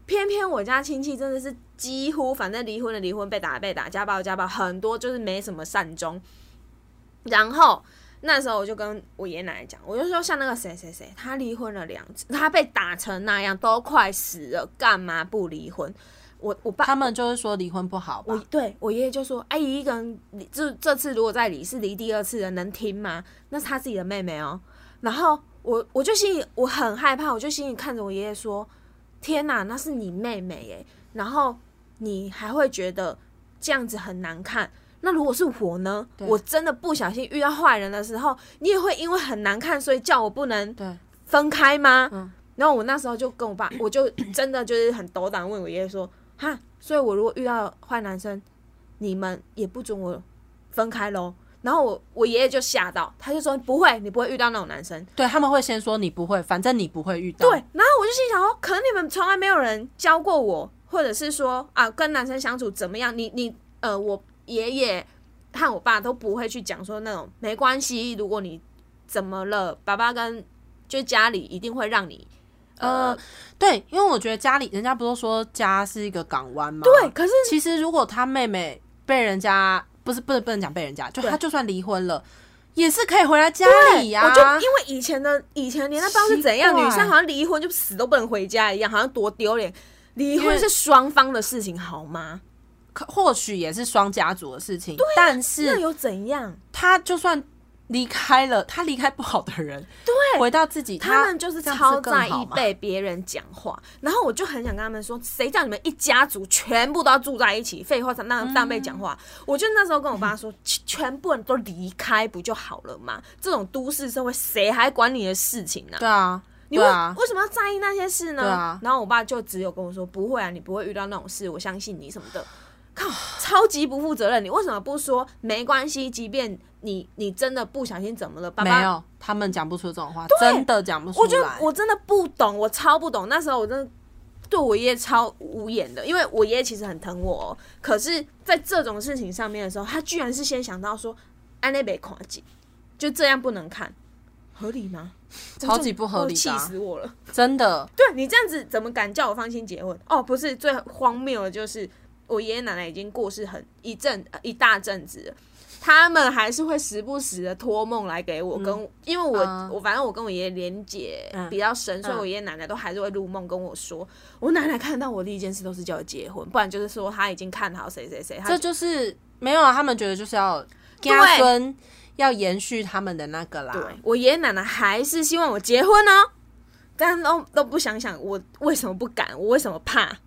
[SPEAKER 2] 偏偏我家亲戚真的是几乎，反正离婚的离婚，被打的被打，家暴的家暴，很多就是没什么善终。然后那时候我就跟我爷爷奶奶讲，我就说像那个谁谁谁，他离婚了两次，他被打成那样，都快死了，干嘛不离婚？我我爸
[SPEAKER 1] 他们就是说离婚不好吧
[SPEAKER 2] 我？对我爷爷就说：“阿姨一个人离，这这次如果再离是离第二次的，能听吗？那是他自己的妹妹哦。”然后我我就心里我很害怕，我就心里看着我爷爷说：“天哪，那是你妹妹耶！”然后你还会觉得这样子很难看。那如果是我呢？我真的不小心遇到坏人的时候，你也会因为很难看，所以叫我不能
[SPEAKER 1] 对，
[SPEAKER 2] 分开吗？
[SPEAKER 1] 嗯
[SPEAKER 2] 然后我那时候就跟我爸， <clears throat> 我就真的就是很斗胆问我爷爷说，哈，所以我如果遇到坏男生，你们也不准我分开喽。然后我我爷爷就吓到，他就说不会，你不会遇到那种男生。
[SPEAKER 1] 对他们会先说你不会，反正你不会遇到。
[SPEAKER 2] 对，然后我就心想哦说，可能你们从来没有人教过我，或者是说啊，跟男生相处怎么样？你你呃，我爷爷和我爸都不会去讲说那种没关系，如果你怎么了，爸爸跟就家里一定会让你呃
[SPEAKER 1] 呃，对，因为我觉得家里人家不都说家是一个港湾吗？
[SPEAKER 2] 对，，可是
[SPEAKER 1] 其实如果他妹妹被人家不是不能不能讲被人家，就
[SPEAKER 2] 对
[SPEAKER 1] 他就算离婚了，也是可以回来家里呀、
[SPEAKER 2] 我就因为以前的以前年代不知道是怎样，
[SPEAKER 1] 奇
[SPEAKER 2] 女
[SPEAKER 1] 怪
[SPEAKER 2] 生好像离婚就死都不能回家一样，好像多丢脸。离
[SPEAKER 1] 因
[SPEAKER 2] 婚
[SPEAKER 1] 为
[SPEAKER 2] 是双方的事情好吗？
[SPEAKER 1] 可或许也是双家族的事情，
[SPEAKER 2] 啊
[SPEAKER 1] 但
[SPEAKER 2] 那
[SPEAKER 1] 是
[SPEAKER 2] 又怎样？
[SPEAKER 1] 他就算离开了，他离开不好的人，对，回到自己，
[SPEAKER 2] 他们就是
[SPEAKER 1] 这样
[SPEAKER 2] 超
[SPEAKER 1] 更
[SPEAKER 2] 在
[SPEAKER 1] 好
[SPEAKER 2] 意
[SPEAKER 1] 嘛
[SPEAKER 2] 被别人讲话，然后我就很想跟他们说，谁叫你们一家族全部都要住在一起？废话，那那被讲话，我就那时候跟我爸 <laughs> 说，全全部人都离开不就好了嘛？这种都市社会，谁还管你的事情呢、
[SPEAKER 1] 对啊，
[SPEAKER 2] 你
[SPEAKER 1] 对
[SPEAKER 2] 为、
[SPEAKER 1] 啊，
[SPEAKER 2] 为什么要在意那些事呢？
[SPEAKER 1] 对啊
[SPEAKER 2] 然后我爸就只有跟我说：“不会啊，你不会遇到那种事，我相信你什么的。”靠，超级不负责任！你为什么不说没关系？即便你你真的不小心怎么了，爸
[SPEAKER 1] 没
[SPEAKER 2] 爸，
[SPEAKER 1] 有，他们讲不出这种话，真的讲不出来。
[SPEAKER 2] 我觉得我真的不懂，我超不懂。那时候我真的对我爷爷超无言的，因为我爷爷其实很疼我、哦，可是在这种事情上面的时候，他居然是先想到说啊安内被夸奖，就这样不能看，合理吗？
[SPEAKER 1] 超级不合理
[SPEAKER 2] 气
[SPEAKER 1] 的啊
[SPEAKER 2] 死我了！
[SPEAKER 1] 真的，
[SPEAKER 2] 对你这样子怎么敢叫我放心结婚？哦，不是，最荒谬的就是我爷爷奶奶已经过世很一阵呃一大阵子了，他们还是会时不时的托梦来给我，跟因为我、
[SPEAKER 1] 嗯
[SPEAKER 2] 我反正我跟我爷爷连结
[SPEAKER 1] 嗯
[SPEAKER 2] 比较深，所以我爷爷奶奶都还是会入梦跟我说，我奶奶看到我第一件事都是叫我结婚，不然就是说她已经看好谁谁谁，她
[SPEAKER 1] 这就是没有啊，他们觉得就是要家孙要延续他们的那个啦。
[SPEAKER 2] 对哎我爷爷奶奶还是希望我结婚哦，但都都不想想我为什么不敢，我为什么怕。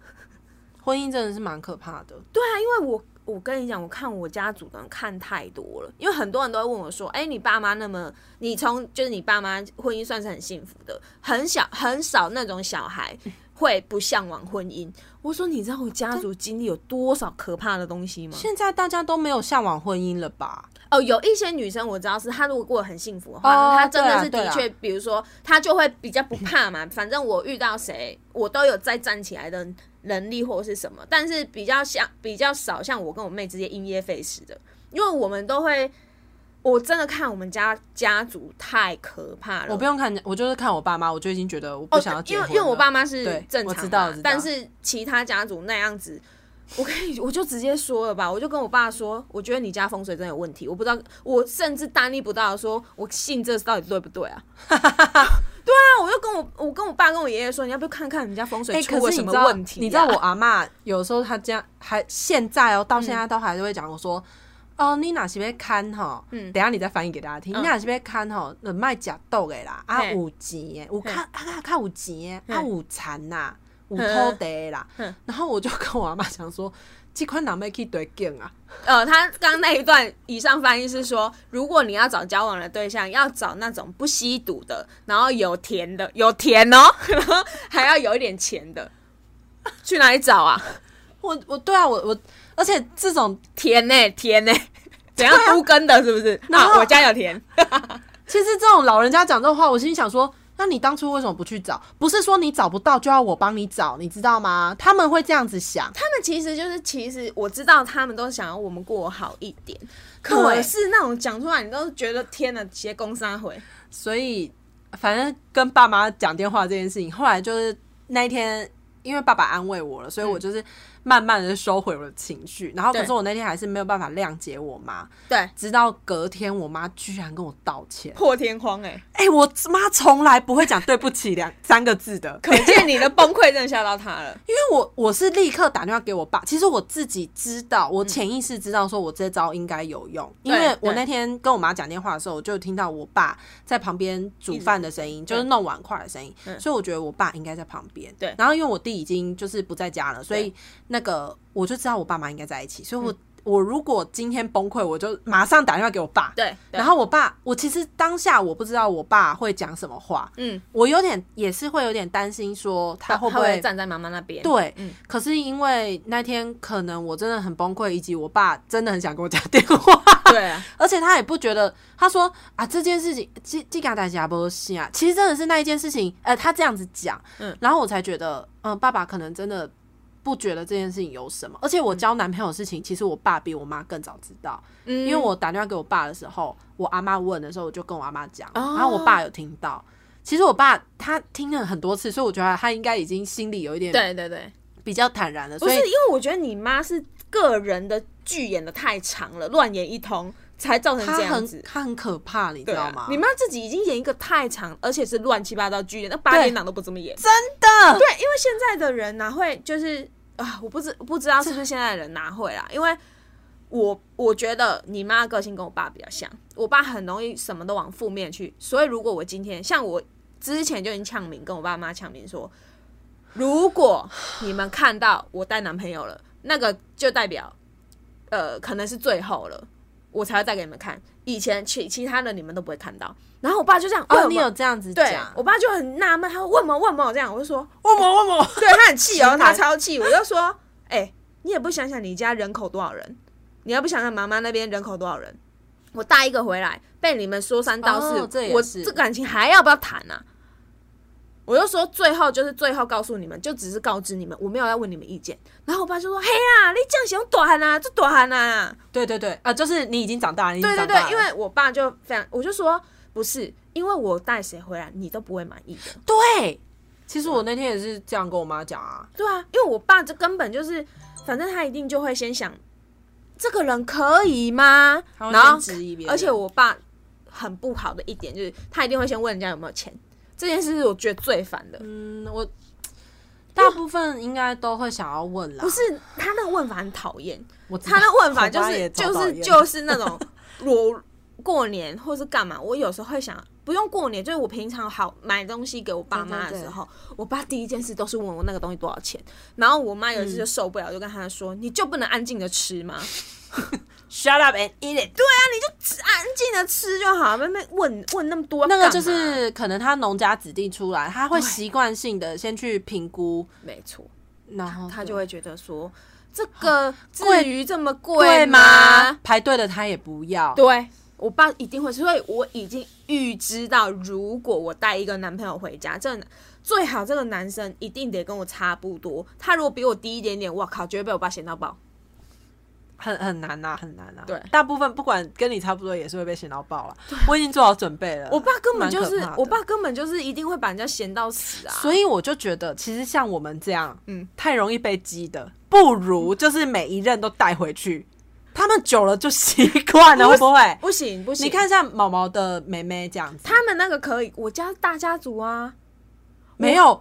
[SPEAKER 1] 婚姻真的是蛮可怕的。
[SPEAKER 2] 对啊，因为我我跟你讲，我看我家族的人看太多了，因为很多人都会问我说：“哎、你爸妈那么，你从就是你爸妈婚姻算是很幸福的，很小很少那种小孩会不向往婚姻。”我说：“你知道我家族经历有多少可怕的东西吗？”
[SPEAKER 1] 现在大家都没有向往婚姻了吧？
[SPEAKER 2] 哦，有一些女生我知道是她如果过得很幸福的话，
[SPEAKER 1] 哦
[SPEAKER 2] 她真的是
[SPEAKER 1] 对啊
[SPEAKER 2] 的
[SPEAKER 1] 对啊
[SPEAKER 2] 确，比如说她就会比较不怕嘛。反正我遇到谁，我都有再站起来的能力或者是什么。但是比较像比较少像我跟我妹直接因噎废食的，因为我们都会，我真的看我们家家族太可怕了。
[SPEAKER 1] 我不用看，我就是看我爸妈，我就已经觉得我不想要结
[SPEAKER 2] 哦因
[SPEAKER 1] 婚
[SPEAKER 2] 为
[SPEAKER 1] 了、
[SPEAKER 2] 因为我爸妈是
[SPEAKER 1] 对
[SPEAKER 2] 正
[SPEAKER 1] 我
[SPEAKER 2] 常
[SPEAKER 1] 知道
[SPEAKER 2] 嘛
[SPEAKER 1] 我知道
[SPEAKER 2] 但是其他家族那样子，我可以我就直接说了吧，我就跟我爸说，我觉得你家风水真的有问题，我不知道，我甚至大逆不道地说，我信这到底对不对啊？ <laughs> 对啊，我就跟我我跟我爸跟我爷爷说，你要不要看看你们家风水
[SPEAKER 1] 哎、
[SPEAKER 2] 出
[SPEAKER 1] 可
[SPEAKER 2] 了
[SPEAKER 1] 是
[SPEAKER 2] 什
[SPEAKER 1] 你
[SPEAKER 2] 么
[SPEAKER 1] 知道，
[SPEAKER 2] 问题、啊
[SPEAKER 1] 你知道我。阿嬷有时候她这样，还现在哦，到现在都还是会讲我说。哦，你哪是被看吼？嗯，等一下你再翻译给大家听。
[SPEAKER 2] 嗯
[SPEAKER 1] 你哪是被看吼？人卖假豆的啦，啊
[SPEAKER 2] 嘿
[SPEAKER 1] 有钱的，有
[SPEAKER 2] 嘿
[SPEAKER 1] 看啊看看有钱的，啊
[SPEAKER 2] 嘿
[SPEAKER 1] 有田啦，有
[SPEAKER 2] 嗯
[SPEAKER 1] 土地的啦
[SPEAKER 2] 嗯。
[SPEAKER 1] 然后我就跟我阿嬷讲说，这款人要去对劲啊，
[SPEAKER 2] 呃，他刚刚那一段以上翻译是说，如果你要找交往的对象，要找那种不吸毒的，然后有甜的， <laughs> 有甜哦，然后还要有一点钱的，去哪里找啊？ <laughs>
[SPEAKER 1] 我我对啊，我我，而且这种
[SPEAKER 2] 甜呢、甜呢、怎样都跟的，是不是？
[SPEAKER 1] 然
[SPEAKER 2] 啊，
[SPEAKER 1] 后
[SPEAKER 2] 我家有甜，
[SPEAKER 1] 其实这种老人家讲这种话，我心里想说，那你当初为什么不去找？不是说你找不到就要我帮你找，你知道吗？他们会这样子
[SPEAKER 2] <laughs>
[SPEAKER 1] 想，
[SPEAKER 2] 他们其实就是，其实我知道他们都想要我们过好一点，可
[SPEAKER 1] 对
[SPEAKER 2] 是那种讲出来，你都觉得天哪，直接攻三回。
[SPEAKER 1] 所以反正跟爸妈讲电话这件事情，后来就是那一天，因为爸爸安慰我了，所以我就是慢慢的收回我的情绪。然后可
[SPEAKER 2] 嗯对
[SPEAKER 1] 是我那天还是没有办法谅解我妈，
[SPEAKER 2] 对，
[SPEAKER 1] 直到隔天我妈居然跟我道歉。
[SPEAKER 2] 破天荒哎、
[SPEAKER 1] 哎、我妈从来不会讲对不起两三个字的，
[SPEAKER 2] 可见你的崩溃真的吓到他了。
[SPEAKER 1] 因为我我是立刻打电话给我爸，其实我自己知道，我潜意识知道说我这招应该有用，因为
[SPEAKER 2] 嗯对
[SPEAKER 1] 我那天跟我妈讲电话的时候，我就听到我爸在旁边煮饭的声音，就是弄碗筷的声音，
[SPEAKER 2] 嗯
[SPEAKER 1] 所以我觉得我爸应该在旁边。
[SPEAKER 2] 对
[SPEAKER 1] 然后因为我弟已经就是不在家了，所以那个我就知道我爸妈应该在一起，所以
[SPEAKER 2] 嗯
[SPEAKER 1] 我、我如果今天崩溃，我就马上打电话给我爸。
[SPEAKER 2] <laughs> 对，对
[SPEAKER 1] 然后我爸，我其实当下我不知道我爸会讲什么话，
[SPEAKER 2] 嗯，
[SPEAKER 1] 我有点也是会有点担心，说他会不
[SPEAKER 2] 他
[SPEAKER 1] 会
[SPEAKER 2] 站在妈妈那边？
[SPEAKER 1] 对，
[SPEAKER 2] 嗯
[SPEAKER 1] 可是因为那天可能我真的很崩溃，以及我爸真的很想跟我讲电话， <laughs>
[SPEAKER 2] 对啊，
[SPEAKER 1] 而且他也不觉得，他说啊这件事情，这这个大家不信啊，其实真的是那一件事情，呃，他这样子讲，
[SPEAKER 2] 嗯
[SPEAKER 1] 然后我才觉得，嗯、爸爸可能真的不觉得这件事情有什么，而且我交男朋友的事情，其实我爸比我妈更早知道，
[SPEAKER 2] 嗯
[SPEAKER 1] 因为我打电话给我爸的时候，我阿妈问的时候，我就跟我阿妈讲，
[SPEAKER 2] 哦
[SPEAKER 1] 然后我爸有听到。其实我爸他听了很多次，所以我觉得他应该已经心里有一点
[SPEAKER 2] 对对对，
[SPEAKER 1] 比较坦然了。
[SPEAKER 2] 不
[SPEAKER 1] 所
[SPEAKER 2] 是
[SPEAKER 1] 以
[SPEAKER 2] 因为我觉得你妈是个人的剧演的太长了，乱演一通才造成
[SPEAKER 1] 他
[SPEAKER 2] 这样
[SPEAKER 1] 很
[SPEAKER 2] 子。
[SPEAKER 1] 他很可怕，你知
[SPEAKER 2] 对
[SPEAKER 1] 道
[SPEAKER 2] 啊
[SPEAKER 1] 吗？
[SPEAKER 2] 你妈自己已经演一个太长，而且是乱七八糟剧演，那八
[SPEAKER 1] 对
[SPEAKER 2] 点档都不这么演。
[SPEAKER 1] 的
[SPEAKER 2] 对，因为现在的人哪会就是啊，我不知不知道是不是现在的人哪会啦，因为我我觉得你妈的个性跟我爸比较像，我爸很容易什么都往负面去，所以如果我今天像我之前就已经呛明，跟我爸妈呛明说，如果你们看到我带男朋友了，那个就代表呃可能是最后了。我才会再给你们看，以前其其他的你们都不会看到。然后我爸就这样，为什
[SPEAKER 1] 哦，
[SPEAKER 2] 么
[SPEAKER 1] 你有这样子
[SPEAKER 2] 对
[SPEAKER 1] 讲，
[SPEAKER 2] 我爸就很纳闷，他说为什么为什么我这样？我就说
[SPEAKER 1] 我某我某，
[SPEAKER 2] <laughs> 对他很气哦，
[SPEAKER 1] 情感
[SPEAKER 2] 他超气。我就说，哎、你也不想想你家人口多少人，你要不想想妈妈那边人口多少人？我大一个回来被你们说三道四，
[SPEAKER 1] 哦这也
[SPEAKER 2] 我
[SPEAKER 1] 是
[SPEAKER 2] 这感情还要不要谈啊？我就说最后就是最后告诉你们，就只是告知你们，我没有要问你们意见。然后我爸就说：“嘿啊，你这样想短啊，这短啊。”
[SPEAKER 1] 对对对，啊，就是你已经长大了，你已经
[SPEAKER 2] 对对
[SPEAKER 1] 长大了
[SPEAKER 2] 对，因为我爸就非常，我就说不是，因为我带谁回来你都不会满意的。
[SPEAKER 1] 对，其
[SPEAKER 2] 啊
[SPEAKER 1] 实我那天也是这样跟我妈讲啊，
[SPEAKER 2] 对啊，因为我爸这根本就是，反正他一定就会先想，这个人可以吗？
[SPEAKER 1] 他会
[SPEAKER 2] 然后
[SPEAKER 1] 先质疑别，人
[SPEAKER 2] 而且我爸很不好的一点就是，他一定会先问人家有没有钱，这件事是我觉得最烦的。
[SPEAKER 1] 嗯，我大部分应该都会想要问啦，
[SPEAKER 2] 不是他那个问法很讨厌，
[SPEAKER 1] 我知道
[SPEAKER 2] 他那问法就
[SPEAKER 1] 我妈
[SPEAKER 2] 是
[SPEAKER 1] 也
[SPEAKER 2] 就
[SPEAKER 1] 超讨
[SPEAKER 2] 是
[SPEAKER 1] 厌
[SPEAKER 2] 就是那种我过年或是干嘛，我有时候会想，不用过年，就是我平常好买东西给我爸妈的时候，我爸第一件事都是问我那个东西多少钱，然后我妈有一次就受不了，就跟他说：“你就不能安静的吃吗？
[SPEAKER 1] shut up and eat it，对，
[SPEAKER 2] 只安静的吃就好，慢慢问问那么多
[SPEAKER 1] 那
[SPEAKER 2] 干
[SPEAKER 1] 个
[SPEAKER 2] 嘛
[SPEAKER 1] 就是可能他农家子弟出来，他会习惯性的先去评估，
[SPEAKER 2] 没错，
[SPEAKER 1] 然后
[SPEAKER 2] 他就会觉得说这个至
[SPEAKER 1] 哦贵
[SPEAKER 2] 于这么贵
[SPEAKER 1] 对
[SPEAKER 2] 吗？
[SPEAKER 1] 吗？排队的他也不要，
[SPEAKER 2] 对我爸一定会，所以我已经预知到，如果我带一个男朋友回家，这个最好这个男生一定得跟我差不多。他如果比我低一点点，我靠，绝对被我爸嫌到爆。
[SPEAKER 1] 很很难呐、很难呐、
[SPEAKER 2] 对
[SPEAKER 1] 大部分不管跟你差不多，也是会被嫌到爆了。我已经做好准备了。
[SPEAKER 2] 我爸根本就是
[SPEAKER 1] 啊蛮可怕，的
[SPEAKER 2] 我爸根本就是一定会把人家嫌到死啊！
[SPEAKER 1] 所以我就觉得，其实像我们这样，
[SPEAKER 2] 嗯
[SPEAKER 1] 嗯，太容易被激的，不如就是每一任都带回去，他们久了就习惯了，
[SPEAKER 2] 不
[SPEAKER 1] 会
[SPEAKER 2] 是
[SPEAKER 1] 不会？
[SPEAKER 2] 不行不行，
[SPEAKER 1] 你看像毛毛的妹妹这样子，
[SPEAKER 2] 他们那个可以，我家大家族啊，
[SPEAKER 1] 没有，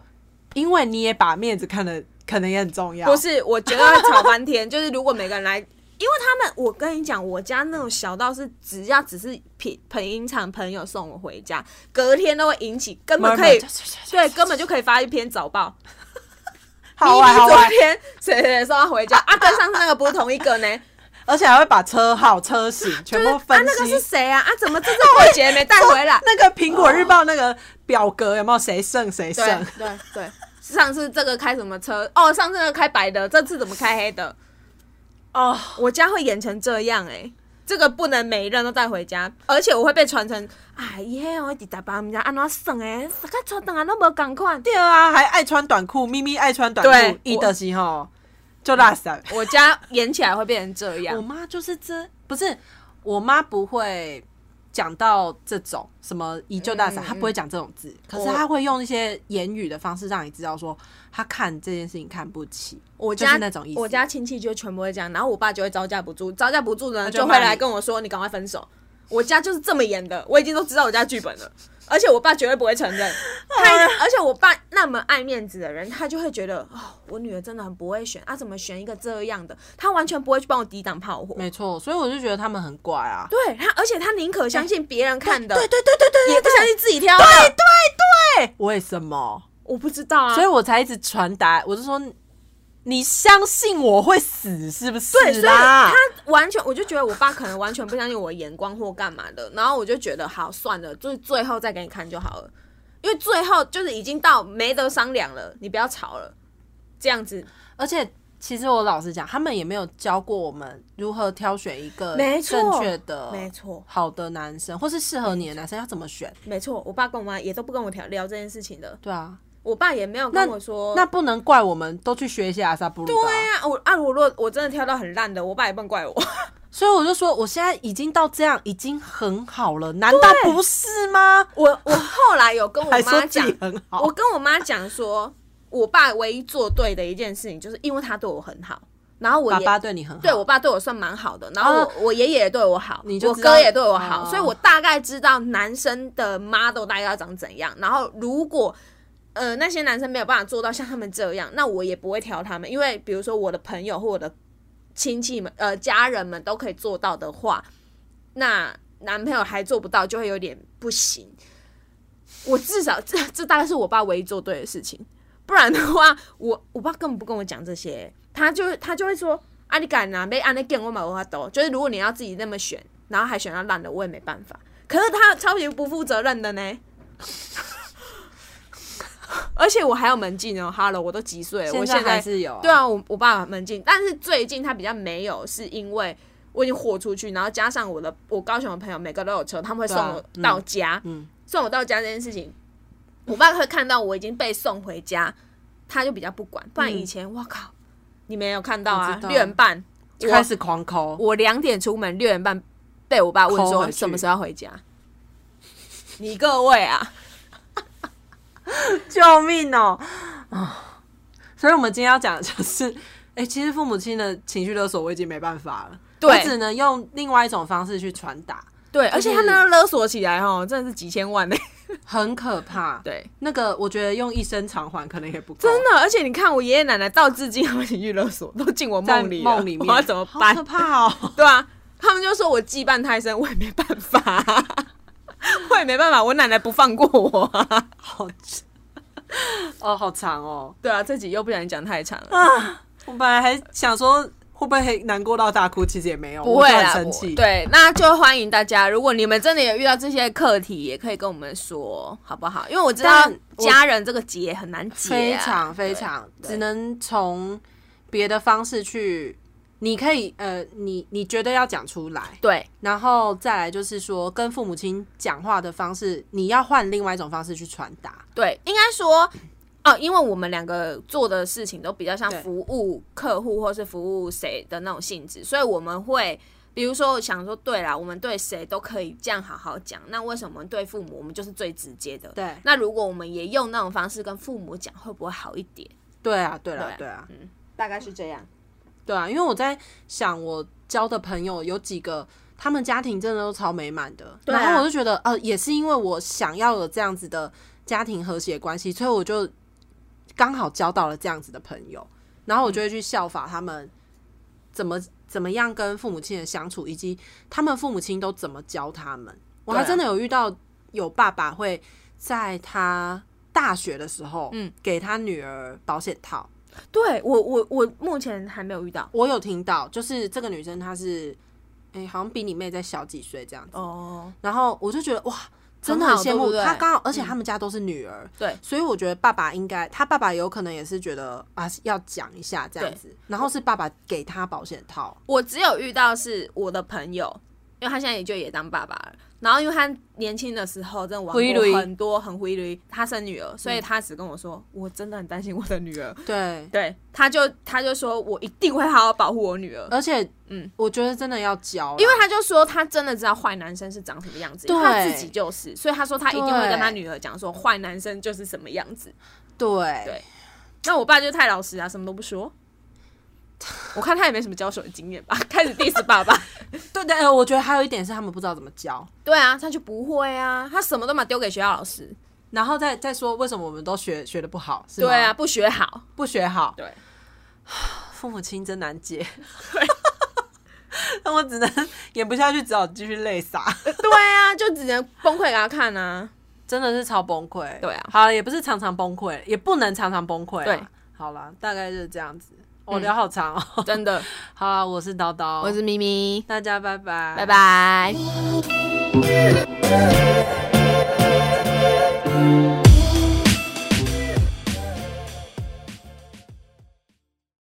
[SPEAKER 1] 因为你也把面子看得可能也很重要。
[SPEAKER 2] 不，是，我觉得会吵翻天。 <laughs> 就是如果每个人来，因为他们，我跟你讲，我家那种小到是，只要只是品捧饮场朋友送我回家，隔天都会引起，根本可以，对，根本就可以发一篇早报。
[SPEAKER 1] 好玩
[SPEAKER 2] 咪咪
[SPEAKER 1] 好玩
[SPEAKER 2] 昨，天谁谁送他
[SPEAKER 1] <laughs>
[SPEAKER 2] 回家啊？跟上次那个不是同一个呢？
[SPEAKER 1] 而且还会把车号、车型
[SPEAKER 2] 就
[SPEAKER 1] 全
[SPEAKER 2] 是
[SPEAKER 1] 部
[SPEAKER 2] 啊，
[SPEAKER 1] 分
[SPEAKER 2] 那个
[SPEAKER 1] 析
[SPEAKER 2] 是。谁啊？啊，怎么这次过节没带回来？
[SPEAKER 1] 那个苹果日报那个表格有没有谁胜谁
[SPEAKER 2] 对
[SPEAKER 1] 胜？
[SPEAKER 2] 对对，上次这个开什么车？哦，上次那个开白的，这次怎么开黑的？
[SPEAKER 1] 哦，
[SPEAKER 2] 我家会演成这样哎、这个不能每一任都带回家，而且我会被传成，哎耶，我一直在帮我们家安怎算诶，大家传等啊都无共款。
[SPEAKER 1] 对啊，还爱穿短裤，咪咪爱穿短裤
[SPEAKER 2] 对，
[SPEAKER 1] 一
[SPEAKER 2] 我
[SPEAKER 1] 的时候就拉塞。
[SPEAKER 2] 我家演起来会变成这
[SPEAKER 1] 我
[SPEAKER 2] 样，
[SPEAKER 1] 妈就是这，不是我妈不会讲到这种什么以旧大赏，
[SPEAKER 2] 嗯
[SPEAKER 1] 她不会讲这种字，可是
[SPEAKER 2] 我
[SPEAKER 1] 她会用一些言语的方式让你知道说她看这件事情看不起。
[SPEAKER 2] 我
[SPEAKER 1] 就
[SPEAKER 2] 家
[SPEAKER 1] 是那种意思
[SPEAKER 2] 我家亲戚就全部会这样，然后我爸就会招架不住，招架不住呢
[SPEAKER 1] 就
[SPEAKER 2] 就
[SPEAKER 1] 骂
[SPEAKER 2] 会
[SPEAKER 1] 你
[SPEAKER 2] 来跟我说你赶快分手。我家就是这么演的，我已经都知道我家剧本了，而且我爸绝对不会
[SPEAKER 1] <laughs>
[SPEAKER 2] 承认。他而且我爸那么爱面子的人，他就会觉得哦，我女儿真的很不会选啊，怎么选一个这样的？他完全不会去帮我抵挡炮火。
[SPEAKER 1] 没错，所以我就觉得他们很怪啊。
[SPEAKER 2] 对他，而且他宁可相信别人看的，
[SPEAKER 1] 对对对对对对
[SPEAKER 2] 也不相信自己挑的。
[SPEAKER 1] 对，为什么？
[SPEAKER 2] 我不知道啊，
[SPEAKER 1] 所以我才一直传达，我就说你相信我会死是不是
[SPEAKER 2] 对，所以
[SPEAKER 1] 啦
[SPEAKER 2] 他？完全，我就觉得我爸可能完全不相信我的眼光或干嘛的，然后我就觉得好算了，就是最后再给你看就好了，因为最后就是已经到没得商量了，你不要吵了，这样子
[SPEAKER 1] 而且其实我老实讲，他们也没有教过我们如何挑选一个
[SPEAKER 2] 没错
[SPEAKER 1] 正确的、
[SPEAKER 2] 没错
[SPEAKER 1] 好的男生，或是适合你的男生要怎么选。
[SPEAKER 2] 没错。我爸跟我妈也都不跟我聊聊这件事情的，
[SPEAKER 1] 对啊，
[SPEAKER 2] 我爸也没有跟我说。
[SPEAKER 1] 那不能怪我们都去学一下阿萨布鲁吧。
[SPEAKER 2] 对呀、我啊，我如果我真的挑到很烂的，我爸也不能怪 <laughs> 我。
[SPEAKER 1] 所以我就说，我现在已经到这样，已经很好了，难道不是吗？
[SPEAKER 2] 我我后来有跟我
[SPEAKER 1] 还说
[SPEAKER 2] 妈
[SPEAKER 1] 自
[SPEAKER 2] 讲
[SPEAKER 1] 己，很好，
[SPEAKER 2] 我跟我妈讲说，我爸唯一做对的一件事情，就是因为他对我很好，然后我
[SPEAKER 1] 爸
[SPEAKER 2] 也
[SPEAKER 1] 爸对你很好，
[SPEAKER 2] 对我爸对我算蛮好的，然后我、
[SPEAKER 1] 啊
[SPEAKER 2] 我爷爷也对我好，
[SPEAKER 1] 你就
[SPEAKER 2] 我
[SPEAKER 1] 知道
[SPEAKER 2] 哥也对我好，
[SPEAKER 1] 哦
[SPEAKER 2] 所以我大概知道男生的 model 大概要长怎样。然后如果呃那些男生没有办法做到像他们这样，那我也不会挑他们，因为比如说我的朋友或我的亲戚们呃家人们都可以做到的话，那男朋友还做不到就会有点不行。我至少 <laughs> 这这大概是我爸唯一做对的事情，不然的话， <laughs> 我我爸根本不跟我讲这些、他就他就会说啊，你敢拿被安那给我买我都，就是如果你要自己那么选，然后还选到烂的，我也没办法。可是他 <laughs> 超级不负责任的呢， <laughs> 而且我还有门禁哦，Hello，我都几岁了，我
[SPEAKER 1] 现
[SPEAKER 2] 现
[SPEAKER 1] 在
[SPEAKER 2] 在
[SPEAKER 1] 还是有啊
[SPEAKER 2] 对啊，我我爸爸门禁，但是最近他比较没有，是因为我已经豁出去，然后加上我的我高雄的朋友每个都有车，他们会送
[SPEAKER 1] 对啊
[SPEAKER 2] 我
[SPEAKER 1] 嗯
[SPEAKER 2] 到家，
[SPEAKER 1] 嗯
[SPEAKER 2] 送我到家这件事情，我爸会看到我已经被送回家，他就比较不管。不然以前我、靠，你没有看到
[SPEAKER 1] 我
[SPEAKER 2] 啊
[SPEAKER 1] 知，道
[SPEAKER 2] 六点半
[SPEAKER 1] 就开始狂抠，
[SPEAKER 2] 我两点出门，六点半被我爸问
[SPEAKER 1] 扣回
[SPEAKER 2] 说
[SPEAKER 1] 去
[SPEAKER 2] 什么时候要回 <laughs> 家。你各位啊，
[SPEAKER 1] <laughs> 救命哦！啊，所以我们今天要讲的就是， <laughs> 哎、其实父母亲的情绪勒索我已经没办法了，
[SPEAKER 2] 对
[SPEAKER 1] 我只能用另外一种方式去传达，
[SPEAKER 2] 对，
[SPEAKER 1] 就是
[SPEAKER 2] 而且他那个勒索起来哦，真的是几千万呢、
[SPEAKER 1] 很可怕。
[SPEAKER 2] 对，
[SPEAKER 1] 那个我觉得用一生偿还可能也不够，
[SPEAKER 2] 真的，而且你看我爷爷奶奶到至今还没情绪勒索，都进我
[SPEAKER 1] 在
[SPEAKER 2] 梦里了
[SPEAKER 1] 梦里面
[SPEAKER 2] 我要怎么办
[SPEAKER 1] 好可？怕
[SPEAKER 2] <laughs>
[SPEAKER 1] 哦！
[SPEAKER 2] 对啊，他们就说我羁绊太深，我也没办法、 <laughs> 我也没办法，我奶奶不放过我、啊。
[SPEAKER 1] 好，哦，好长哦。
[SPEAKER 2] 对啊，这集又不小心讲太长了，
[SPEAKER 1] 啊，我本来还想说会不会难过到大哭，其实也没有，
[SPEAKER 2] <laughs> 不会
[SPEAKER 1] 我就
[SPEAKER 2] 啦，
[SPEAKER 1] 很生
[SPEAKER 2] 我
[SPEAKER 1] 气。，
[SPEAKER 2] 对，那就欢迎大家，如果你们真的有遇到这些课题，也可以跟我们说，好不好？因为我知道
[SPEAKER 1] 但我
[SPEAKER 2] 家人这个结很难解、
[SPEAKER 1] 非
[SPEAKER 2] 啊，
[SPEAKER 1] 常非常，
[SPEAKER 2] 对
[SPEAKER 1] 只能从别的方式去。你可以，呃，你你觉得要讲出来，
[SPEAKER 2] 对啊
[SPEAKER 1] 然后再来就是说，跟父母亲讲话的方式，你要换另外一种方式去传达。
[SPEAKER 2] 对，应该说。哦，因为我们两个做的事情都比较像
[SPEAKER 1] 对
[SPEAKER 2] 服务客户或是服务谁的那种性质，所以我们会，比如说想说，对啦，我们对谁都可以这样好好讲，那为什么对父母我们就是最直接的？
[SPEAKER 1] 对，
[SPEAKER 2] 那如果我们也用那种方式跟父母讲，会不会好一点？
[SPEAKER 1] 对啊，对
[SPEAKER 2] 对
[SPEAKER 1] 啊
[SPEAKER 2] 啊，
[SPEAKER 1] 对啊，
[SPEAKER 2] 大概是这样。
[SPEAKER 1] 对啊，因为我在想，我交的朋友有几个，他们家庭真的都超美满的，
[SPEAKER 2] 对啊
[SPEAKER 1] 然后我就觉得，呃，也是因为我想要有这样子的家庭和谐关系，所以我就刚好交到了这样子的朋友，然后我就会去效法他们怎么怎么样跟父母亲的相处，以及他们父母亲都怎么教他们。我还
[SPEAKER 2] 对啊
[SPEAKER 1] 真的有遇到有爸爸会在他大学的时候，嗯
[SPEAKER 2] 嗯，
[SPEAKER 1] 给他女儿保险套。
[SPEAKER 2] 对我，我我目前还没有遇到。
[SPEAKER 1] 我有听到，就是这个女生她是，哎、好像比你妹再小几岁这样子。
[SPEAKER 2] 哦，
[SPEAKER 1] 然后我就觉得哇，真的很
[SPEAKER 2] 好
[SPEAKER 1] 羡慕
[SPEAKER 2] 对不对嗯
[SPEAKER 1] 她。刚好，而且他们家都是女儿，
[SPEAKER 2] 对，
[SPEAKER 1] 所以我觉得爸爸应该，他爸爸有可能也是觉得啊，要讲一下这样子。然后是爸爸给他保险套，
[SPEAKER 2] 我只有遇到是我的朋友，因为他现在也就也当爸爸了。然后因为他年轻的时候真的玩
[SPEAKER 3] 挥泪
[SPEAKER 2] 过很多很灰驴，他生女儿，所以他只跟我说，我真的很担心我的女儿。
[SPEAKER 1] 对，
[SPEAKER 2] 对，他就他就说我一定会好好保护我女儿，
[SPEAKER 1] 而且
[SPEAKER 2] 嗯
[SPEAKER 1] 嗯，我觉得真的要教啦，
[SPEAKER 2] 因为他就说他真的知道坏男生是长什么样子，因为他
[SPEAKER 1] 对
[SPEAKER 2] 自己就是，所以他说他一定会跟他
[SPEAKER 1] 对
[SPEAKER 2] 女儿讲说坏男生就是什么样子。
[SPEAKER 1] 对
[SPEAKER 2] 对那我爸就太老实啊，什么都不说。我看他也没什么交手的经验吧， <laughs> 开始 diss 爸爸。
[SPEAKER 1] 对对，呃我觉得还有一点是他们不知道怎么教，
[SPEAKER 2] 对啊，他就不会啊，他什么都嘛丢给学校老师。
[SPEAKER 1] 然后再再说为什么我们都学学的不好，是吗
[SPEAKER 2] 对啊，，不学好。
[SPEAKER 1] 不学好，
[SPEAKER 2] 对，
[SPEAKER 1] <sighs> 父母亲真难解， <laughs> 那我只能演不下去，只好继续泪洒，
[SPEAKER 2] <laughs> 对啊，就只能崩溃给他看啊。
[SPEAKER 1] 真的是超崩溃。
[SPEAKER 2] 对啊
[SPEAKER 1] 好了，也不是常常崩溃，也不能常常崩溃啊。
[SPEAKER 2] 对
[SPEAKER 1] 好了，大概就是这样子。我聊好长哦。
[SPEAKER 2] 真的，
[SPEAKER 1] <laughs> 好啦，我是叨叨，
[SPEAKER 2] 我是咪咪，
[SPEAKER 1] 大家拜拜，
[SPEAKER 2] 拜。拜。